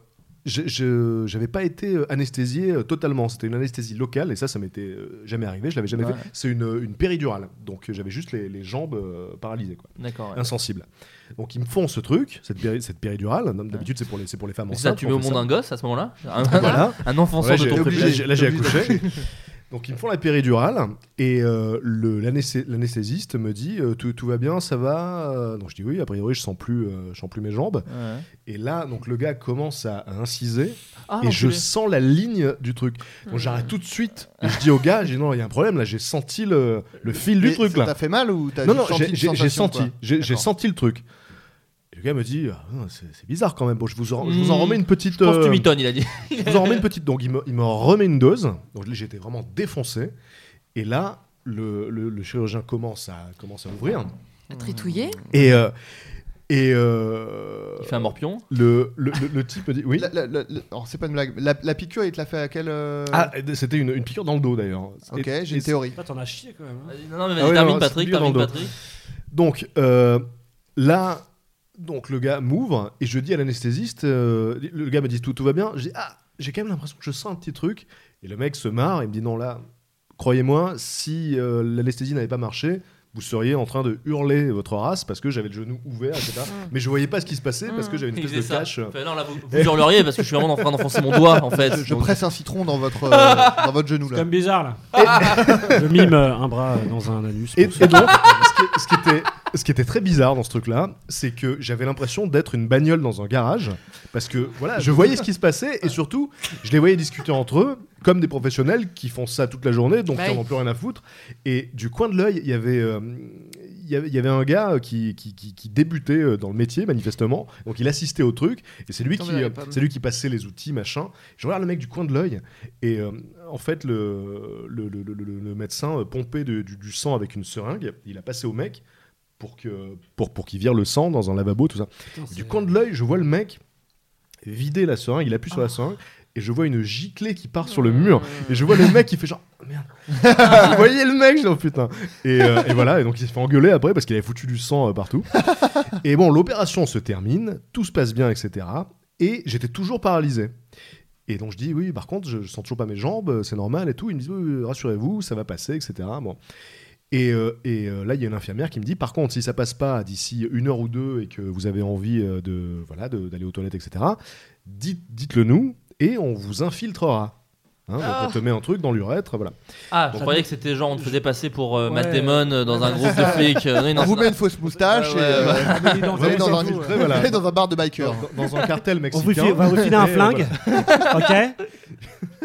je- je n'avais pas été euh, anesthésié euh, totalement. C'était une anesthésie locale et ça, ça m'était euh, jamais arrivé. Je l'avais jamais Ouais. fait. C'est une, une péridurale. Donc, euh, j'avais juste les, les jambes euh, paralysées. Quoi D'accord. ouais. insensible. Donc ils me font ce truc, cette, péri- cette péridurale. D'habitude c'est pour les c'est pour les femmes Mais ça, enceintes. tu qu'on mets au fait monde ça. un gosse à ce moment-là Un, Voilà. un enfant sort Ouais, de j'ai- ton là, obligé. privilège. j'ai- là j'ai T'es obligé accouché. Donc ils me font la péridurale et euh, le- l'anesthé- l'anesthésiste me dit euh, tout, tout va bien, ça va. euh, Donc je dis oui, a priori je sens plus euh, je sens plus mes jambes. Ouais. Et là donc le gars commence à, à inciser Ah, et je l'enculé. sens la ligne du truc. Donc j'arrête tout de suite. Et je dis au gars, j'ai dit, non il y a un problème là, j'ai senti le, le fil Mais du truc ça là. T'as fait mal ou t'as Non, juste non, senti j'ai- une j'ai j'ai sensation, senti, quoi j'ai j'ai D'accord. senti le truc. Et le gars me dit, Ah, c'est c'est bizarre quand même. Bon, je vous en, je vous en Mmh. remets une petite. Je pense que tu euh, m'étonnes, il a dit. je vous en remets une petite. Donc il me, il me remet une dose. Donc là, j'étais vraiment défoncé. Et là, le, le- le chirurgien commence à commence à ouvrir. Tritouillé Et euh, et euh, Il fait un morpion. le, le, le- le type me dit, oui. La- la- la- la- alors, c'est pas une blague. La, la piqûre, il te l'a fait à quel. euh, Ah, c'était une, une piqûre dans le dos d'ailleurs. ok, Et- j'ai et une théorie. T'en as chié quand même. hein. Vas-y, Non, non, mais vas-y, Ah ouais, termine non, Patrick, c'est dur termine dans le Patrick. Donc euh, là, donc le gars m'ouvre et je dis à l'anesthésiste, euh, le gars me dit tout, tout va bien. J'ai ah, j'ai quand même l'impression que je sens un petit truc. Et le mec se marre et me dit non là, croyez-moi, si euh, l'anesthésie n'avait pas marché. Vous seriez en train de hurler votre race parce que j'avais le genou ouvert, etc. Mais je voyais pas ce qui se passait parce que j'avais une Mm. Il espèce faisait de ça. cache. Il fait, non, là, vous, vous hurleriez parce que je suis vraiment en train d'enfoncer mon doigt, en fait. Je, je Donc, presse un citron dans votre, euh, dans votre genou C'est là. comme bizarre là. je mime euh, un bras euh, dans un anus. Et, pour ça. et donc, ce qui, ce qui était, ce qui était très bizarre dans ce truc-là, c'est que j'avais l'impression d'être une bagnole dans un garage, parce que voilà, je voyais ce qui se passait, et surtout, je les voyais discuter entre eux, comme des professionnels qui font ça toute la journée, donc Bah qui oui. n'en ont plus rien à foutre. Et du coin de l'œil, il y avait... euh, il y avait- il y avait un gars euh, qui, qui, qui- qui débutait euh, dans le métier, manifestement. Donc, il assistait au truc. Et c'est lui, Tombé qui, dans les euh, pommes. c'est lui qui passait les outils, machin. Je regarde le mec du coin de l'œil. Et euh, en fait, le, le, le- le- le- le médecin euh, pompait de- du, du sang avec une seringue. Il a passé au mec pour qu'il pour, pour qu'il vire le sang dans un lavabo, tout ça. Putain, c'est- Du coin de l'œil, je vois le mec vider la seringue. Il appuie sur la seringue. Et je vois une giclée qui part sur le mur. Et je vois le mec qui fait genre Oh, merde. Vous voyez le mec, genre putain. Et, euh, et voilà, et donc il s'est fait engueuler après parce qu'il avait foutu du sang euh, partout. Et bon, l'opération se termine, tout se passe bien, etc. Et j'étais toujours paralysé. Et donc je dis oui, par contre, je, je sens toujours pas mes jambes, euh, c'est normal et tout. Ils me disent Oui, oui, rassurez-vous, ça va passer, etc. Bon. Et, euh, et, euh, là, il y a une infirmière qui me dit par contre, si ça passe pas d'ici une heure ou deux et que vous avez envie euh, de voilà de- d'aller aux toilettes, etc. Dites, dites-le nous et on vous infiltrera. Hein, donc Ah. on te met un truc dans l'urètre, voilà. Ah, je croyais que c'était genre, on te faisait passer pour euh, Matt Ouais. Damon euh, dans un groupe de flics. Euh, oui, non, On vous c'est- met une fausse moustache Ouais, et euh, ouais, Ah, mais il est dans vous allez dans, un, tout, vous ouais. voilà. allez dans un bar de biker. Dans, dans un cartel On vous mexicain. file, on va vous filer Et, un euh, flingue, ok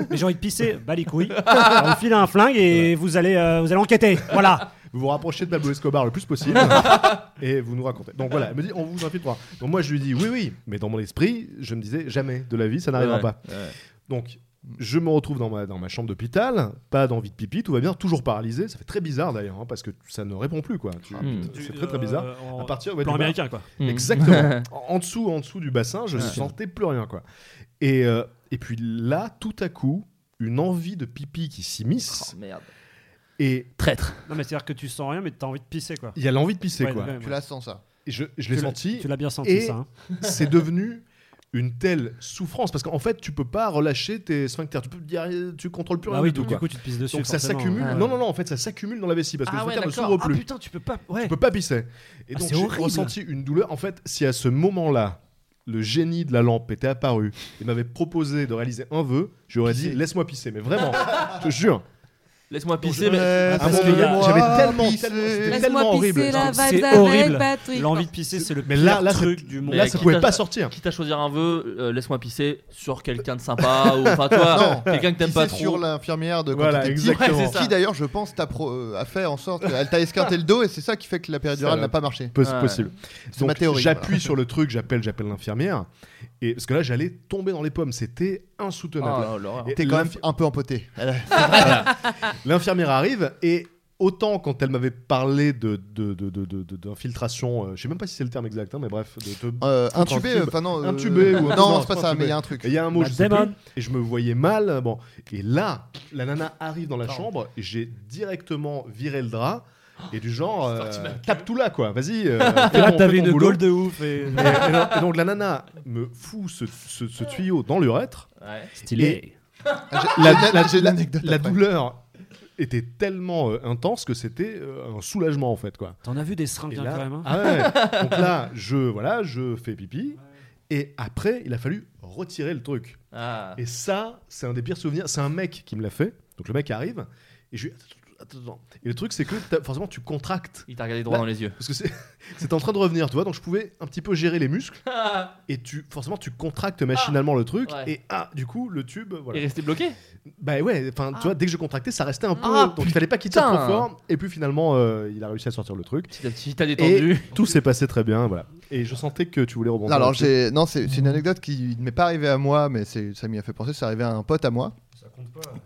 Mais j'ai envie de pisser, bah les couilles. On vous file un flingue et vous allez, euh, vous allez enquêter, voilà. vous vous rapprochez de Pablo Escobar le plus possible et vous nous racontez. Donc voilà, elle me dit on vous invite voir. Donc moi je lui dis oui oui, mais dans mon esprit, je me disais jamais de la vie ça n'arrivera Ouais, pas. ouais. Donc je me retrouve dans ma, dans ma chambre d'hôpital, pas d'envie de pipi, tout va bien, toujours paralysé, ça fait très bizarre d'ailleurs hein, parce que ça ne répond plus quoi. Tu- Ah, putain. C'est très très bizarre. À partir ouais, Euh, plan du bas- américain quoi. Mm. Exactement. en en dessous, en dessous du bassin, Ah, je sentais plus rien, quoi. Et, euh, et puis là, tout à coup, une envie de pipi qui Oh, s'immisce. merde. Et Traître. Non mais c'est à dire que tu sens rien mais t'as envie de pisser quoi. il y a l'envie de pisser, Ouais, quoi. ouais, ouais. Tu la sens ça. Et je je Tu l'ai l'as- senti. Tu l'as bien senti Et- ça. hein. C'est devenu une telle souffrance. Parce qu'en fait, tu peux pas relâcher tes sphincters. Tu peux dire, tu contrôles plus Bah rien oui du tout, donc du quoi. coup tu te pisses dessus. Donc ça forcément. s'accumule. Ouais. Non, non, non, en fait, ça s'accumule dans la vessie parce que Ah le ouais, sphincter ne d'accord. s'ouvre Ah plus. putain tu peux pas. Ouais. Tu peux pas pisser. Et Ah, donc c'est j'ai horrible. ressenti une douleur. En fait, si à ce moment-là, le génie de la lampe était apparu et m'avait proposé de réaliser un vœu, j'aurais dit Pisser. laisse-moi pisser. Mais vraiment, je te jure. Laisse-moi pisser, mais. Ouais, À un Euh, parce moment que donné, Ah, moi, euh, J'avais tellement, pisser. tellement, c'était tellement Laisse-moi horrible. pisser la C'est vase avec horrible. Patrick. L'envie de pisser, c'est le Mais pire là- là, truc du monde. Mais Là, ça quitte pouvait à- pas sortir. Quitte à choisir un vœu, euh, laisse-moi pisser sur quelqu'un de sympa ou enfin toi, quelqu'un que t'aimes pas Pisser trop. sur l'infirmière de quand Voilà, t'étais petit, exactement. Ouais, c'est ça. Qui d'ailleurs, je pense, t'a pro- euh, a fait en sorte qu'elle t'a esquinté le dos et c'est ça qui fait que la péridurale Salope. n'a pas marché. Peu- Ouais. possible. C'est Donc ma théorie, j'appuie voilà. sur le truc, j'appelle, j'appelle l'infirmière et parce que là j'allais tomber dans les pommes, c'était insoutenable. Ah, l'horreur. Et T'es quand même l'inf- un peu empoté. L'infirmière arrive et autant quand elle m'avait parlé de de- de- de- de- de- d'infiltration, euh, je sais même pas si c'est le terme exact, hein, mais bref, de- de- Euh, Prends intubé, un tube. enfin non. euh, Intubé ou un- Non, non, c'est pas pas ça, intubé. mais il y a un truc. il y a un mot, La je sais démon. plus, et je me voyais mal. Bon, et là, la nana arrive dans la chambre, et j'ai directement viré le drap et du genre euh, tape tout là quoi, vas-y. euh, fais Là, ton- t'avais fais ton une boulot. goal de ouf. Et... Et, et donc- et donc la nana me fout ce, ce- ce tuyau dans l'urètre. Ouais. Stylé. J'ai- La, j'ai- la- j'ai la- l'anecdote la après. douleur était tellement euh, intense que c'était euh, un soulagement en fait quoi. T'en as vu des Et seringues là- quand même. hein ah ouais. donc là je voilà je fais pipi et après il a fallu retirer le truc. Ah. Et ça c'est un des pires souvenirs. C'est un mec qui me l'a fait. Donc le mec arrive et je lui attends, attends, attends. Et le truc c'est que t'as- forcément tu contractes Il t'a regardé droit Là- dans les yeux. parce que c'est- c'était en train de revenir, tu vois, donc je pouvais un petit peu gérer les muscles. et tu, forcément, tu contractes machinalement le truc. Ah. Ouais. Et ah, du coup, le tube, Il est voilà. resté bloqué Bah ouais, enfin, Ah. tu vois, dès que je contractais, ça restait un peu. Ah, donc il fallait pas qu'il tire trop putain. fort. Et puis finalement, euh, il a réussi à sortir le truc. Petit à petit, il t'a Et détendu. tout s'est passé très bien, voilà. Et je sentais que tu voulais rebondir. Non, alors là-dessus. j'ai non c'est c'est une anecdote qui ne m'est pas arrivée à moi mais c'est ça m'y a fait penser c'est arrivé à un pote à moi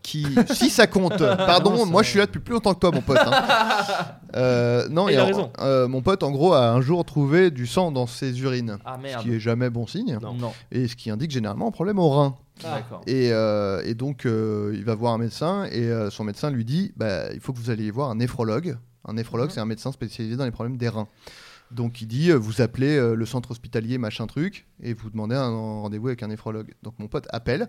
qui si ça compte pardon Non, ça- moi je suis là depuis plus longtemps que toi mon pote hein. Euh, non Et il en- a raison. euh, mon pote en gros a un jour trouvé du sang dans ses urines Ah ce merde. qui est jamais bon signe Non. Ah. et ce qui indique généralement un problème au rein D'accord. et, euh, et donc euh, il va voir un médecin et euh, son médecin lui dit bah, il faut que vous alliez voir un néphrologue. Un néphrologue, Mhm. c'est un médecin spécialisé dans les problèmes des reins. Donc il dit euh, vous appelez euh, le centre hospitalier machin truc et vous demandez un rendez-vous avec un néphrologue. Donc mon pote appelle,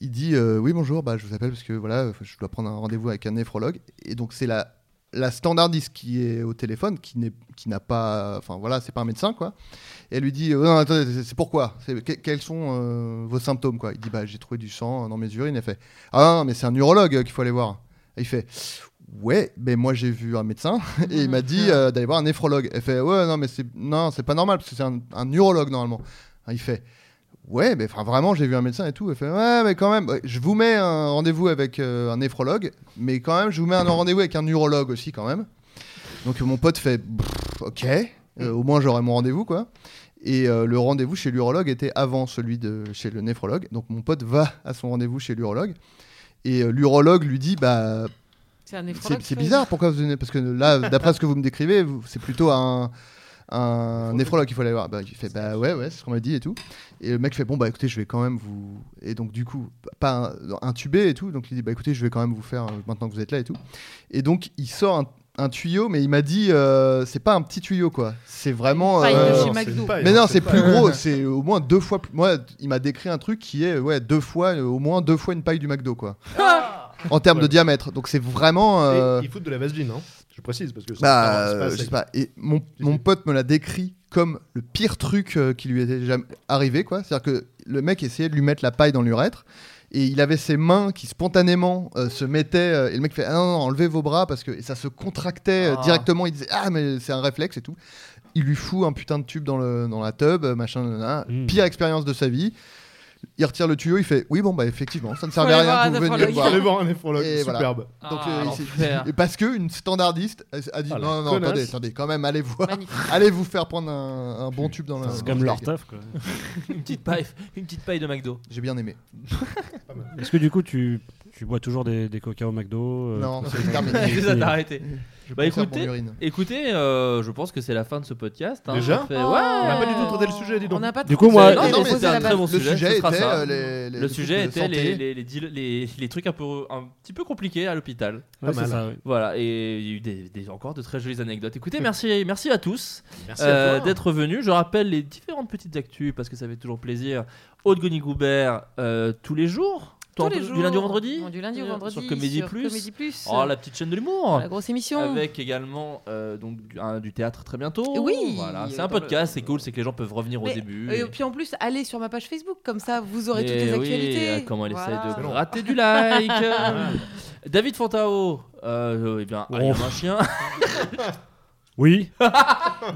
il dit euh, oui bonjour, bah, je vous appelle parce que voilà euh, je dois prendre un rendez-vous avec un néphrologue et donc c'est la la standardiste qui est au téléphone qui n'est qui n'a pas enfin voilà c'est pas un médecin quoi et elle lui dit euh, non attendez c'est- c'est pourquoi C'est- que- quels sont euh, vos symptômes quoi il dit bah j'ai trouvé du sang dans mes urines elle fait ah non mais c'est un urologue euh, qu'il faut aller voir et il fait ouais mais moi j'ai vu un médecin et il m'a dit euh, d'aller voir un néphrologue elle fait ouais non mais c'est non c'est pas normal parce que c'est un, un urologue normalement il fait Ouais, mais enfin, vraiment, j'ai vu un médecin et tout. Elle fait Ouais, mais quand même, ouais, je vous mets un rendez-vous avec euh, un néphrologue, mais quand même, je vous mets un rendez-vous avec un urologue aussi, quand même. Donc, mon pote fait Pff, Ok, euh, au moins, j'aurai mon rendez-vous, quoi. Et euh, le rendez-vous chez l'urologue était avant celui de chez le néphrologue. Donc, mon pote va à son rendez-vous chez l'urologue. Et euh, l'urologue lui dit Bah, C'est un c'est- néphrologue, c'est ça. bizarre, pourquoi vous venez Parce que là, d'après ce que vous me décrivez, vous- c'est plutôt un, un néphrologue qu'il faut aller voir. Bah, il fait bah ouais, ouais, c'est ce qu'on m'a dit et tout. Et le mec fait bon, bah écoutez, je vais quand même vous. Et donc, du coup, pas un- intubé et tout. Donc, il dit bah écoutez, je vais quand même vous faire euh, maintenant que vous êtes là et tout. Et donc, il sort un, un tuyau, mais il m'a dit euh, c'est pas un petit tuyau quoi. C'est vraiment. Paille de euh, chez non, McDo. c'est une paille, mais hein, non, c'est pas- plus gros, c'est au moins deux fois. plus- Moi, il m'a décrit un truc qui est ouais deux fois, euh, au moins deux fois une paille du McDo quoi. en termes de Ouais. diamètre, donc c'est vraiment. Et euh, ils foutent de la vaseline, hein. Je précise parce que ça, bah, c'est pas euh, je sec. sais pas. Et mon, Si, mon si. pote me l'a décrit comme le pire truc euh, qui lui était jamais arrivé, quoi. C'est-à-dire que le mec essayait de lui mettre la paille dans l'urètre. Et il avait ses mains qui spontanément euh, se mettaient. euh, et le mec fait Ah non, non, enlevez vos bras parce que et ça se contractait euh, Ah. directement. Il disait Ah, mais c'est un réflexe et tout. Il lui fout un putain de tube dans, le, dans la tub, euh, machin. nanana. Hmm. Mm. Pire expérience de sa vie. Il retire le tuyau, il fait Oui, bon, bah effectivement, ça ne servait à aller voir rien un que vous veniez néphrologue. me Allez voir. voir un néphrologue, Et voilà. superbe. Donc, Ah, euh, il s'est- l'enfer. et parce qu'une standardiste a a dit non, Ah, la non, non, attendez, connasse. attendez, quand même, allez voir, Magnifique. allez vous faire prendre un, un bon tube dans la. Ah, C'est dans comme le leur steak. taf. quoi. une petite paille, une petite paille de McDo. J'ai bien aimé. Est-ce que du coup, tu, tu bois toujours des, des coca au McDo euh, non, tout c'est ça terminé. Bah, C'est ça, t'as arrêté. Je Bah, pense à mon écoutez, urine. Écoutez, euh, je pense que c'est la fin de ce podcast. hein. Déjà Ça fait- Oh. Ouais. On n'a pas du tout traité le sujet, dis On donc. n'a pas Du trop- coup, moi- euh, on a Non, non, posé mais la un base. très bon Le sujet. sujet ce sera était ça. euh, les, les le trucs sujet de était santé. les, les- les deals- les- les trucs un peu, un petit peu compliqués à l'hôpital. Ah, Ouais, c'est mal. Euh, ça, ouais. Voilà, et il y a eu des, des- encore de très jolies anecdotes. Écoutez, merci, merci à tous Merci euh, d'être venus. Je rappelle les différentes petites actus parce que ça fait toujours plaisir. Aude Gonigoubert, euh, tous les jours Toi, Tous un peu- les jours. du lundi au vendredi Du lundi au Sur vendredi. Comédie Plus. Comédie Plus. Oh, la petite chaîne de l'humour La grosse émission. Avec également euh, donc, du, un- du théâtre très bientôt. Oui. Voilà. C'est Dans un podcast, le- c'est cool, c'est que les gens peuvent revenir au Mais- début. Et puis en plus, allez sur ma page Facebook, comme ça vous aurez Mais toutes les oui, actualités. ah, comment elle Voilà. essaie de gratter du like Euh, David Fontao, euh, eh Oh. bien, il y a un chien. Oui.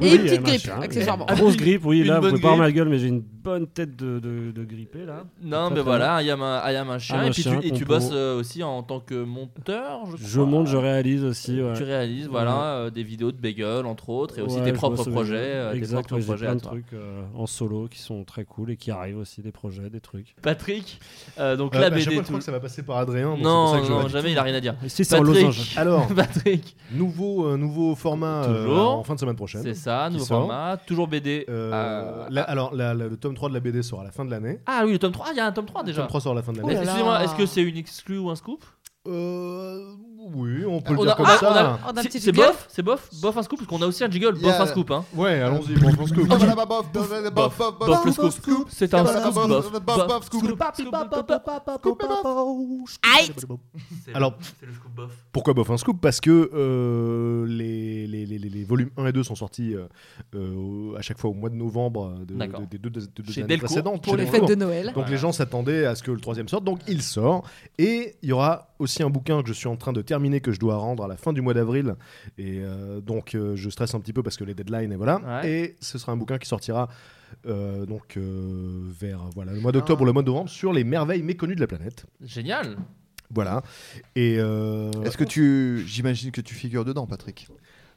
Et une petite machin, grippe, oui. accessoirement. Grosse grippe, oui. Une là, vous bonne pouvez pas voir grippe. ma gueule, mais j'ai une bonne tête de, de, de grippé, là. Non, Très, mais très voilà, il y a un, il y a un chien. Un et puis chien tu, et qu'on tu peut- bosses euh, aussi en tant que monteur, je crois. Je monte, je réalise aussi. ouais. Tu réalises voilà, euh, des vidéos de bagel, entre autres, et aussi Ouais, tes je propres bosse avec- projets. euh, tes exact, propres ouais, j'ai projets plein à de toi. trucs euh, en solo qui sont très cool et qui arrivent aussi, des projets, des trucs. Patrick, euh, donc Euh, la bah, à chaque BD. fois, je tout- crois que ça va passer par Adrien. donc c'est Non, pour ça que je non, l'ai dit. jamais, il a rien à dire. Si, c'est en losange. Patrick, Alors, Patrick, nouveau, euh, nouveau format euh, Toujours. en fin de semaine prochaine. c'est ça, nouveau sort. format, toujours BD. Euh, euh, la- alors, la- la- le tome 3 de la BD sort à la fin de l'année. Ah oui, le tome 3, il y a un tome 3 Le déjà. tome 3 sort à la fin de Oh l'année. là là. Excusez-moi, est-ce que c'est une exclue ou un scoop Euh, oui, on peut le Oh. On dire a- comme ah, ça. on a- On a un C'est Oh, petit c'est jingle. bof, c'est bof, bof un scoop, parce qu'on a aussi un jiggle, Il y bof a- un scoop. Hein. Ouais, allons-y. bon, je pense que Bof, Oh, bof, bof, bof, bof, bof, Bof le bof, scoop, bof, scoop. c'est un Bof, scoop, bof, bof, bof, bof, bof, scoop. scoop, scoop, bof, bof. Alors- c'est le scoop bof. Pourquoi Bof un Scoop Parce que euh, les, les, les, les- les volumes 1 et 2 sont sortis euh, euh, à chaque fois au mois de novembre euh, de- D'accord. de- des deux, des deux Chez années Delcourt, précédentes. Pour Chez les Delcourt. fêtes de Noël. Donc les gens s'attendaient à ce que le troisième sorte, donc il sort. Et il y aura aussi un bouquin que je suis en train de terminer, que je dois rendre à la fin du mois d'avril. Et euh, donc euh, je stresse un petit peu parce que les deadlines, et voilà. Ouais. Et ce sera un bouquin qui sortira euh, donc euh, vers voilà, le mois d'octobre ou le mois de novembre sur les merveilles méconnues de la planète. Génial. Voilà. Et... euh, Est-ce que tu. J'imagine que tu figures dedans, Patrick.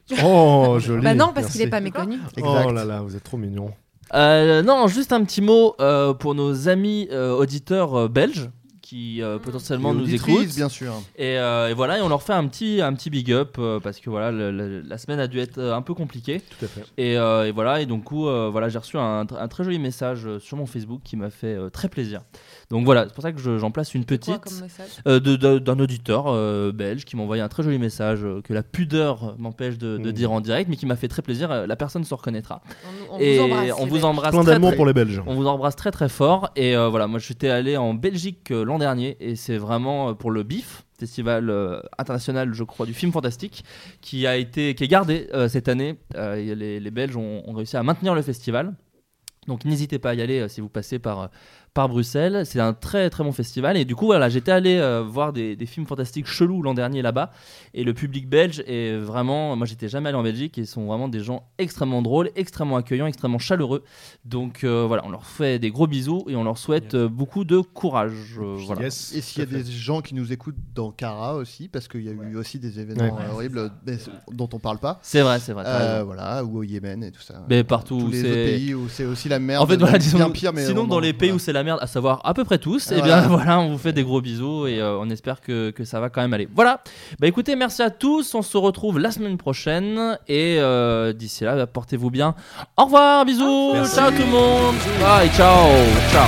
Oh, joli. Bah non, parce qu'il merci. n'est pas méconnu. Exact. Oh là là, vous êtes trop mignon. Euh, non, juste un petit mot euh, pour nos amis euh, auditeurs euh, belges qui Mm. euh, potentiellement Et nous auditrices, écoutent. bien sûr. Et, euh, et voilà, et on leur fait un petit, un petit big up euh, parce que voilà, le- le- la semaine a dû être euh, un peu compliquée. Tout à fait. Et, euh, et voilà, et donc coup, euh, voilà, j'ai reçu un, tr- un très joli message euh, sur mon Facebook qui m'a fait euh, très plaisir. Donc voilà, c'est pour ça que je- j'en place une Quoi petite. comme message Euh, de- de- d'un auditeur euh, belge qui m'a envoyé un très joli message euh, que la pudeur m'empêche de, de Mmh. dire en direct, mais qui m'a fait très plaisir. Euh, La personne se reconnaîtra. On nous- on et vous embrasse. on les vous Belges. embrasse Plein très, d'amour très- pour les Belges. On vous embrasse très très fort. Et euh, voilà, moi j'étais allé en Belgique euh, l'an dernier et c'est vraiment euh, pour le BIF, festival euh, international, je crois, du film fantastique, qui a été, qui est gardé euh, cette année. Euh, et les, les Belges ont, ont réussi à maintenir le festival. Donc n'hésitez pas à y aller euh, si vous passez par, euh, par Bruxelles. C'est un très très bon festival. Et du coup, voilà, j'étais allé euh, voir des, des films fantastiques chelous l'an dernier là-bas. Et le public belge est vraiment. Moi, j'étais jamais allé en Belgique. et Ils sont vraiment des gens extrêmement drôles, extrêmement accueillants, extrêmement chaleureux. Donc euh, voilà, on leur fait des gros bisous et on leur souhaite euh, beaucoup de courage. euh, voilà. Yes. Bah, Et s'il y a Tout à fait. des gens qui nous écoutent dans Cara aussi, parce qu'il y a eu aussi des événements Ouais. euh, horribles mais c- dont on parle pas, C'est vrai, c'est vrai. t'as euh, raison. voilà, ou au Yémen et tout ça. Mais partout, Tous les Bah, c'est- autres pays où c'est aussi la merde. En fait, voilà, même disons- bien pire, mais sinon au dans moment- les pays où voilà. c'est la merde, à savoir à peu près tous, et Voilà. bien voilà, on vous fait des gros bisous et euh, on espère que, que ça va quand même aller. Voilà, bah écoutez, merci à tous, on se retrouve la semaine prochaine et euh, d'ici là, bah, portez-vous bien. Au revoir, bisous, Merci. ciao tout le monde, bye, ciao, ciao.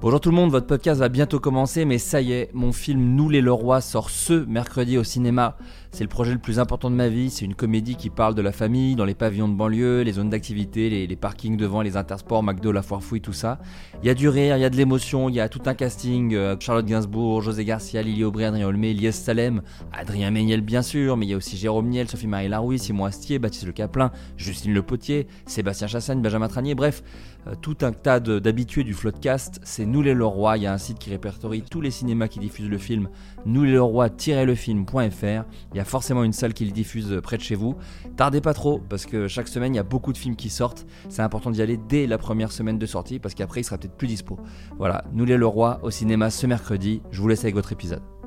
Bonjour tout le monde, votre podcast va bientôt commencer, mais ça y est, mon film Nous les Leroy sort ce mercredi au cinéma. C'est le projet le plus important de ma vie, c'est une comédie qui parle de la famille, dans les pavillons de banlieue, les zones d'activité, les, les parkings devant, les intersports, McDo, la foire fouille, tout ça. Il y a du rire, il y a de l'émotion, il y a tout un casting, euh, Charlotte Gainsbourg, José Garcia, Lily Aubry, Adrien Olmé, Lies Salem, Adrien Méniel bien sûr, mais il y a aussi Jérôme Niel, Sophie-Marie Larouille, Simon Astier, Baptiste Le Caplin, Justine Le Potier, Sébastien Chassagne, Benjamin Tranier, bref, euh, tout un tas de- d'habitués du Floodcast, c'est Nous les Leroy. Il y a un site qui répertorie tous les cinémas qui diffusent le film, nous les Leroy-lefilm.fr. Il y a forcément une salle qui le diffuse près de chez vous. Tardez pas trop, parce que chaque semaine, il y a beaucoup de films qui sortent. C'est important d'y aller dès la première semaine de sortie, parce qu'après, il sera peut-être plus dispo. Voilà, Nous les Leroy au cinéma ce mercredi. Je vous laisse avec votre épisode.